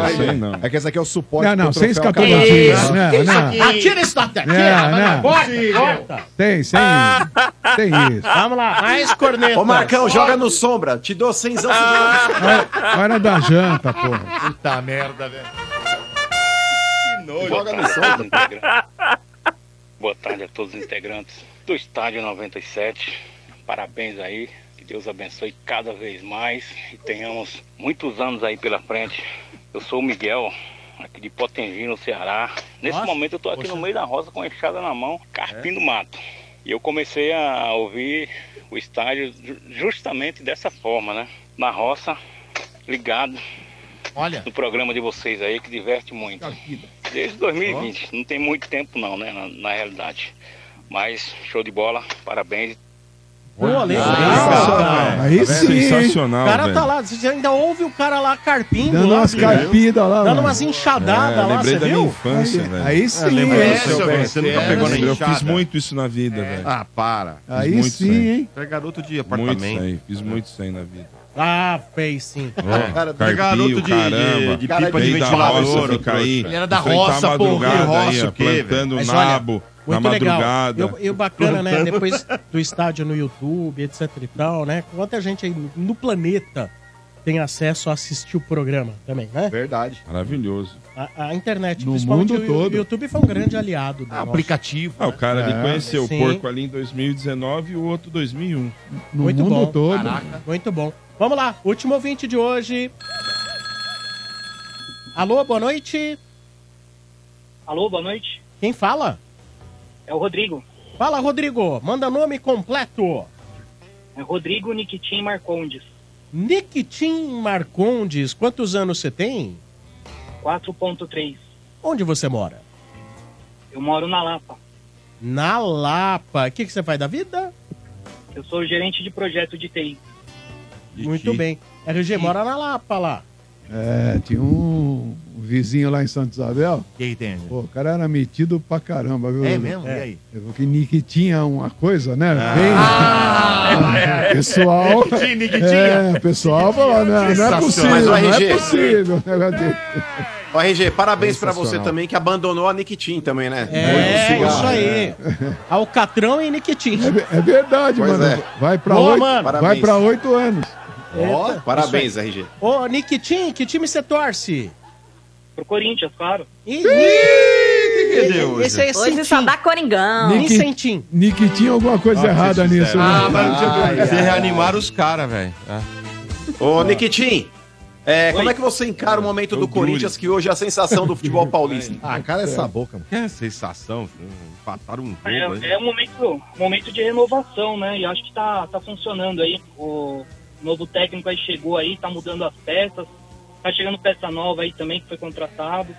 Ai,
sei.
não. É que essa aqui é o suporte.
Não, não,
pro
sem
troféu
escatologia,
Cabral.
né?
Que isso
Não.
aqui?
Ah, tira isso da
É,
tela.
Não,
Tira, vai,
né?
não.
vai, bota,
Possível.
bota.
Tem, sem, tem isso.
Vamos lá, mais corneta.
Ô, Marcão, joga no Sombra. Te dou 100
Ah.
Hora, hora da janta, porra.
Puta merda, velho.
Que nojo.
Joga no
Boa tarde, Boa tarde a todos os integrantes do Estádio 97. Parabéns aí. Que Deus abençoe cada vez mais e tenhamos muitos anos aí pela frente. Eu sou o Miguel, aqui de Potengi, no Ceará. Nesse
Nossa,
momento eu tô aqui
poxa.
no meio da roça com a enxada na mão, carpindo mato. E eu comecei a ouvir o estádio ju- justamente dessa forma, né? Na roça, ligado.
Olha.
No programa de vocês aí, que diverte muito. Desde 2020, não tem muito tempo não, né? Na, na realidade. Mas, show de bola, parabéns.
Boa, Lê.
Sensacional.
Aí
Tá vendo?
sim, hein?
Sensacional,
O cara
velho.
tá lá, você ainda ouve o cara lá carpindo.
Dando
lá,
umas
bicho.
carpidas lá,
Dando
mano.
umas enxadadas
É,
lá,
lembrei
Ah, você
da minha
viu?
infância, velho.
Aí sim,
É, lembra
hein?
do seu
Essa,
bem,
velho,
Você nunca
é,
pegou É. na
sim.
Eu fiz
Inchada.
muito isso na vida, velho.
Ah, para.
Fiz
Aí
muito
sim,
isso aí.
hein?
É garoto de
Muito
apartamento.
isso aí. Fiz muito isso aí na vida.
Ah, fez sim.
Ó, carpio, caramba.
de
Cara
pipa de
veio da
ventilador,
roça, fica
ô,
aí.
trouxa. Ele era da
Enfrentar
roça,
a
pô,
madrugada
que roça
aí, ó,
o quê, velho?
plantando
Mas olha,
nabo na
muito legal.
madrugada.
E o- E o bacana, né? Depois do estádio no YouTube, etc e tal, né? Quanta gente aí no planeta tem acesso a assistir o programa também, né?
Verdade. Maravilhoso.
A, a internet,
No
principalmente
mundo
o,
todo.
o YouTube foi um grande aliado do nosso.
aplicativo.
Ah, o cara
É.
ali conheceu
Sim.
o porco ali em 2019 e o outro 2001.
Muito bom. Muito bom. Vamos lá, último ouvinte de hoje. Alô, boa noite.
Alô, boa noite.
Quem fala?
É o Rodrigo.
Fala, Rodrigo. Manda nome completo.
É Rodrigo Nikitin Marcondes.
Nikitin Marcondes, quantos anos você tem?
4.3.
Onde você mora?
Eu moro na Lapa.
Na Lapa. O que, que você faz da vida?
Eu sou gerente de projeto de TI.
Muito bem. RG mora na Lapa lá.
É, tinha um vizinho lá em Santa Isabel.
Quem tem?
Pô, o cara era metido pra caramba, viu?
É mesmo? E aí?
Eu, que Nick tinha uma coisa, né? Bem- Ah, pessoal.
Nick, Nick
é,
tinha.
o pessoal falou, não, não é
Sensacional.
possível,
Mas o
não
RG.
é possível. o negócio dele.
Ó, RG, parabéns pra você
Sensacional.
também que abandonou a Nikitin também, né?
É,
Muito cigarro,
isso aí.
né?
Alcatrão e Niquitim.
É verdade,
Pois
mano.
é.
Vai pra
Boa,
oito,
mano.
vai
Parabéns.
pra oito anos.
Ó,
Eita,
parabéns,
isso aí.
RG.
Ô, Nikitin, que time você torce?
Pro Corinthians, claro.
Ih,
que
deu hoje? Esse é
Hoje só dá Coringão.
Nick,
Nick tinha alguma coisa errada nisso. né?
Ah, mas não tinha dúvida. Vocês reanimaram
os caras, velho. Ô, Nikitin, é, como é que você encara o momento do Corinthians, que hoje é a sensação do futebol paulista?
Ah,
cara, essa boca,
mano. Que é sensação, filho. empataram um jogo.
É,
né?
é um momento, momento de renovação, né? E acho que tá, tá funcionando aí. O novo técnico aí chegou aí, tá mudando as peças. Tá chegando peça nova aí também, que foi contratado.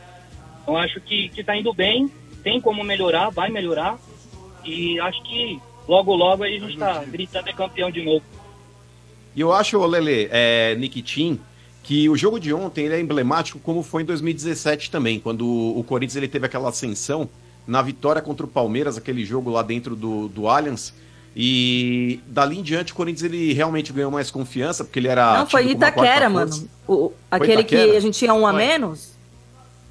Então acho que, que tá indo bem. Tem como melhorar, vai melhorar. E acho que logo, logo aí a gente tá gritando é campeão de novo.
E eu acho, ô, Lele, é, Nikitin, que o jogo de ontem ele é emblemático, como foi em 2017 também, quando o Corinthians ele teve aquela ascensão na vitória contra o Palmeiras, aquele jogo lá dentro do, do Allianz. E dali em diante o Corinthians ele realmente ganhou mais confiança, porque ele era.
Não, foi
tido como a quarta
Itaquera,
força.
mano. O- o- aquele
Itaquera?
que a gente tinha um a menos.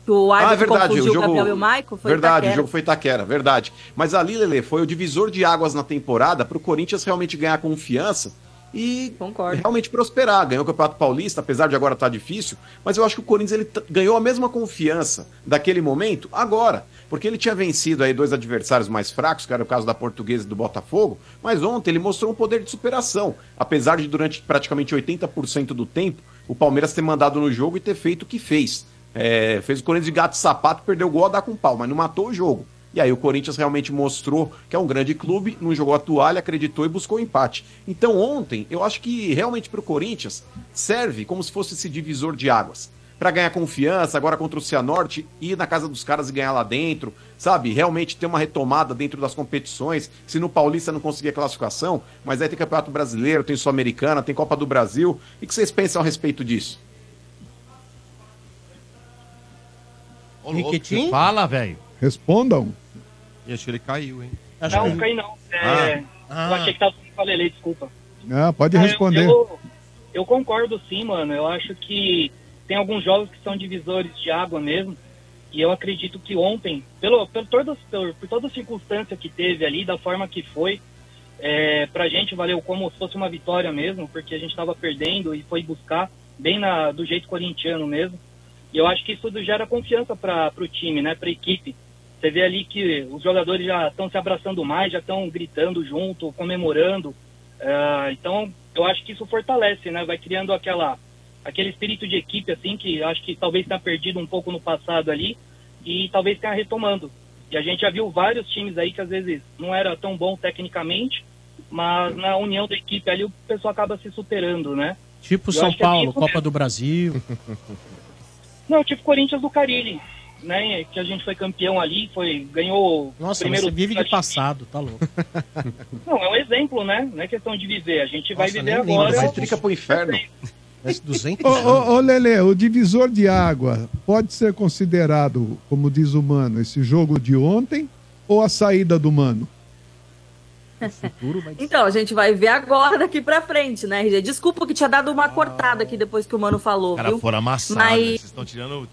Que o
Ah, é
árbitro
verdade.
confundiu
O
o,
jogo...
Gabriel e o Maico. Foi
verdade,
Itaquera.
o jogo foi Itaquera, verdade. Mas ali, Lele, foi o divisor de águas na temporada para o Corinthians realmente ganhar confiança e realmente prosperar. Ganhou o Campeonato Paulista, apesar de agora estar difícil, mas eu acho que o Corinthians ele t- ganhou a mesma confiança daquele momento agora. Porque ele tinha vencido aí dois adversários mais fracos, que era o caso da Portuguesa e do Botafogo, mas ontem ele mostrou um poder de superação. Apesar de durante praticamente 80% do tempo o Palmeiras ter mandado no jogo e ter feito o que fez. É, fez o Corinthians de gato e sapato, perdeu o gol a dar com pau, mas não matou o jogo. E aí o Corinthians realmente mostrou que é um grande clube, não jogou a toalha, acreditou e buscou o empate. Então ontem, eu acho que realmente pro Corinthians serve como se fosse esse divisor de águas. Pra ganhar confiança, agora contra o Cianorte, ir na casa dos caras e ganhar lá dentro, sabe? Realmente ter uma retomada dentro das competições. Se no Paulista não conseguir a classificação, mas aí tem Campeonato Brasileiro, tem Sul-Americana, tem Copa do Brasil. O que vocês pensam a respeito disso?
Nikitin?
Fala, velho.
Respondam.
E acho que ele caiu, hein?
não, caí não. É, Eu achei que tava falando com a Lele, desculpa.
Ah, pode responder.
Eu, eu concordo sim, mano. Eu acho que tem alguns jogos que são divisores de água mesmo. E eu acredito que ontem, pelo, pelo todas, pelo- por toda a circunstância que teve ali, da forma que foi, é, pra gente valeu como se fosse uma vitória mesmo, porque a gente tava perdendo e foi buscar bem na, do jeito corintiano mesmo. E eu acho que isso tudo gera confiança para o time, né, para equipe. Você vê ali que os jogadores já estão se abraçando mais, já estão gritando junto, comemorando. Ah, então, eu acho que isso fortalece, né? Vai criando aquela, aquele espírito de equipe, assim, que eu acho que talvez tenha perdido um pouco no passado ali e talvez tenha retomando. E a gente já viu vários times aí que às vezes não era tão bom tecnicamente, mas na união da equipe ali o pessoal acaba se superando, né?
Tipo
Eu
São
acho que é bem
Paulo,
isso
Copa do Brasil.
Não, tipo Corinthians do Carilli, né? Que a gente foi campeão ali, foi, ganhou o
Nossa, mas
primeiro
você vive de passado, tá louco.
Não, é um exemplo, né? Não é questão de viver. A gente vai
Nossa,
viver
nem lembro
agora.
disso.
Vai
Vai trica
pro inferno.
Parece 200
Ô,
anos.
ô, ô, Lele, o divisor de água pode ser considerado, como diz o Mano, esse jogo de ontem ou a saída do Mano?
Então, a gente vai ver agora daqui pra frente, né, RG? Desculpa que tinha dado uma cortada aqui depois que o Mano falou,
Cara,
viu?
foram amassados. né? Vocês
Mas,
estão tirando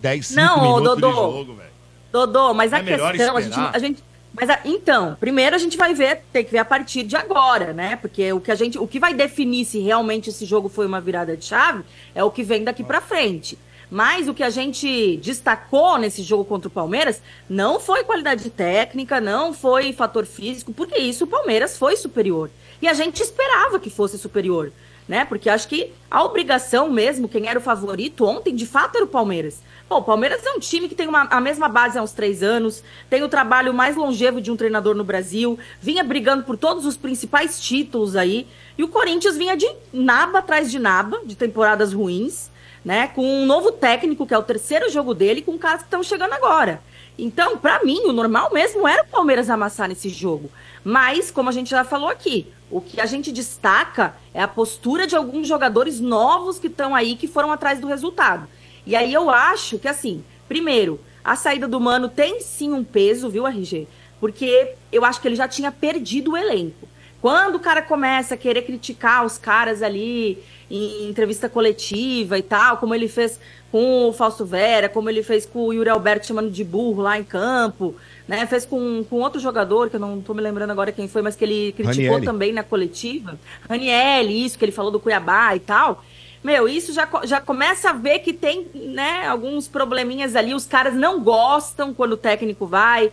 10, 5
Não, ô,
minutos
Dodô.
de jogo, velho.
Dodô, mas
É
a
melhor
questão, a gente,
esperar.
a gente- Mas a- então, primeiro a gente vai ver, tem que ver a partir de agora, né? Porque o que a gente, o que vai definir se realmente esse jogo foi uma virada de chave é o que vem daqui pra frente. Mas o que a gente destacou nesse jogo contra o Palmeiras não foi qualidade técnica, não foi fator físico, porque isso o Palmeiras foi superior. E a gente esperava que fosse superior, né? Porque acho que a obrigação mesmo, quem era o favorito ontem, de fato era o Palmeiras. Bom, o Palmeiras é um time que tem uma- a mesma base há uns três anos, tem o trabalho mais longevo de um treinador no Brasil, vinha brigando por todos os principais títulos aí, e o Corinthians vinha de naba atrás de naba, de temporadas ruins, né? Com um novo técnico, que é o terceiro jogo dele, com caras que estão chegando agora. Então, pra mim, o normal mesmo era o Palmeiras amassar nesse jogo. Mas, como a gente já falou aqui, o que a gente destaca é a postura de alguns jogadores novos que estão aí, que foram atrás do resultado. E aí eu acho que, assim, primeiro, a saída do Mano tem sim um peso, viu, RG? Porque eu acho que ele já tinha perdido o elenco. Quando o cara começa a querer criticar os caras ali em entrevista coletiva e tal, como ele fez com o Fausto Vera, como ele fez com o Yuri Alberto chamando de burro lá em campo, né? Fez com, com outro jogador, que eu não tô me lembrando agora quem foi, mas que ele criticou
Ranieri.
também na coletiva. Ranielli, isso que ele falou do Cuiabá e tal. Meu, isso já, co- já começa a ver que tem né, alguns probleminhas ali. Os caras não gostam quando o técnico vai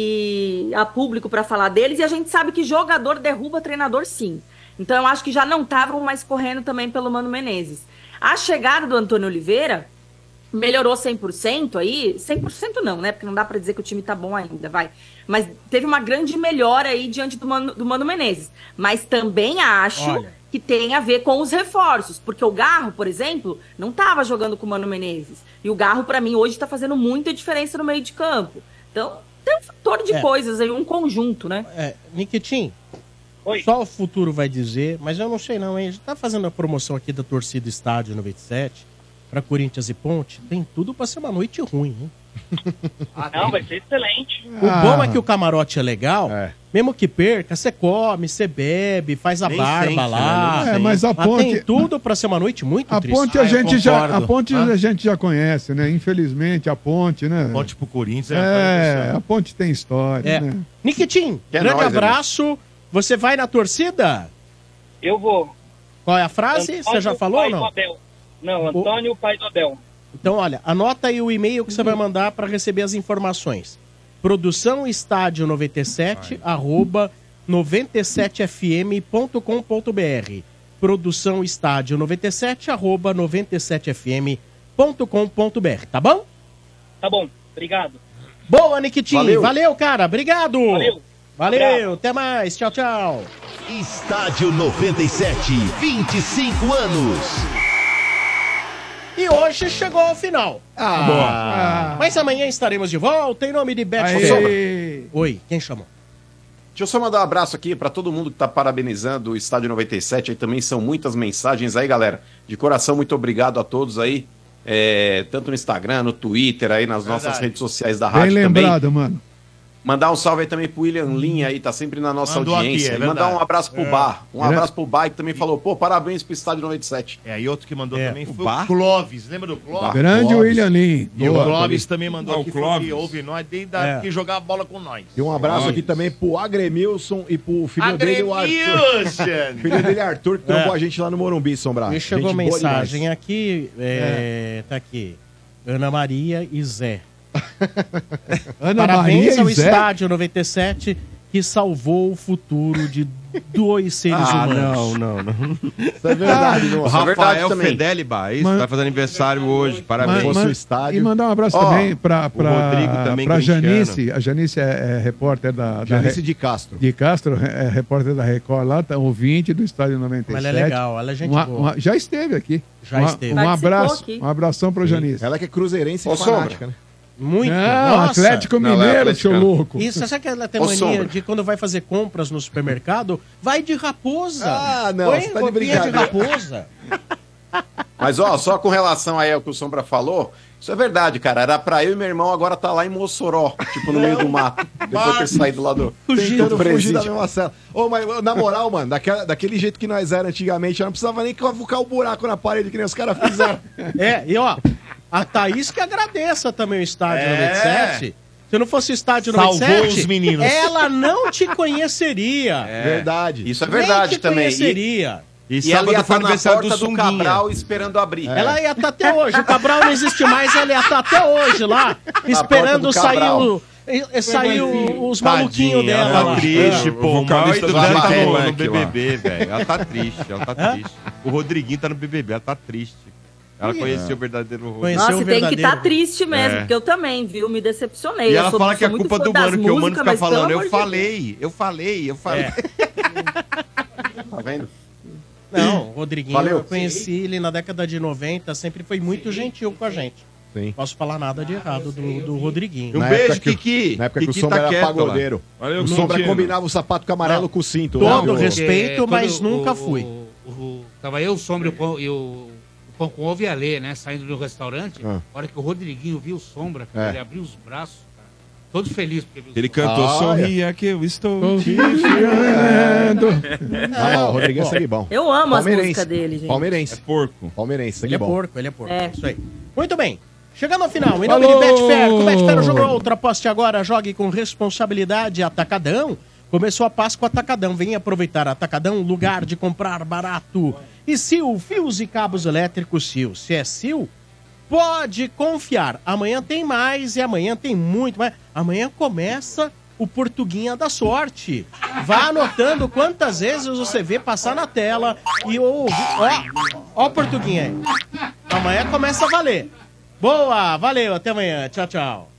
e há público para falar deles. E a gente sabe que jogador derruba treinador, sim. Então, eu acho que já não estavam mais correndo também pelo Mano Menezes. A chegada do Antônio Oliveira melhorou 100% aí, 100% não, né? Porque não dá pra dizer que o time tá bom ainda, vai. Mas teve uma grande melhora aí diante do Mano, do Mano Menezes. Mas também acho
Olha.
que tem a ver com os reforços, porque o Garro, por exemplo, não tava jogando com o Mano Menezes. E o Garro pra mim hoje tá fazendo muita diferença no meio de campo. Então, tem um fator de
É.
coisas aí, um conjunto, né?
É, Nikitin, só o futuro vai dizer, mas eu não sei não, hein? A gente tá fazendo a promoção aqui da torcida Estádio 97 pra Corinthians e Ponte. Tem tudo pra ser uma noite ruim, hein?
Não, vai ser excelente.
O
Ah.
bom é que o camarote é legal. Mesmo que perca, você come, você bebe, faz a
Nem
barba
sente,
lá.
né? É, mas a
Tem
ponte-
tudo pra ser uma noite muito
A
triste. Ah,
ponte, a, gente já, a ponte a gente já conhece, né? Infelizmente, a ponte, né?
Ponte pro Corinthians.
É, a ponte tem história,
É.
né?
Nikitin,
Que é
grande
nóis,
abraço. Você vai na torcida?
Eu vou.
Qual é a frase? você já falou ou
pai
não?
Do Abel. Não, Antônio, pai do Abel.
Então, olha, anota aí o e-mail que você vai mandar para receber as informações. Produção estádio 97 arroba 97fm.com.br. Produção estádio 97 arroba 97fm.com.br. Tá bom?
Tá bom, obrigado.
Boa, Nikitin. Valeu.
Valeu.
cara. Obrigado.
Valeu.
Valeu. Até mais. Tchau, tchau.
Estádio 97, 25 anos.
E hoje chegou ao final.
Ah.
Boa. Mas amanhã estaremos de volta em nome de Betfair. Oi, quem chamou?
Deixa eu só mandar um abraço aqui pra todo mundo que tá parabenizando o Estádio 97. Aí também são muitas mensagens aí, galera. De coração, muito obrigado a todos aí. é, tanto no Instagram, no Twitter, aí nas nossas
Verdade.
redes sociais da
Bem
rádio também.
lembrado, mano.
Mandar um salve aí também pro William
Hum.
Lin aí, tá sempre na nossa
Mandou
audiência.
aqui, é
E mandar um
verdade.
abraço pro
É.
Bar. Um
Grande-
abraço pro Bar que também falou, pô, parabéns pro Estádio 97.
É, e outro que mandou também
o
foi o
Bar?
Clóvis. Lembra do Clóvis?
Grande
Clóvis.
William Lin.
E
Boa.
o Clóvis também mandou
Ah, o
aqui, falou
Clóvis.
que houve nós desde a-
É.
que jogava bola com nós.
E um abraço
Olha.
aqui também pro Agremilson e pro filho dele, o
Agremilson! É.
Arthur. filho dele, Arthur, que trombou a gente lá no Morumbi, Sombra.
Me chegou
Ah, Gente boa
mensagem
demais.
aqui, é, tá aqui. Ana Maria e Zé.
Ana
Parabéns
Maria
ao
e Zé?
Estádio 97 que salvou o futuro de dois seres
Ah,
humanos.
não, não.
Isso é verdade,
Ah,
não. Isso é
Rafael
verdade também.
Fedeliba, é isso?
Mas-
vai fazer aniversário hoje. Parabéns.
Mas- mas- E mandar um abraço
Ó,
também para
o Rodrigo também
para
corintiano.
Janice. A Janice é, é repórter da, da
Janice
Re-
de Castro.
De Castro, é é repórter da Record lá, tá, ouvinte do Estádio 97.
Ela é legal, ela é gente
Uma-
boa.
uma- já esteve aqui.
Já
Uma-
esteve.
Um
Participou
abraço,
aqui.
um abração para Janice.
Ela que é cruzeirense
Ô,
e fanática,
Sombra.
né?
Muito.
Não,
Nossa.
Atlético
Não, ela é
Mineiro, seu
atleticana.
louco.
Isso, sabe que ela tem
Ô,
mania
Sombra.
de quando vai fazer compras no supermercado, vai de raposa.
Ah, não,
Põe
você tá de
roupinha de
brincadeira.
raposa.
Mas ó, só com relação aí ao que o Sombra falou, isso é verdade, cara. Era pra eu e meu irmão, agora tá lá em Mossoró, tipo no meio do mato. Depois de ter saído lá do,
Tentando
do
fugir da
presídio.
mesma cela. Ô, mas na moral, mano, daquela- daquele jeito que nós era antigamente, eu não precisava nem cavucar o buraco na parede que nem os caras fizeram.
É, e ó, a Thaís que agradeça também o Estádio
É.
97. Se não fosse o Estádio
Salvou
97,
os meninos.
ela não te conheceria.
É.
Verdade.
Isso é verdade
Nem te
também.
conheceria.
E, e ela ia estar na porta do, É. Cabral
e...
esperando abrir.
Ela ia estar até hoje. O Cabral não existe mais, ela ia estar até hoje lá, esperando
porta do
sair
Cabral.
o... e- e Sair o- os maluquinhos
Tadinha,
dela.
Ela
lá.
tá triste,
É.
pô. O vocalista do
Zé
Zé tá no- no
Moleque lá.
BBB, velho. Ela tá triste, ela tá triste. O Rodriguinho tá no BBB, ela tá triste. Ela
Ih.
conheceu
É.
o verdadeiro Rodrigo.
Nossa, e tem que tá estar triste mesmo,
É.
porque eu também, viu? Me decepcionei.
E
Eu
ela
sou-
fala que
sou
é
muito
culpa
fã
do
das
mano, que o mano
músicas,
fica
mas, pelo
falando.
amor
Eu
de
falei, eu falei, eu falei.
É.
Tá vendo?
Não, o Rodriguinho,
Valeu.
eu conheci ele na década de 90, sempre foi muito gentil com a gente. Não posso falar nada de errado do, do Rodriguinho.
Um
Na época que o- Na época que o
tá
Sombra era pagodeiro.
Valeu,
o Sombra
Quintino.
combinava o sapato com amarelo com o cinto.
Todo
né, meu?
respeito,
Porque
mas
quando
nunca
o-
fui.
O, o- tava eu, o Sombra e o Pão, e o- o Pão com Ovo e a Lê, né? Saindo do restaurante.
Ah.
A hora que o Rodriguinho viu o Sombra, cara,
É.
ele abriu os braços, cara. Todo feliz porque viu o
Ele
Sombra.
cantou Sorria que eu estou te
enfiando.
enfiando.
Ah, não, o Rodriguinho é sangue bom.
Eu amo as
Palmeirense.
músicas dele, gente.
Palmeirense. É
porco.
Palmeirense, sangue
Ele é
bom.
porco, ele é porco.
É.
Isso aí. Muito bem. Chegando ao final, em nome
Falou!
de Betfair, é com Betfair jogou outra, aposte agora, jogue com responsabilidade, Atacadão. Começou a Páscoa Atacadão, vem aproveitar Atacadão, lugar de comprar barato. E Sil, fios e cabos elétricos Sil, se é Sil, pode confiar. Amanhã tem mais e amanhã tem muito mais. Amanhã começa o Portuguinha da Sorte. Vá anotando quantas vezes você vê passar na tela e ouvir. Ó, ó o
Ah,
Portuguinha aí. Amanhã começa a valer. Boa, valeu, até amanhã. Tchau, tchau.